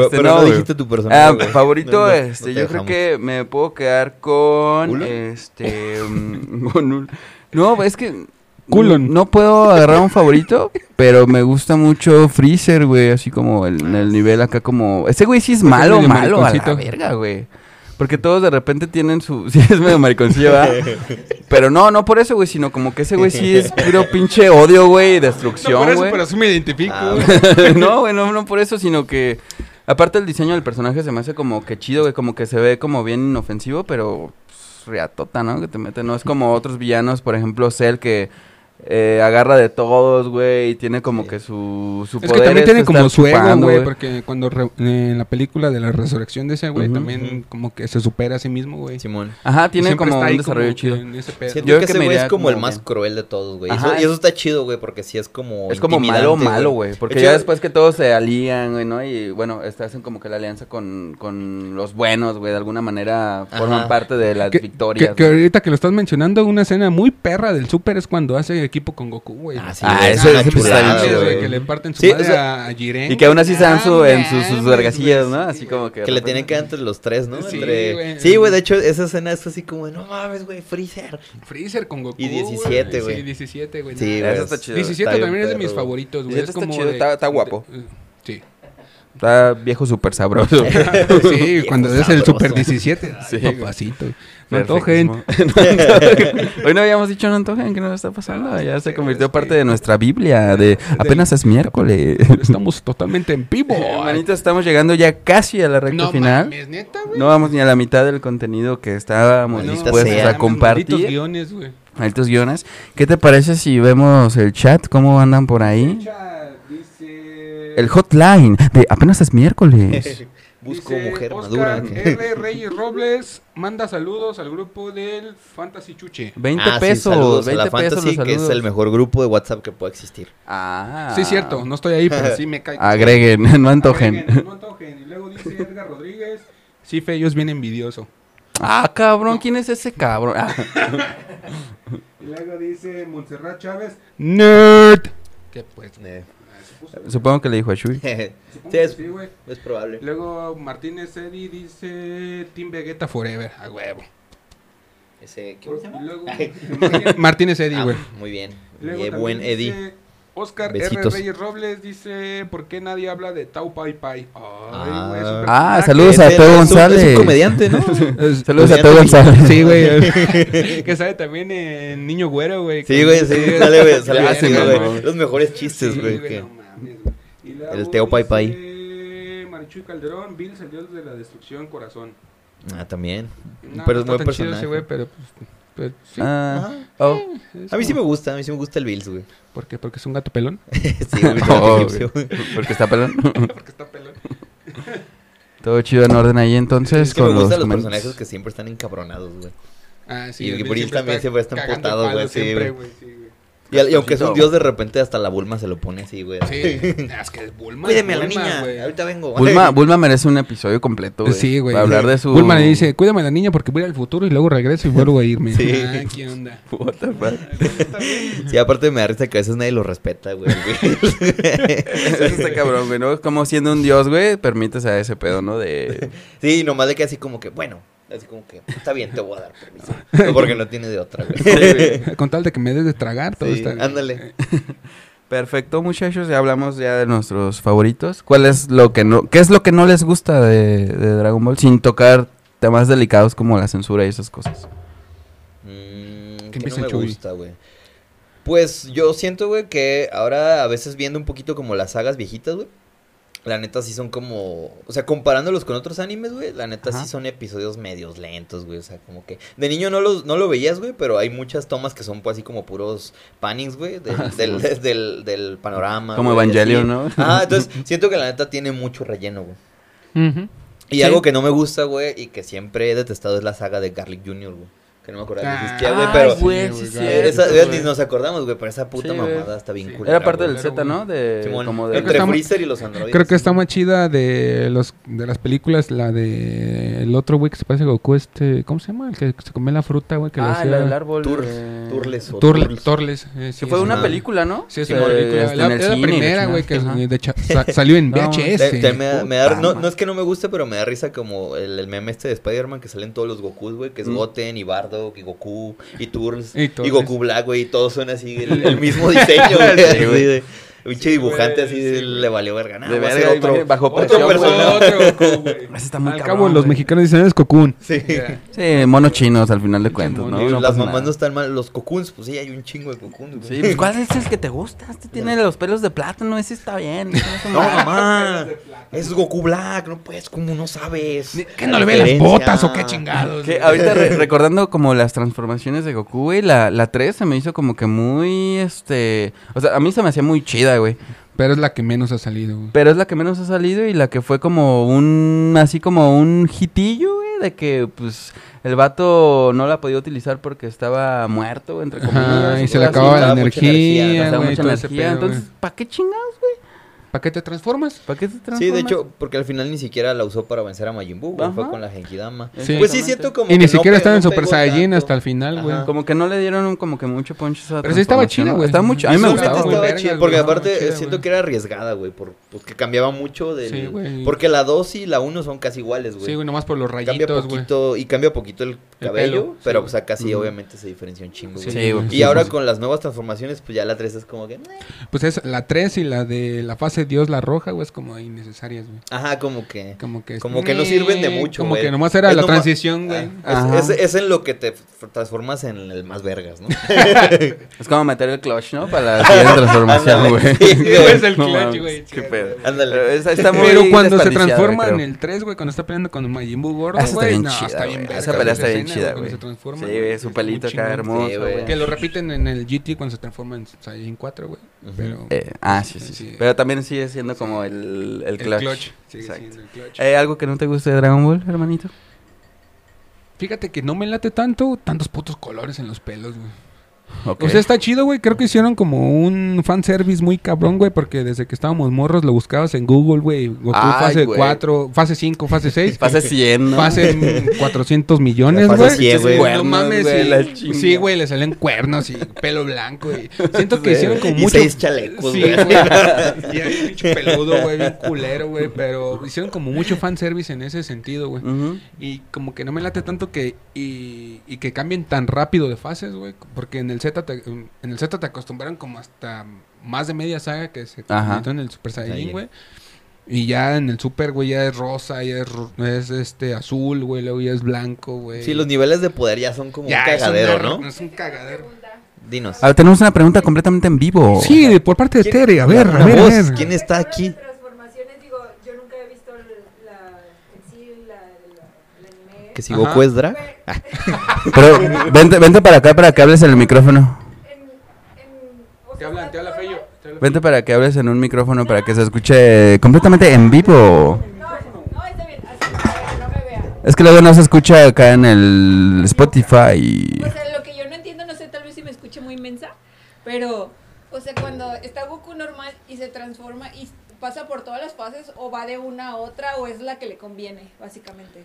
Speaker 1: Este,
Speaker 3: pero no,
Speaker 1: güey.
Speaker 3: dijiste tu personaje.
Speaker 1: Ah,
Speaker 3: güey.
Speaker 1: favorito,
Speaker 3: No, no, no
Speaker 1: este,
Speaker 3: te
Speaker 1: yo creo
Speaker 3: dejamos.
Speaker 1: que me puedo quedar con
Speaker 3: ¿Culon?
Speaker 1: este mm, con un- No, es que
Speaker 2: Culon.
Speaker 1: No puedo agarrar un favorito, pero me gusta mucho Freezer, güey, así como el, en el nivel acá como ese güey sí es malo,
Speaker 2: medio
Speaker 1: malo a la
Speaker 2: mariconcito.
Speaker 1: verga, güey. Porque todos de repente tienen su sí es medio mariconcillo, ¿verdad? Pero no, no por eso, güey, sino como que ese güey sí es puro pinche odio, güey, y destrucción, güey. pues,
Speaker 2: sí me identifico.
Speaker 3: Ah,
Speaker 2: güey.
Speaker 1: no, güey, no, no por eso, sino que. Aparte, el diseño del personaje se me hace como que chido, güey. Como que se ve como bien inofensivo, pero. pues, riatota, ¿no? Que te mete. No es como otros villanos, por ejemplo, Cell, que. eh, agarra de todos, güey, y tiene como
Speaker 3: Sí.
Speaker 1: que su, su
Speaker 2: Es que también
Speaker 1: este
Speaker 2: tiene como
Speaker 1: estar
Speaker 2: su ego,
Speaker 1: chupando,
Speaker 2: güey, porque cuando re- eh, en la película de la resurrección de ese güey,
Speaker 1: Ujú.
Speaker 2: también como que se supera a sí mismo, güey.
Speaker 3: Simón.
Speaker 1: Ajá, tiene
Speaker 2: Siempre
Speaker 1: como
Speaker 2: está
Speaker 1: un
Speaker 2: ahí
Speaker 1: desarrollo
Speaker 2: que
Speaker 1: chido.
Speaker 2: en ese pedo.
Speaker 3: Siento
Speaker 1: creo
Speaker 3: que
Speaker 1: que
Speaker 3: ese
Speaker 1: me
Speaker 3: güey es
Speaker 1: iría
Speaker 3: como el
Speaker 1: como
Speaker 3: más
Speaker 1: que-
Speaker 3: cruel de todos, güey. Y
Speaker 1: Ajá,
Speaker 3: eso-
Speaker 1: es-
Speaker 3: Y eso está chido, güey, porque sí es como.
Speaker 1: Es como malo,
Speaker 3: intimidante,
Speaker 1: malo, güey. Porque
Speaker 3: De hecho,
Speaker 1: ya después que todos se alían, güey, ¿no? Y bueno, este, hacen como que la alianza con, con los buenos, güey. De alguna manera forman
Speaker 3: Ajá.
Speaker 1: parte de las
Speaker 2: Que,
Speaker 1: victorias.
Speaker 2: que- que ahorita que lo estás mencionando, una escena muy perra del súper es cuando hace equipo con Goku, güey.
Speaker 3: Ah, sí,
Speaker 1: Ah,
Speaker 3: güey, es
Speaker 1: eso-
Speaker 3: una
Speaker 1: eso está
Speaker 2: Chulada,
Speaker 1: bien
Speaker 3: chulada,
Speaker 1: chido,
Speaker 2: güey,
Speaker 1: güey.
Speaker 2: Que le parten su
Speaker 3: Sí,
Speaker 2: madre
Speaker 3: o sea,
Speaker 2: a Jiren.
Speaker 1: Y que aún así se dan su, en sus,
Speaker 2: mames,
Speaker 1: sus
Speaker 2: güey,
Speaker 1: vergacillas, ¿no?
Speaker 2: sí,
Speaker 1: Así
Speaker 2: güey.
Speaker 1: como que...
Speaker 3: Que le tienen que dar entre los tres, ¿no?
Speaker 2: Sí,
Speaker 3: Entre-
Speaker 2: güey.
Speaker 3: Sí, güey. De hecho, esa escena es así como, no mames, güey, Freezer.
Speaker 2: Freezer con Goku.
Speaker 3: Y 17, güey.
Speaker 2: Sí, 17, güey.
Speaker 3: Sí,
Speaker 2: nada.
Speaker 3: güey.
Speaker 1: Eso está chido.
Speaker 2: 17
Speaker 3: Está bien
Speaker 2: también es de mis
Speaker 3: perro, güey.
Speaker 2: favoritos, güey.
Speaker 1: 17
Speaker 2: Es
Speaker 1: está
Speaker 2: como
Speaker 1: chido,
Speaker 2: de-
Speaker 1: está- está guapo.
Speaker 2: de- sí.
Speaker 1: Está viejo súper sabroso.
Speaker 2: sí, cuando es el
Speaker 3: sabroso.
Speaker 2: Super 17. ay,
Speaker 1: Sí, güey.
Speaker 2: papacito. Me antojen.
Speaker 1: Perfectismo. Hoy no habíamos dicho no antojen, ¿qué nos está
Speaker 2: Ah,
Speaker 1: pasando? Ya se convirtió parte de nuestra Biblia, de apenas es miércoles.
Speaker 2: Estamos totalmente en vivo.
Speaker 1: Hermanito, estamos llegando ya casi a la recta
Speaker 2: no
Speaker 1: final.
Speaker 2: mames, neta, güey. pues,
Speaker 1: No vamos ni a la mitad del contenido que estábamos
Speaker 3: Maldita
Speaker 1: dispuestos
Speaker 3: sea.
Speaker 1: a compartir.
Speaker 2: Malditos guiones, güey.
Speaker 1: Malditos guiones. ¿Qué te parece si vemos el chat? ¿Cómo andan por ahí? El hotline de apenas es miércoles.
Speaker 3: Busco
Speaker 2: Dice
Speaker 3: mujer
Speaker 2: Oscar eh,
Speaker 3: madura. Ah, que-
Speaker 2: R. Reyes Robles manda saludos al grupo del Fantasy Chuche.
Speaker 1: 20
Speaker 3: Ah, sí,
Speaker 1: pesos,
Speaker 3: saludos a
Speaker 1: 20
Speaker 3: la
Speaker 1: pesos
Speaker 3: Fantasy,
Speaker 1: los
Speaker 3: que es
Speaker 1: saludos.
Speaker 3: el mejor grupo de WhatsApp que puede existir.
Speaker 1: Ah.
Speaker 2: Sí, cierto, no estoy ahí, pero sí me cae.
Speaker 1: Agreguen, no antojen.
Speaker 2: Agreguen, no antojen. Y luego dice Edgar Rodríguez. Sí, Feyo es bien envidioso.
Speaker 1: Ah, cabrón, ¿quién es ese cabrón? Ah,
Speaker 2: Y luego dice Montserrat Chávez. Nerd. Que pues.
Speaker 3: Eh,
Speaker 1: supongo que le dijo a Shui.
Speaker 2: supongo
Speaker 3: sí,
Speaker 2: que
Speaker 3: es,
Speaker 2: sí, güey.
Speaker 3: es probable.
Speaker 2: Luego Martínez Eddy dice Team Vegeta Forever. A huevo.
Speaker 3: Ese, ¿qué se
Speaker 2: Y
Speaker 3: llama?
Speaker 2: luego Martínez Eddy,
Speaker 3: Ah,
Speaker 2: güey.
Speaker 3: muy bien.
Speaker 2: Luego
Speaker 3: Qué
Speaker 2: también
Speaker 3: buen
Speaker 2: dice
Speaker 3: Eddie.
Speaker 2: Oscar
Speaker 3: Besitos.
Speaker 2: R. Reyes Robles dice, ¿por qué nadie habla de Tau Pai Pai? Ay,
Speaker 3: Ah.
Speaker 2: güey, ¿eh? super-
Speaker 1: Ah,
Speaker 2: que-
Speaker 1: saludos a
Speaker 3: Ese
Speaker 1: Teo
Speaker 3: no es un- Es un
Speaker 1: González.
Speaker 3: comediante, ¿no?
Speaker 1: Saludos a
Speaker 3: Comediante
Speaker 1: Teo González.
Speaker 2: Sí, güey. que sale también en Niño Güero, güey.
Speaker 3: Sí, güey, sí, sale, güey, sale
Speaker 1: Ya,
Speaker 3: así,
Speaker 1: sí,
Speaker 3: güey.
Speaker 1: mamá.
Speaker 3: Los mejores
Speaker 2: Sí,
Speaker 3: chistes, güey.
Speaker 2: güey,
Speaker 3: que-
Speaker 2: no mames, güey. Y luego
Speaker 3: El Teo Pai Pai.
Speaker 2: dice Marichuy Calderón, Bill es el dios de la destrucción, corazón.
Speaker 3: Ah, también.
Speaker 2: No,
Speaker 3: Pero es
Speaker 2: no
Speaker 3: buen
Speaker 2: está tan chido
Speaker 3: personaje.
Speaker 2: ese güey, pero... pues, pero sí,
Speaker 1: Ah,
Speaker 3: Ajá.
Speaker 1: oh.
Speaker 2: es
Speaker 3: A mí sí me
Speaker 2: como-
Speaker 3: gusta, a mí sí me gusta el Bills, güey.
Speaker 2: ¿Por qué? ¿Porque es un gato pelón?
Speaker 3: Sí, güey,
Speaker 1: Oh,
Speaker 3: claro que sí,
Speaker 1: güey.
Speaker 3: güey.
Speaker 1: Porque está pelón.
Speaker 2: Porque está pelón.
Speaker 1: Todo chido en orden ahí entonces.
Speaker 3: Es que me
Speaker 1: con los
Speaker 3: gustan los
Speaker 1: comentarios.
Speaker 3: personajes que siempre están encabronados, güey.
Speaker 2: Ah, sí.
Speaker 3: Y
Speaker 2: el Bill
Speaker 3: Brill también siempre está
Speaker 2: cagando
Speaker 3: emputado, güey,
Speaker 2: palos
Speaker 3: sí,
Speaker 2: siempre,
Speaker 3: güey.
Speaker 2: güey, sí, güey.
Speaker 3: Y, al- y aunque es un
Speaker 1: Castorcito.
Speaker 3: dios, de repente hasta la Bulma se lo pone así, güey.
Speaker 2: Sí, es que es Bulma.
Speaker 3: Cuídeme a la
Speaker 2: Bulma,
Speaker 3: niña,
Speaker 2: güey.
Speaker 3: ahorita vengo.
Speaker 1: Bulma, Bulma merece un episodio completo. güey,
Speaker 2: Sí, güey.
Speaker 1: Para hablar de su.
Speaker 2: Bulma le dice, cuídame a la niña porque voy al futuro y luego regreso y vuelvo a irme.
Speaker 3: Sí.
Speaker 2: Ah, ¿qué onda?
Speaker 1: What the fuck.
Speaker 3: Sí, aparte me da risa que a veces nadie lo respeta, güey.
Speaker 1: Eso está cabrón, güey. ¿no? Como siendo un dios, güey, permites a ese pedo, ¿no? De.
Speaker 3: Sí, nomás de que así como que, bueno, así como que, está bien, te voy a dar permiso. No, Porque no tiene de otra, güey.
Speaker 2: Con tal de que me des de tragar, todo
Speaker 3: Sí,
Speaker 2: está bien.
Speaker 3: ándale.
Speaker 1: Perfecto, muchachos. Ya hablamos ya de nuestros favoritos. ¿Cuál es lo que no. ¿Qué es lo que no les gusta de, de Dragon Ball? Sin tocar temas delicados como la censura y esas cosas.
Speaker 3: Mm, que no
Speaker 2: empiece
Speaker 3: me
Speaker 2: el Chuy.
Speaker 3: gusta, güey. Pues yo siento, güey, que ahora a veces viendo un poquito como las sagas viejitas, güey. La neta sí son como, o sea, comparándolos con otros animes, güey, la neta
Speaker 1: Ajá.
Speaker 3: sí son episodios medios lentos, güey, o sea, como que de niño no los no lo veías, güey, pero hay muchas tomas que son pues, así como puros pannings, güey, del, del, del- del panorama.
Speaker 1: Como
Speaker 3: güey,
Speaker 1: Evangelion,
Speaker 3: así.
Speaker 1: ¿no?
Speaker 3: Ah, entonces siento que la neta tiene mucho relleno, güey.
Speaker 2: Ujú.
Speaker 3: Y
Speaker 1: Sí.
Speaker 3: algo que no me gusta, güey, y que siempre he detestado es la saga de Garlic Jr., güey. Que no me acuerdo
Speaker 2: Ah,
Speaker 3: de existía, güey, pero...
Speaker 2: güey, cierto,
Speaker 3: Esa,
Speaker 2: güey.
Speaker 3: ni nos acordamos, güey, pero esa puta
Speaker 1: Sí, güey.
Speaker 3: mamada está bien
Speaker 2: Sí.
Speaker 3: culera,
Speaker 1: Era parte
Speaker 3: güey.
Speaker 1: del Z, ¿no? De,
Speaker 3: Simón,
Speaker 1: como de...
Speaker 2: Creo que
Speaker 3: entre
Speaker 2: está-
Speaker 3: Freezer y los androides.
Speaker 2: Creo que está más chida de los de las películas, la de el otro güey que se parece a Goku, este, ¿cómo se llama? El que se comió la fruta, güey, que le
Speaker 1: Ah,
Speaker 2: hacía...
Speaker 1: la del árbol.
Speaker 3: Turles,
Speaker 1: eh,
Speaker 3: Turles o
Speaker 2: Turle-
Speaker 3: Turles.
Speaker 2: Torles. eh, sí,
Speaker 1: Que fue
Speaker 2: sí,
Speaker 1: una
Speaker 2: sí.
Speaker 1: película, ¿no?
Speaker 2: Sí, es
Speaker 3: Sí,
Speaker 2: una
Speaker 3: bueno,
Speaker 2: película.
Speaker 1: este, en
Speaker 2: la,
Speaker 1: el
Speaker 2: es la
Speaker 1: cine, la
Speaker 2: primera,
Speaker 1: chingada.
Speaker 2: güey, que
Speaker 1: Ajá.
Speaker 2: de hecho sa- salió en
Speaker 1: No, te-
Speaker 2: VHS.
Speaker 3: Te- te- me- me da-
Speaker 1: Puta
Speaker 3: no,
Speaker 1: madre.
Speaker 3: no es que no me guste, pero me da risa como el, el meme este de Spider-Man que salen todos los Gokus, güey, que es
Speaker 1: Mm.
Speaker 3: Goten y Bardock y Goku y Turles
Speaker 2: Y
Speaker 3: y,
Speaker 2: Turles.
Speaker 3: Goku Black, güey, y todos son así, el, el mismo diseño, güey, así
Speaker 1: güey.
Speaker 3: de pinche dibujante, así de,
Speaker 2: sí, güey.
Speaker 3: le valió verga, nada,
Speaker 1: De
Speaker 3: voy a
Speaker 1: verga,
Speaker 3: hacer otro,
Speaker 1: imagínate, bajo
Speaker 3: otro
Speaker 1: presión, güey.
Speaker 3: personaje.
Speaker 2: Otro, güey.
Speaker 1: Ese está muy
Speaker 2: Al
Speaker 1: cabrón,
Speaker 2: cabo, los
Speaker 1: güey.
Speaker 2: mexicanos dicen, es Cocoon.
Speaker 3: Sí.
Speaker 2: Ya.
Speaker 1: Sí, monos chinos al final de cuentas, ¿no?
Speaker 2: monos.
Speaker 1: No
Speaker 3: las
Speaker 1: pasa
Speaker 3: mamás
Speaker 1: nada.
Speaker 3: no están mal, los Gokuns, pues sí, hay un chingo de Gokuns, güey.
Speaker 1: Sí, pues ¿cuál es el que te gusta? Este tiene los pelos de plátano, ese está bien. ese es un-
Speaker 3: No, mamá. Es Goku Black, no puedes, como no sabes.
Speaker 2: ¿Qué no le ve las botas o qué chingados?
Speaker 1: Que ahorita re- recordando como las transformaciones de Goku, güey, la, la 3 se me hizo como que muy, este... O sea, a mí se me hacía muy chida, güey.
Speaker 2: Pero es la que menos ha salido, güey.
Speaker 1: Pero es la que menos ha salido y la que fue como un... Así como un hitillo, güey, de que, pues, el vato no la podía utilizar porque estaba muerto, entre
Speaker 2: Ajá,
Speaker 1: comillas.
Speaker 2: y se le
Speaker 1: güey, así,
Speaker 2: acababa la
Speaker 3: daba mucha energía,
Speaker 2: energía,
Speaker 1: gastaba
Speaker 2: güey.
Speaker 1: mucha
Speaker 2: todo ese
Speaker 1: energía,
Speaker 2: pedo,
Speaker 1: entonces,
Speaker 2: güey.
Speaker 1: ¿para qué chingados, güey?
Speaker 2: ¿Para qué te transformas?
Speaker 1: ¿Para qué se transforma?
Speaker 3: Sí, de hecho, porque al final ni siquiera la usó para vencer a Majin Buu, güey, fue
Speaker 1: Ajá.
Speaker 3: con la Genkidama.
Speaker 2: Sí.
Speaker 3: Pues sí, siento como.
Speaker 2: Y
Speaker 3: que
Speaker 2: ni
Speaker 3: no
Speaker 2: siquiera
Speaker 3: pe-
Speaker 2: estaba en
Speaker 3: no
Speaker 2: Super
Speaker 3: pegó
Speaker 2: Saiyajin
Speaker 3: tanto.
Speaker 2: hasta el final, güey.
Speaker 3: Ajá.
Speaker 1: Como que no le dieron un- como que mucho punch a esa
Speaker 2: Pero sí estaba
Speaker 1: transformación,
Speaker 2: chida,
Speaker 1: ¿no?
Speaker 2: güey.
Speaker 1: Estaba mucho, a mí me
Speaker 2: Visualmente
Speaker 3: Solamente
Speaker 1: gustaba.
Speaker 3: estaba
Speaker 1: güey.
Speaker 2: vergas,
Speaker 3: chida,
Speaker 2: güey,
Speaker 3: porque
Speaker 2: estaba
Speaker 3: aparte
Speaker 2: chida,
Speaker 3: siento
Speaker 2: güey.
Speaker 3: que era arriesgada, güey, por, porque cambiaba mucho del...
Speaker 2: Sí, güey.
Speaker 3: porque la 2 y la 1 son casi iguales, güey.
Speaker 2: Sí, güey, nomás por los
Speaker 3: cambia
Speaker 2: rayitos, güey.
Speaker 3: poquito, y cambia poquito el cabello,
Speaker 2: pelo, sí,
Speaker 3: pero
Speaker 2: güey.
Speaker 3: pues acá sí
Speaker 1: Ujú.
Speaker 3: obviamente se diferencia un chingo,
Speaker 2: Sí,
Speaker 3: güey.
Speaker 1: Sí, güey.
Speaker 3: Y ahora con las nuevas transformaciones, pues ya la 3 es como que...
Speaker 2: Pues es la 3 y la de la fase Dios la roja, güey, es como innecesarias, güey.
Speaker 3: Ajá, como que.
Speaker 2: Como que. es-
Speaker 3: Como que no sirven de mucho,
Speaker 2: Como
Speaker 3: güey.
Speaker 2: que nomás era
Speaker 3: Es
Speaker 2: la
Speaker 3: nomás-
Speaker 2: transición, güey.
Speaker 3: Ah,
Speaker 1: Ajá.
Speaker 3: es, es- es en lo que te f- transformas en el más vergas, ¿no?
Speaker 1: Es como meter el clutch, ¿no? Para la siguiente transformación,
Speaker 3: Ándale.
Speaker 1: güey.
Speaker 3: Sí, güey,
Speaker 2: es el
Speaker 1: No
Speaker 2: clutch,
Speaker 1: mames,
Speaker 2: güey,
Speaker 1: Qué
Speaker 2: sí,
Speaker 1: pedo. Pero,
Speaker 3: Ándale.
Speaker 1: esa- está muy
Speaker 2: Pero cuando se
Speaker 1: desperdiciada,
Speaker 2: transforma en
Speaker 1: creo.
Speaker 2: el 3, güey, cuando está peleando con Majin Buu gordo,
Speaker 1: Ah, esa está
Speaker 2: güey,
Speaker 1: bien
Speaker 2: no,
Speaker 1: chida,
Speaker 2: está bien
Speaker 1: güey.
Speaker 2: verga,
Speaker 1: Esa pelea está bien
Speaker 2: escena,
Speaker 1: chida,
Speaker 2: cuando
Speaker 1: güey.
Speaker 2: se transforma,
Speaker 1: Sí, güey, su
Speaker 2: está
Speaker 1: pelito
Speaker 2: muy
Speaker 1: acá
Speaker 2: chingón.
Speaker 1: hermoso,
Speaker 3: Sí,
Speaker 1: güey.
Speaker 3: güey.
Speaker 2: Que lo repiten en el GT cuando se transforma en Saiyajin 4, güey.
Speaker 3: Ujú.
Speaker 2: Pero
Speaker 1: Eh, ah, sí, sí, sí.
Speaker 2: Sí.
Speaker 1: Pero también sigue siendo como el, el
Speaker 2: el
Speaker 1: clutch.
Speaker 2: clutch, sigue
Speaker 1: Exacto.
Speaker 2: siendo el clutch.
Speaker 1: Eh, ¿Algo que no te guste de Dragon Ball, hermanito?
Speaker 2: Fíjate que no me late tanto tantos putos colores en los pelos, güey.
Speaker 1: Ok.
Speaker 2: O sea, está chido, güey. Creo que hicieron como un fanservice muy cabrón, güey. Porque desde que estábamos morros lo buscabas en Google, güey. Goku
Speaker 1: Ay,
Speaker 2: fase
Speaker 1: güey.
Speaker 2: 4, fase 5, fase 6.
Speaker 1: Fase 100, ¿no?
Speaker 2: Fase mm, 400 millones,
Speaker 3: Fase
Speaker 2: güey.
Speaker 3: 100, güey.
Speaker 2: No
Speaker 1: Cuernos,
Speaker 2: mames,
Speaker 1: güey,
Speaker 2: sí.
Speaker 1: la chinga.
Speaker 2: sí, güey, le salen cuernos y pelo blanco. Y... Siento que
Speaker 1: Sí,
Speaker 2: hicieron como
Speaker 3: y
Speaker 2: mucho.
Speaker 3: seis chalecos,
Speaker 2: Sí,
Speaker 3: güey.
Speaker 2: güey. Y ahí, pinche peludo, güey, bien culero, güey. Pero hicieron como mucho fanservice en ese sentido, güey.
Speaker 1: Ujú.
Speaker 2: Y como que no me late tanto que y, y que cambien tan rápido de fases, güey, porque en el Z te, en el Z te acostumbraron como hasta más de media saga que se
Speaker 1: Ajá.
Speaker 2: convirtió en el Super Saiyajin,
Speaker 3: Saiyajin.
Speaker 2: güey. Y ya en el Super, güey, ya es rosa, ya es, ro- es este azul, güey, luego ya es blanco, güey.
Speaker 3: Sí, los niveles de poder ya son como
Speaker 2: Ya
Speaker 3: un
Speaker 2: es
Speaker 3: cagadero,
Speaker 2: una-
Speaker 3: ¿no?
Speaker 2: Es un cagadero.
Speaker 3: Dinos.
Speaker 1: Ahora tenemos una pregunta completamente en vivo.
Speaker 2: Sí, de- por parte de
Speaker 3: ¿Quién-
Speaker 2: Tere, a ver,
Speaker 3: la
Speaker 2: a ver, a
Speaker 3: voz?
Speaker 2: ver.
Speaker 3: ¿Quién está aquí?
Speaker 4: Transformaciones, digo, yo nunca he visto la, la- en sí la, la- el anime.
Speaker 3: Que Ah. si
Speaker 2: Ajá.
Speaker 3: Goku es Dra.
Speaker 4: Fue
Speaker 1: Pero vente, vente para acá para que hables en el micrófono.
Speaker 4: en, en, o sea,
Speaker 2: Te hablan, te habla
Speaker 4: fue-
Speaker 2: Feyo. te habla
Speaker 1: Vente para que hables en un micrófono para que se escuche completamente en vivo.
Speaker 4: No, no, está bien, así para que no me vea.
Speaker 1: Es que luego no se escucha acá en el Spotify.
Speaker 4: O sea, lo que yo no entiendo, no sé, tal vez si me escuche muy mensa, pero, o sea, cuando está Goku normal y se transforma y pasa por todas las fases o va de una a otra o es la que le conviene, básicamente.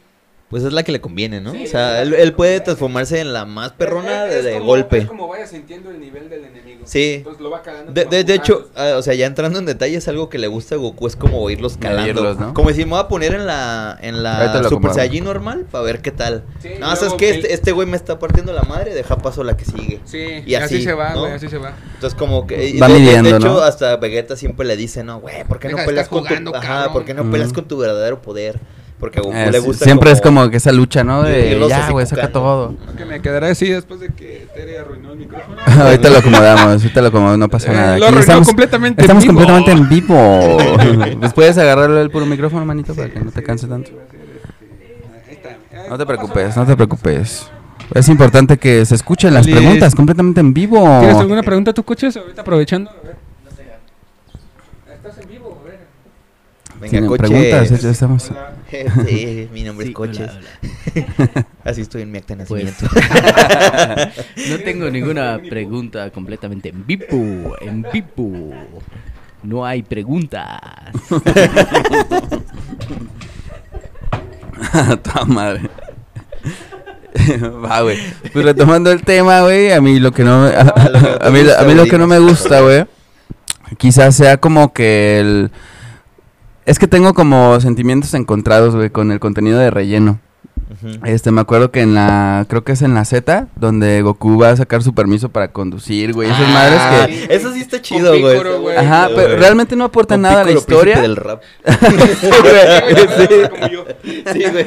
Speaker 3: Pues es la que le conviene, ¿no? o sea, él, él puede transformarse en la más perrona de, de golpe.
Speaker 2: como vayas sintiendo el nivel del enemigo.
Speaker 3: Sí.
Speaker 2: Entonces lo va cagando.
Speaker 3: De, de- de hecho, ah, o sea, ya entrando en detalle, es algo que le gusta a Goku, es como irlos calando.
Speaker 1: Medirlos, ¿no?
Speaker 3: Como si me voy a poner en la, en la
Speaker 1: Ahorita lo
Speaker 3: Super
Speaker 1: compramos.
Speaker 3: Saiyajin normal para ver qué tal.
Speaker 2: Sí, y
Speaker 3: no, ¿sabes
Speaker 2: luego
Speaker 3: qué?
Speaker 2: el-
Speaker 3: Este- Este güey me está partiendo la madre, deja paso la que sigue.
Speaker 2: Sí,
Speaker 3: Y
Speaker 2: así,
Speaker 3: así,
Speaker 2: se va,
Speaker 3: ¿no?
Speaker 2: güey, así se va.
Speaker 3: Entonces, como que. y
Speaker 1: Va
Speaker 3: de, de- de
Speaker 1: midiendo,
Speaker 3: hecho,
Speaker 1: ¿no?
Speaker 3: hasta Vegeta siempre le dice, no, güey, ¿por qué no
Speaker 2: Deja de
Speaker 3: peleas
Speaker 2: estar
Speaker 3: con
Speaker 2: jugando,
Speaker 3: tu. Ajá,
Speaker 2: cabrón".
Speaker 3: ¿por qué no peleas
Speaker 1: Mm.
Speaker 3: con tu verdadero poder? Porque a Goku
Speaker 1: Eh,
Speaker 3: le
Speaker 1: sí,
Speaker 3: gusta.
Speaker 1: siempre es como que esa lucha, ¿no?
Speaker 3: Y- y
Speaker 1: De
Speaker 3: los
Speaker 1: ya,
Speaker 3: así
Speaker 1: güey, saca todo.
Speaker 3: cucando.
Speaker 2: Que me quedará así después de que Tere arruinó el micrófono.
Speaker 1: ahorita lo acomodamos, ahorita lo acomodamos, no pasa
Speaker 2: Eh,
Speaker 1: nada.
Speaker 2: lo
Speaker 1: Aquí
Speaker 2: arruinó
Speaker 1: estamos
Speaker 2: completamente en
Speaker 1: estamos
Speaker 2: vivo.
Speaker 1: completamente en vivo. pues puedes agarrarlo del puro micrófono, manito, para que no te canse tanto. No te preocupes, no te preocupes. Es importante que se escuchen las
Speaker 2: Liz.
Speaker 1: preguntas completamente en vivo.
Speaker 2: ¿Tienes alguna pregunta tú, coches? Ahorita aprovechando. A ver. Estás en vivo, a ver.
Speaker 3: Venga,
Speaker 1: ¿Tienen
Speaker 3: coches.
Speaker 1: preguntas? Ya- ya estamos.
Speaker 3: sí, mi nombre
Speaker 5: Sí,
Speaker 3: es Coches.
Speaker 5: hola, hola.
Speaker 3: Así estoy en mi acta de
Speaker 5: Pues,
Speaker 3: nacimiento.
Speaker 5: No tengo ninguna pregunta completamente en vivo, en vivo. No hay preguntas.
Speaker 1: Toda madre. Va, güey. Pues retomando el tema, güey, a mí lo que no me- a,
Speaker 3: Ah, lo que no te
Speaker 1: mí,
Speaker 3: gusta,
Speaker 1: a mí lo que no me
Speaker 3: güey.
Speaker 1: gusta, güey, quizás sea como que el es que tengo como sentimientos encontrados, güey, con el contenido de relleno.
Speaker 3: Ujú.
Speaker 1: Este, me acuerdo que en la creo que es en la Z donde Goku va a sacar su permiso para conducir, güey, esas
Speaker 3: Ah,
Speaker 1: madres que
Speaker 2: sí.
Speaker 3: Eso sí está chido, güey.
Speaker 2: Piccolo, güey.
Speaker 1: Ajá,
Speaker 2: Sí,
Speaker 1: pero realmente no aporta
Speaker 3: Con
Speaker 1: nada a la
Speaker 3: Piccolo,
Speaker 1: historia.
Speaker 3: príncipe del rap.
Speaker 2: Como yo.
Speaker 3: Sí, güey.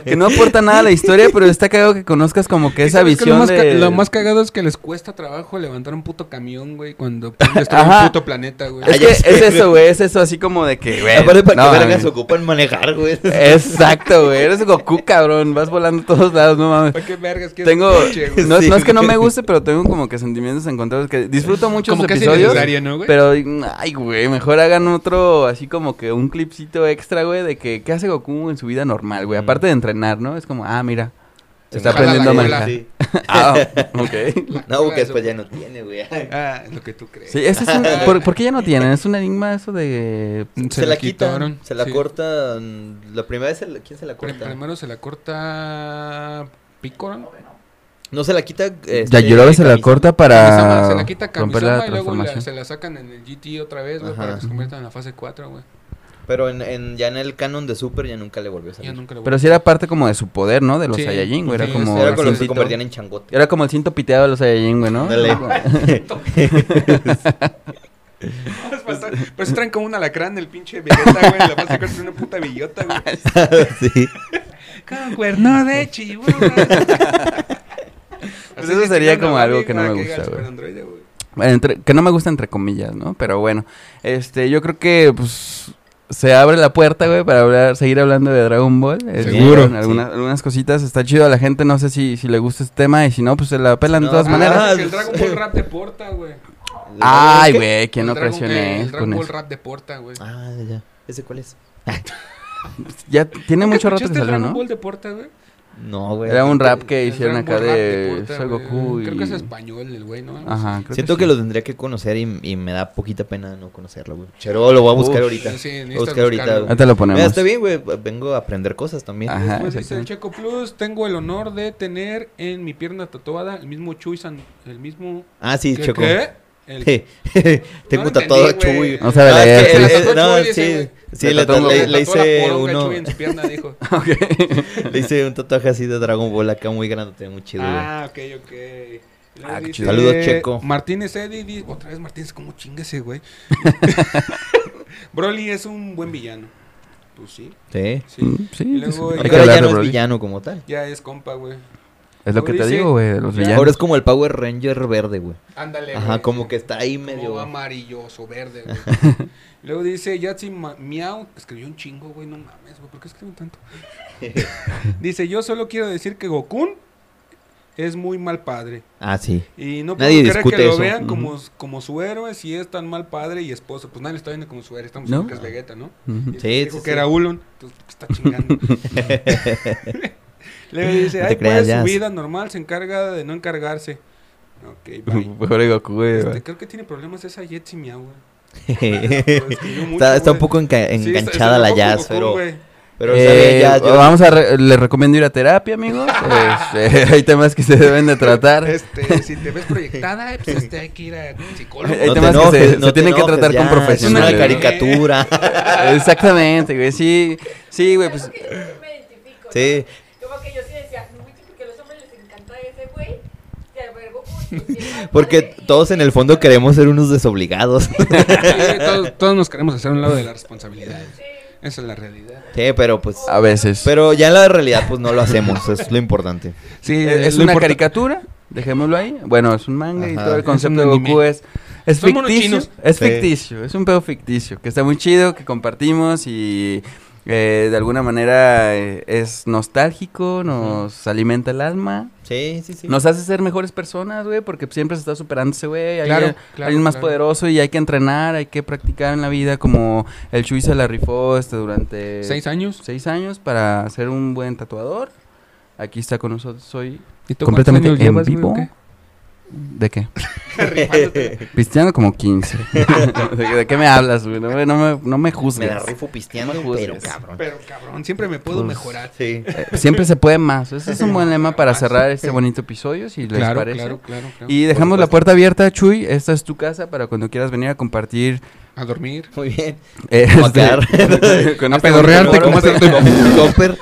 Speaker 1: Que no aporta nada a la historia, pero está cagado que conozcas como que
Speaker 2: ¿Y
Speaker 1: esa
Speaker 2: sabes qué es
Speaker 1: visión
Speaker 2: lo, más ca-
Speaker 1: de...
Speaker 2: lo más cagado es que les cuesta trabajo levantar un puto camión, güey, cuando destruyen
Speaker 1: Ajá.
Speaker 2: un puto planeta, güey.
Speaker 1: Es
Speaker 3: Ay,
Speaker 1: que
Speaker 3: ya
Speaker 1: es
Speaker 3: sé.
Speaker 1: eso, güey, es eso así como de que, güey.
Speaker 3: Aparte,
Speaker 1: no,
Speaker 3: ¿para qué vergas
Speaker 1: mames.
Speaker 3: ocupan manejar, güey?
Speaker 1: Exacto, güey, eres Goku, cabrón, vas volando a todos lados, no mames.
Speaker 2: ¿Para qué vergas quieres
Speaker 1: Tengo,
Speaker 2: un coche, güey?
Speaker 1: no, es-
Speaker 3: Sí,
Speaker 1: no es que no
Speaker 3: güey.
Speaker 1: me guste, pero tengo como que sentimientos encontrados que disfruto mucho
Speaker 2: Como
Speaker 1: los
Speaker 2: que es
Speaker 1: episodios,
Speaker 2: innecesario, ¿no, güey?
Speaker 1: pero, ay, güey, mejor hagan otro, así como que un clipcito extra, güey, de que, ¿qué hace Goku en su vida normal, güey? Aparte de entrenar, ¿no? Es como, ah, mira,
Speaker 3: Se
Speaker 1: está
Speaker 3: me jala
Speaker 1: aprendiendo a
Speaker 2: la
Speaker 1: manejar.
Speaker 3: Sí.
Speaker 1: Ah, ok.
Speaker 3: No, porque después ya no tiene, güey.
Speaker 2: Ah, es lo que tú crees.
Speaker 1: Sí, ese es un, ¿por, por qué ya no tienen? Es un enigma eso de...
Speaker 3: Se, la quitan, se la cortan. La primera vez, se la- ¿quién se la
Speaker 2: Prim-
Speaker 3: corta?
Speaker 2: Primero se la corta Piccolo. ¿no?
Speaker 3: No se la quita. este,
Speaker 1: Yajirobe se la
Speaker 3: Kamisama.
Speaker 1: corta
Speaker 2: Kamisama,
Speaker 1: para
Speaker 2: se la quita
Speaker 1: romper la
Speaker 2: Kamisama y luego la-
Speaker 1: transformación.
Speaker 2: se la sacan en el GT otra vez, güey,
Speaker 3: Ajá.
Speaker 2: para que se conviertan en la fase 4, güey.
Speaker 3: Pero en, en- ya en el canon de Super ya nunca le volvió a
Speaker 2: Ya
Speaker 3: salir.
Speaker 2: nunca lo
Speaker 1: Pero sí era parte como de su poder, ¿no? De los
Speaker 2: Sí,
Speaker 1: Saiyajin, güey. Era
Speaker 2: sí,
Speaker 1: como...
Speaker 3: Era
Speaker 1: el
Speaker 3: con los que se
Speaker 1: cintito.
Speaker 3: convertían en changote.
Speaker 1: Era como el cinto piteado de los Saiyajin, güey, ¿no?
Speaker 3: Ándale.
Speaker 2: Pues falta- Por eso traen como un alacrán el pinche bellota, güey. La vas a sacar una puta bellota, güey.
Speaker 3: sí.
Speaker 2: Con cuerno de chihuahua.
Speaker 1: Pues eso sería como algo que no me gusta, güey. Bueno, entre- que no me gusta entre comillas, ¿no? Pero bueno, este, yo creo que pues se abre la puerta, güey, para hablar, seguir hablando de Dragon Ball. Este,
Speaker 3: Seguro.
Speaker 1: en alguna- Algunas cositas, está chido a la gente, no sé si, si le gusta este tema y si no, pues se la pelan
Speaker 3: Si
Speaker 1: de
Speaker 3: no,
Speaker 1: todas
Speaker 3: ah,
Speaker 1: maneras.
Speaker 2: el Dragon Ball Rap de Porta, güey.
Speaker 1: Ay, güey, ¿quién
Speaker 2: El
Speaker 1: no
Speaker 2: Dragon- eh,
Speaker 1: presioné
Speaker 2: El
Speaker 1: con
Speaker 2: Dragon Ball
Speaker 1: eso?
Speaker 2: Rap de Porta, güey.
Speaker 3: Ah, ya. ¿Ese cuál es?
Speaker 1: Ya tiene mucho rato que
Speaker 2: ¿Escuchaste el
Speaker 1: salió,
Speaker 2: Dragon
Speaker 1: ¿no?
Speaker 2: Ball de Porta, güey?
Speaker 3: No, güey.
Speaker 1: Era un rap que
Speaker 2: El
Speaker 1: hicieron
Speaker 2: Dragon
Speaker 1: acá
Speaker 2: Ball Rap
Speaker 1: de
Speaker 2: Porta,
Speaker 1: Soy
Speaker 2: güey.
Speaker 1: Goku y...
Speaker 2: Creo que es español el güey, ¿no? Algo
Speaker 1: Ajá, creo
Speaker 3: Siento que
Speaker 1: sí.
Speaker 3: lo tendría que conocer y, y me da poquita pena no conocerlo, güey. Chero, lo voy a buscar
Speaker 1: Uf,
Speaker 3: ahorita.
Speaker 2: sí,
Speaker 3: voy a
Speaker 2: necesitas
Speaker 3: buscar ahorita,
Speaker 2: buscarlo.
Speaker 3: güey.
Speaker 1: Ahorita lo ponemos.
Speaker 3: Mira, está bien, güey. Vengo a aprender cosas también.
Speaker 1: Ajá.
Speaker 2: Después dice el
Speaker 1: exactamente.
Speaker 2: Checo Plus, tengo el honor de tener en mi pierna tatuada el mismo Chuy San, el mismo...
Speaker 3: Ah, sí,
Speaker 2: ¿Qué,
Speaker 3: Checo.
Speaker 2: qué? El-
Speaker 3: Tengo
Speaker 2: No
Speaker 3: tatuado a
Speaker 2: entendí, güey.
Speaker 3: Chuy.
Speaker 1: No sabe
Speaker 3: Ah,
Speaker 1: leer,
Speaker 3: es que
Speaker 1: sí.
Speaker 2: Se
Speaker 3: él- él-
Speaker 2: tatuó
Speaker 3: no,
Speaker 2: Chuy,
Speaker 3: sí.
Speaker 2: ese,
Speaker 3: Sí,
Speaker 1: güey.
Speaker 3: le,
Speaker 1: Se tatuó-
Speaker 3: tatu- le- le
Speaker 2: tatuó la
Speaker 3: hice
Speaker 2: poronga a
Speaker 3: uno.
Speaker 2: Chuy en su pierna, dijo.
Speaker 1: Ok.
Speaker 3: Le hice un tatuaje así de Dragon Ball acá muy grande, muy chido, güey.
Speaker 2: Ah, ok, ok. Luego
Speaker 1: Ah, qué
Speaker 2: dice
Speaker 1: chido.
Speaker 3: Saludos, Checo.
Speaker 2: Martínez Eddy, di- otra vez Martínez, como chingue ese güey. Broly es un buen villano. Pues sí,
Speaker 3: Sí.
Speaker 2: sí.
Speaker 1: Mm, Sí, sí, sí.
Speaker 2: luego
Speaker 1: Hay
Speaker 2: el-
Speaker 1: que
Speaker 3: Pero
Speaker 1: hablar
Speaker 3: ya
Speaker 1: de
Speaker 3: no es
Speaker 1: Broly.
Speaker 3: villano como tal.
Speaker 2: Ya es compa, güey.
Speaker 1: Es lo que te
Speaker 2: Dice-
Speaker 1: digo, güey, de los
Speaker 2: Ya.
Speaker 1: villanos.
Speaker 3: Ahora es como el Power Ranger verde, güey.
Speaker 2: Ándale.
Speaker 3: Ajá,
Speaker 2: güey.
Speaker 3: como que está ahí
Speaker 2: Como
Speaker 3: medio.
Speaker 2: amarilloso, verde, güey. Luego dice Yatsi Ma- Miau, escribió un chingo, güey, no mames, güey, ¿por qué escriben tanto? dice, yo solo quiero decir que Goku es muy mal padre.
Speaker 3: Ah, sí.
Speaker 2: Y no puedo
Speaker 3: Nadie
Speaker 2: creer que
Speaker 3: discute
Speaker 2: lo
Speaker 3: eso.
Speaker 2: vean
Speaker 1: Ujú.
Speaker 2: como, como su héroe si es tan mal padre y esposo. Pues nadie lo está viendo como su héroe, estamos
Speaker 1: ¿No?
Speaker 2: viendo que es Vegeta, ¿no?
Speaker 1: Ujú.
Speaker 3: Sí,
Speaker 2: Dijo
Speaker 3: sí,
Speaker 2: que
Speaker 3: sí.
Speaker 2: era Ulon, entonces ¿por qué está chingando. Luego dice,
Speaker 3: No te
Speaker 2: ay,
Speaker 3: creas,
Speaker 2: pues,
Speaker 3: ya.
Speaker 2: su vida normal se encarga de no encargarse. Ok, bye.
Speaker 1: Pobre Goku, güey.
Speaker 2: Este,
Speaker 1: güey.
Speaker 2: creo que tiene problemas esa Yetsi Miau, güey. pues,
Speaker 3: está, está un poco enca-
Speaker 2: Sí, está-
Speaker 3: enganchada
Speaker 2: está
Speaker 3: la
Speaker 2: un poco
Speaker 3: jazz,
Speaker 2: Goku,
Speaker 3: pero.
Speaker 2: güey.
Speaker 3: Pero
Speaker 1: Eh,
Speaker 3: sabe, ya, yo-
Speaker 1: Vamos a re- les recomiendo ir a terapia, amigos. Este, hay temas que se deben de tratar. Hay
Speaker 2: Este, si te ves proyectada, eh, pues este, hay que ir a psicólogo.
Speaker 1: hay
Speaker 3: te
Speaker 1: temas que se-
Speaker 3: enojes,
Speaker 1: se,
Speaker 3: no te
Speaker 1: tienen que
Speaker 3: enojes,
Speaker 1: tratar con
Speaker 3: ya,
Speaker 1: profesionales.
Speaker 3: Es una
Speaker 1: ¿no?
Speaker 3: caricatura.
Speaker 1: Exactamente, güey. Sí, sí, güey, pues
Speaker 4: Algo que yo sí me identifico, ¿no?
Speaker 3: sí.
Speaker 4: Como que yo sí decía, no manches, porque a los hombres les encanta ese güey. Y al verbo, pues, sí, es mal
Speaker 3: Porque
Speaker 4: padre y-
Speaker 3: todos en el fondo queremos ser unos desobligados.
Speaker 2: Sí, todos, todos nos queremos hacer un lado de la responsabilidad. Esa es la realidad.
Speaker 3: sí, pero pues.
Speaker 1: a veces.
Speaker 3: Pero ya en la realidad, pues no lo hacemos. es lo importante.
Speaker 2: Sí,
Speaker 1: Eh, es una caricatura, dejémoslo ahí. Bueno, es un manga y
Speaker 3: Ajá.
Speaker 1: todo el
Speaker 3: Es
Speaker 1: concepto de
Speaker 2: un
Speaker 1: Goku
Speaker 2: anime.
Speaker 1: es, es
Speaker 2: Son monos
Speaker 1: ficticio.
Speaker 2: chinos.
Speaker 1: Es
Speaker 3: Sí.
Speaker 1: ficticio, es un pedo ficticio, que está muy chido, que compartimos y eh, de alguna manera eh, es nostálgico, nos alimenta el alma.
Speaker 3: Sí, sí, sí.
Speaker 1: Nos hace ser mejores personas, güey, porque siempre se está superando ese güey. Hay
Speaker 2: Claro,
Speaker 1: hay
Speaker 2: claro,
Speaker 1: alguien más
Speaker 2: claro.
Speaker 1: poderoso y hay que entrenar, hay que practicar en la vida como el Chuy se la rifó este, durante
Speaker 2: Seis años.
Speaker 1: seis años para ser un buen tatuador. Aquí está con nosotros hoy
Speaker 2: ¿Y tú cuántos
Speaker 1: completamente en
Speaker 2: años llevas, güey,
Speaker 1: vivo.
Speaker 2: o qué?
Speaker 1: ¿De qué?
Speaker 2: Rifándote.
Speaker 1: Pisteando como 15. ¿De, qué- de qué me hablas, güey? No, me- no me, no me
Speaker 3: me
Speaker 1: juzgues.
Speaker 3: la rifo pisteando,
Speaker 1: No me juzgues.
Speaker 3: pero cabrón.
Speaker 2: Pero cabrón, siempre me puedo
Speaker 1: Pues,
Speaker 2: mejorar.
Speaker 3: Sí.
Speaker 1: Eh, Siempre se puede más. Ese es un buen lema para cerrar este bonito episodio, si les
Speaker 2: Claro,
Speaker 1: parece.
Speaker 2: claro, claro, claro.
Speaker 1: Y dejamos
Speaker 3: Por
Speaker 1: la
Speaker 3: supuesto.
Speaker 1: puerta abierta, Chuy. Esta es tu casa para cuando quieras venir a compartir.
Speaker 2: A dormir.
Speaker 3: Muy bien.
Speaker 1: eh,
Speaker 3: Como a
Speaker 1: este-
Speaker 3: quedar.
Speaker 1: con
Speaker 2: A
Speaker 1: este
Speaker 2: pedorrearte,
Speaker 1: bonito
Speaker 2: ¿cómo
Speaker 1: foro.
Speaker 2: hacer-
Speaker 3: Como un topper.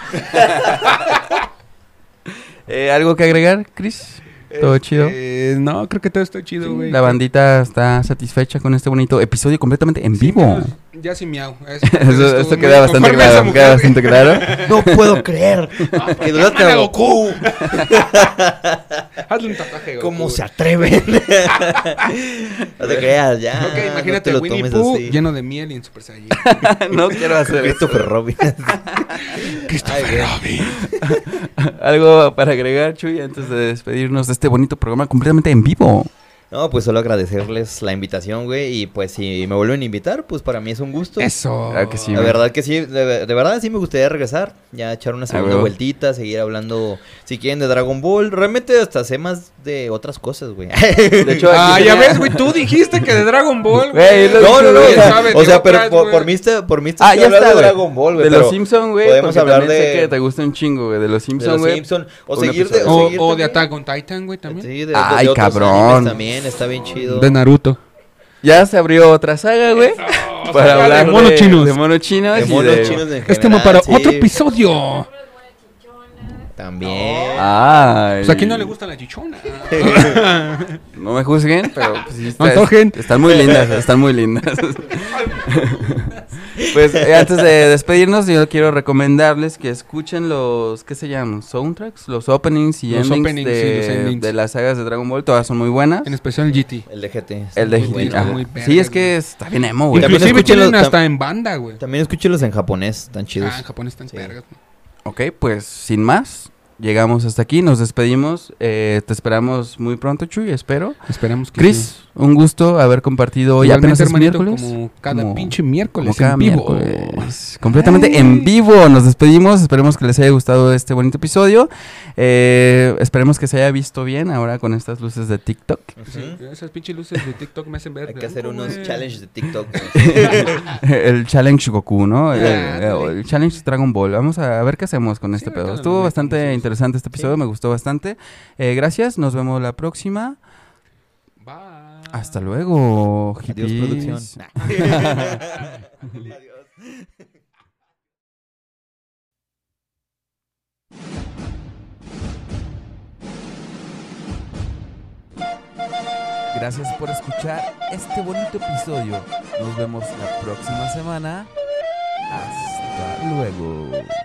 Speaker 1: Eh, ¿Algo que agregar, Chris? Todo chido.
Speaker 2: Eh, no, creo que todo está chido, güey.
Speaker 1: La bandita está satisfecha con este bonito episodio completamente en
Speaker 2: Sí,
Speaker 1: vivo.
Speaker 2: no, Ya sí miau.
Speaker 1: Eso, esto queda bastante claro. Queda bastante claro.
Speaker 3: No puedo creer.
Speaker 1: Ah,
Speaker 3: que duraste a Goku.
Speaker 2: Hazle un tatuaje, Goku.
Speaker 3: ¿Cómo se atreven? no te creas, ya.
Speaker 2: Ok, imagínate
Speaker 3: Ah, no te lo
Speaker 2: Winnie
Speaker 3: tomes
Speaker 2: Pooh
Speaker 3: así.
Speaker 2: lleno de miel y en Super Saiyan.
Speaker 1: no
Speaker 3: Ah,
Speaker 1: quiero hacer esto.
Speaker 3: Christopher Robin. Ay, güey.
Speaker 1: Algo para agregar, Chuy, antes de despedirnos de este bonito programa completamente en vivo.
Speaker 3: No, pues solo agradecerles la invitación, güey. Y pues si me vuelven a invitar, pues para mí es un gusto.
Speaker 2: Eso.
Speaker 1: Claro que sí.
Speaker 3: La verdad que sí, de, de verdad sí me gustaría regresar, ya echar una segunda
Speaker 1: Ah, huevo.
Speaker 3: vueltita, seguir hablando, si quieren, de Dragon Ball. Realmente hasta sé más de otras cosas, güey.
Speaker 1: De hecho,
Speaker 2: Ah,
Speaker 1: aquí
Speaker 2: ya
Speaker 1: tenía-
Speaker 2: ves, güey, tú dijiste que de Dragon Ball,
Speaker 1: Güey,
Speaker 2: güey.
Speaker 1: lo dije,
Speaker 3: No, no, no, o
Speaker 1: güey,
Speaker 3: sea,
Speaker 2: sabes,
Speaker 3: o
Speaker 2: de
Speaker 3: sea, pero
Speaker 2: otras,
Speaker 3: por,
Speaker 2: güey.
Speaker 3: por mí está, por mí está
Speaker 1: Ah,
Speaker 3: chido
Speaker 1: ya
Speaker 3: hablar
Speaker 1: está,
Speaker 3: de
Speaker 1: güey.
Speaker 3: Dragon Ball, güey.
Speaker 1: De los
Speaker 3: pero
Speaker 1: Simpsons, güey.
Speaker 3: podemos
Speaker 1: porque
Speaker 3: hablar
Speaker 1: también sé
Speaker 3: de-
Speaker 1: que te gusta un chingo, güey. De los
Speaker 3: de los
Speaker 1: Simpsons, güey.
Speaker 3: Simpson, o
Speaker 1: un
Speaker 3: seguir de,
Speaker 1: episodio.
Speaker 2: O,
Speaker 3: seguir
Speaker 2: o de
Speaker 3: también-
Speaker 2: Attack on Titan, güey, también.
Speaker 3: Sí, de,
Speaker 1: Ay,
Speaker 3: de otros
Speaker 1: cabrón.
Speaker 3: animes también, está bien chido.
Speaker 2: De Naruto.
Speaker 1: Ya se abrió otra saga, güey.
Speaker 2: saga de
Speaker 1: Para hablar de
Speaker 2: monos chinos.
Speaker 1: De monos chinos.
Speaker 3: De
Speaker 1: y
Speaker 3: monos chinos en
Speaker 2: Este
Speaker 3: general,
Speaker 2: para
Speaker 3: sí.
Speaker 2: otro episodio.
Speaker 4: Las monas chichonas.
Speaker 3: También.
Speaker 1: Ah. Ay.
Speaker 2: Pues aquí no le gusta la chichona. Ah,
Speaker 1: No me juzguen, pero pues, sí
Speaker 2: No
Speaker 1: está-
Speaker 2: antojen.
Speaker 1: están muy lindas, están muy lindas. pues eh, antes de despedirnos, yo quiero recomendarles que escuchen los, ¿qué se llaman? Soundtracks, los openings y
Speaker 2: Los
Speaker 1: endings,
Speaker 2: openings
Speaker 1: de,
Speaker 2: y los endings.
Speaker 1: de las sagas de Dragon Ball, todas son muy buenas.
Speaker 2: en especial GT.
Speaker 3: El de GT. está
Speaker 1: El de
Speaker 3: muy bueno.
Speaker 1: ajá.
Speaker 2: muy verga,
Speaker 1: Sí, es
Speaker 2: güey.
Speaker 1: que está bien emo, güey.
Speaker 3: También
Speaker 2: Inclusive
Speaker 3: escúchenlo-
Speaker 2: tienen hasta
Speaker 3: tam-
Speaker 2: en banda, güey.
Speaker 3: También escúchelos en japonés, tan chidos.
Speaker 2: Ah, en Japón están
Speaker 3: Sí.
Speaker 2: vergas.
Speaker 1: Ok, pues sin más, llegamos hasta aquí, nos despedimos. eh, te esperamos muy pronto, Chuy, espero.
Speaker 2: Esperamos que
Speaker 1: Chris,
Speaker 2: sí.
Speaker 1: un gusto haber compartido hoy
Speaker 2: Igualmente,
Speaker 1: apenas es
Speaker 2: hermanito,
Speaker 1: miércoles.
Speaker 2: Como cada
Speaker 1: Como-
Speaker 2: pinche miércoles
Speaker 1: Como cada
Speaker 2: en vivo.
Speaker 1: miércoles. Completamente en vivo. Nos despedimos. Esperemos que les haya gustado este bonito episodio. Eh, esperemos que se haya visto bien ahora con estas luces de TikTok.
Speaker 2: Sí,
Speaker 3: Ujú.
Speaker 2: esas pinches luces de TikTok me hacen ver.
Speaker 3: ¿Mm? Hay que
Speaker 2: blanco,
Speaker 3: hacer unos
Speaker 2: güey.
Speaker 3: challenges de TikTok. güey.
Speaker 1: el Challenge Goku, ¿no? El,
Speaker 2: Ah,
Speaker 1: eh, o
Speaker 2: ándale.
Speaker 1: el Challenge Dragon Ball. Vamos a ver qué hacemos con
Speaker 2: Sí,
Speaker 1: este
Speaker 2: ahorita
Speaker 1: pedo.
Speaker 2: lo
Speaker 1: Estuvo
Speaker 2: vemos,
Speaker 1: bastante
Speaker 2: sí.
Speaker 1: interesante este episodio. Me gustó bastante. Eh, gracias. Nos vemos la próxima.
Speaker 2: Bye.
Speaker 1: Hasta luego.
Speaker 3: Adiós,
Speaker 1: hippies.
Speaker 3: producción. Adiós.
Speaker 1: Gracias por escuchar este bonito episodio. Nos vemos la próxima semana. Hasta luego.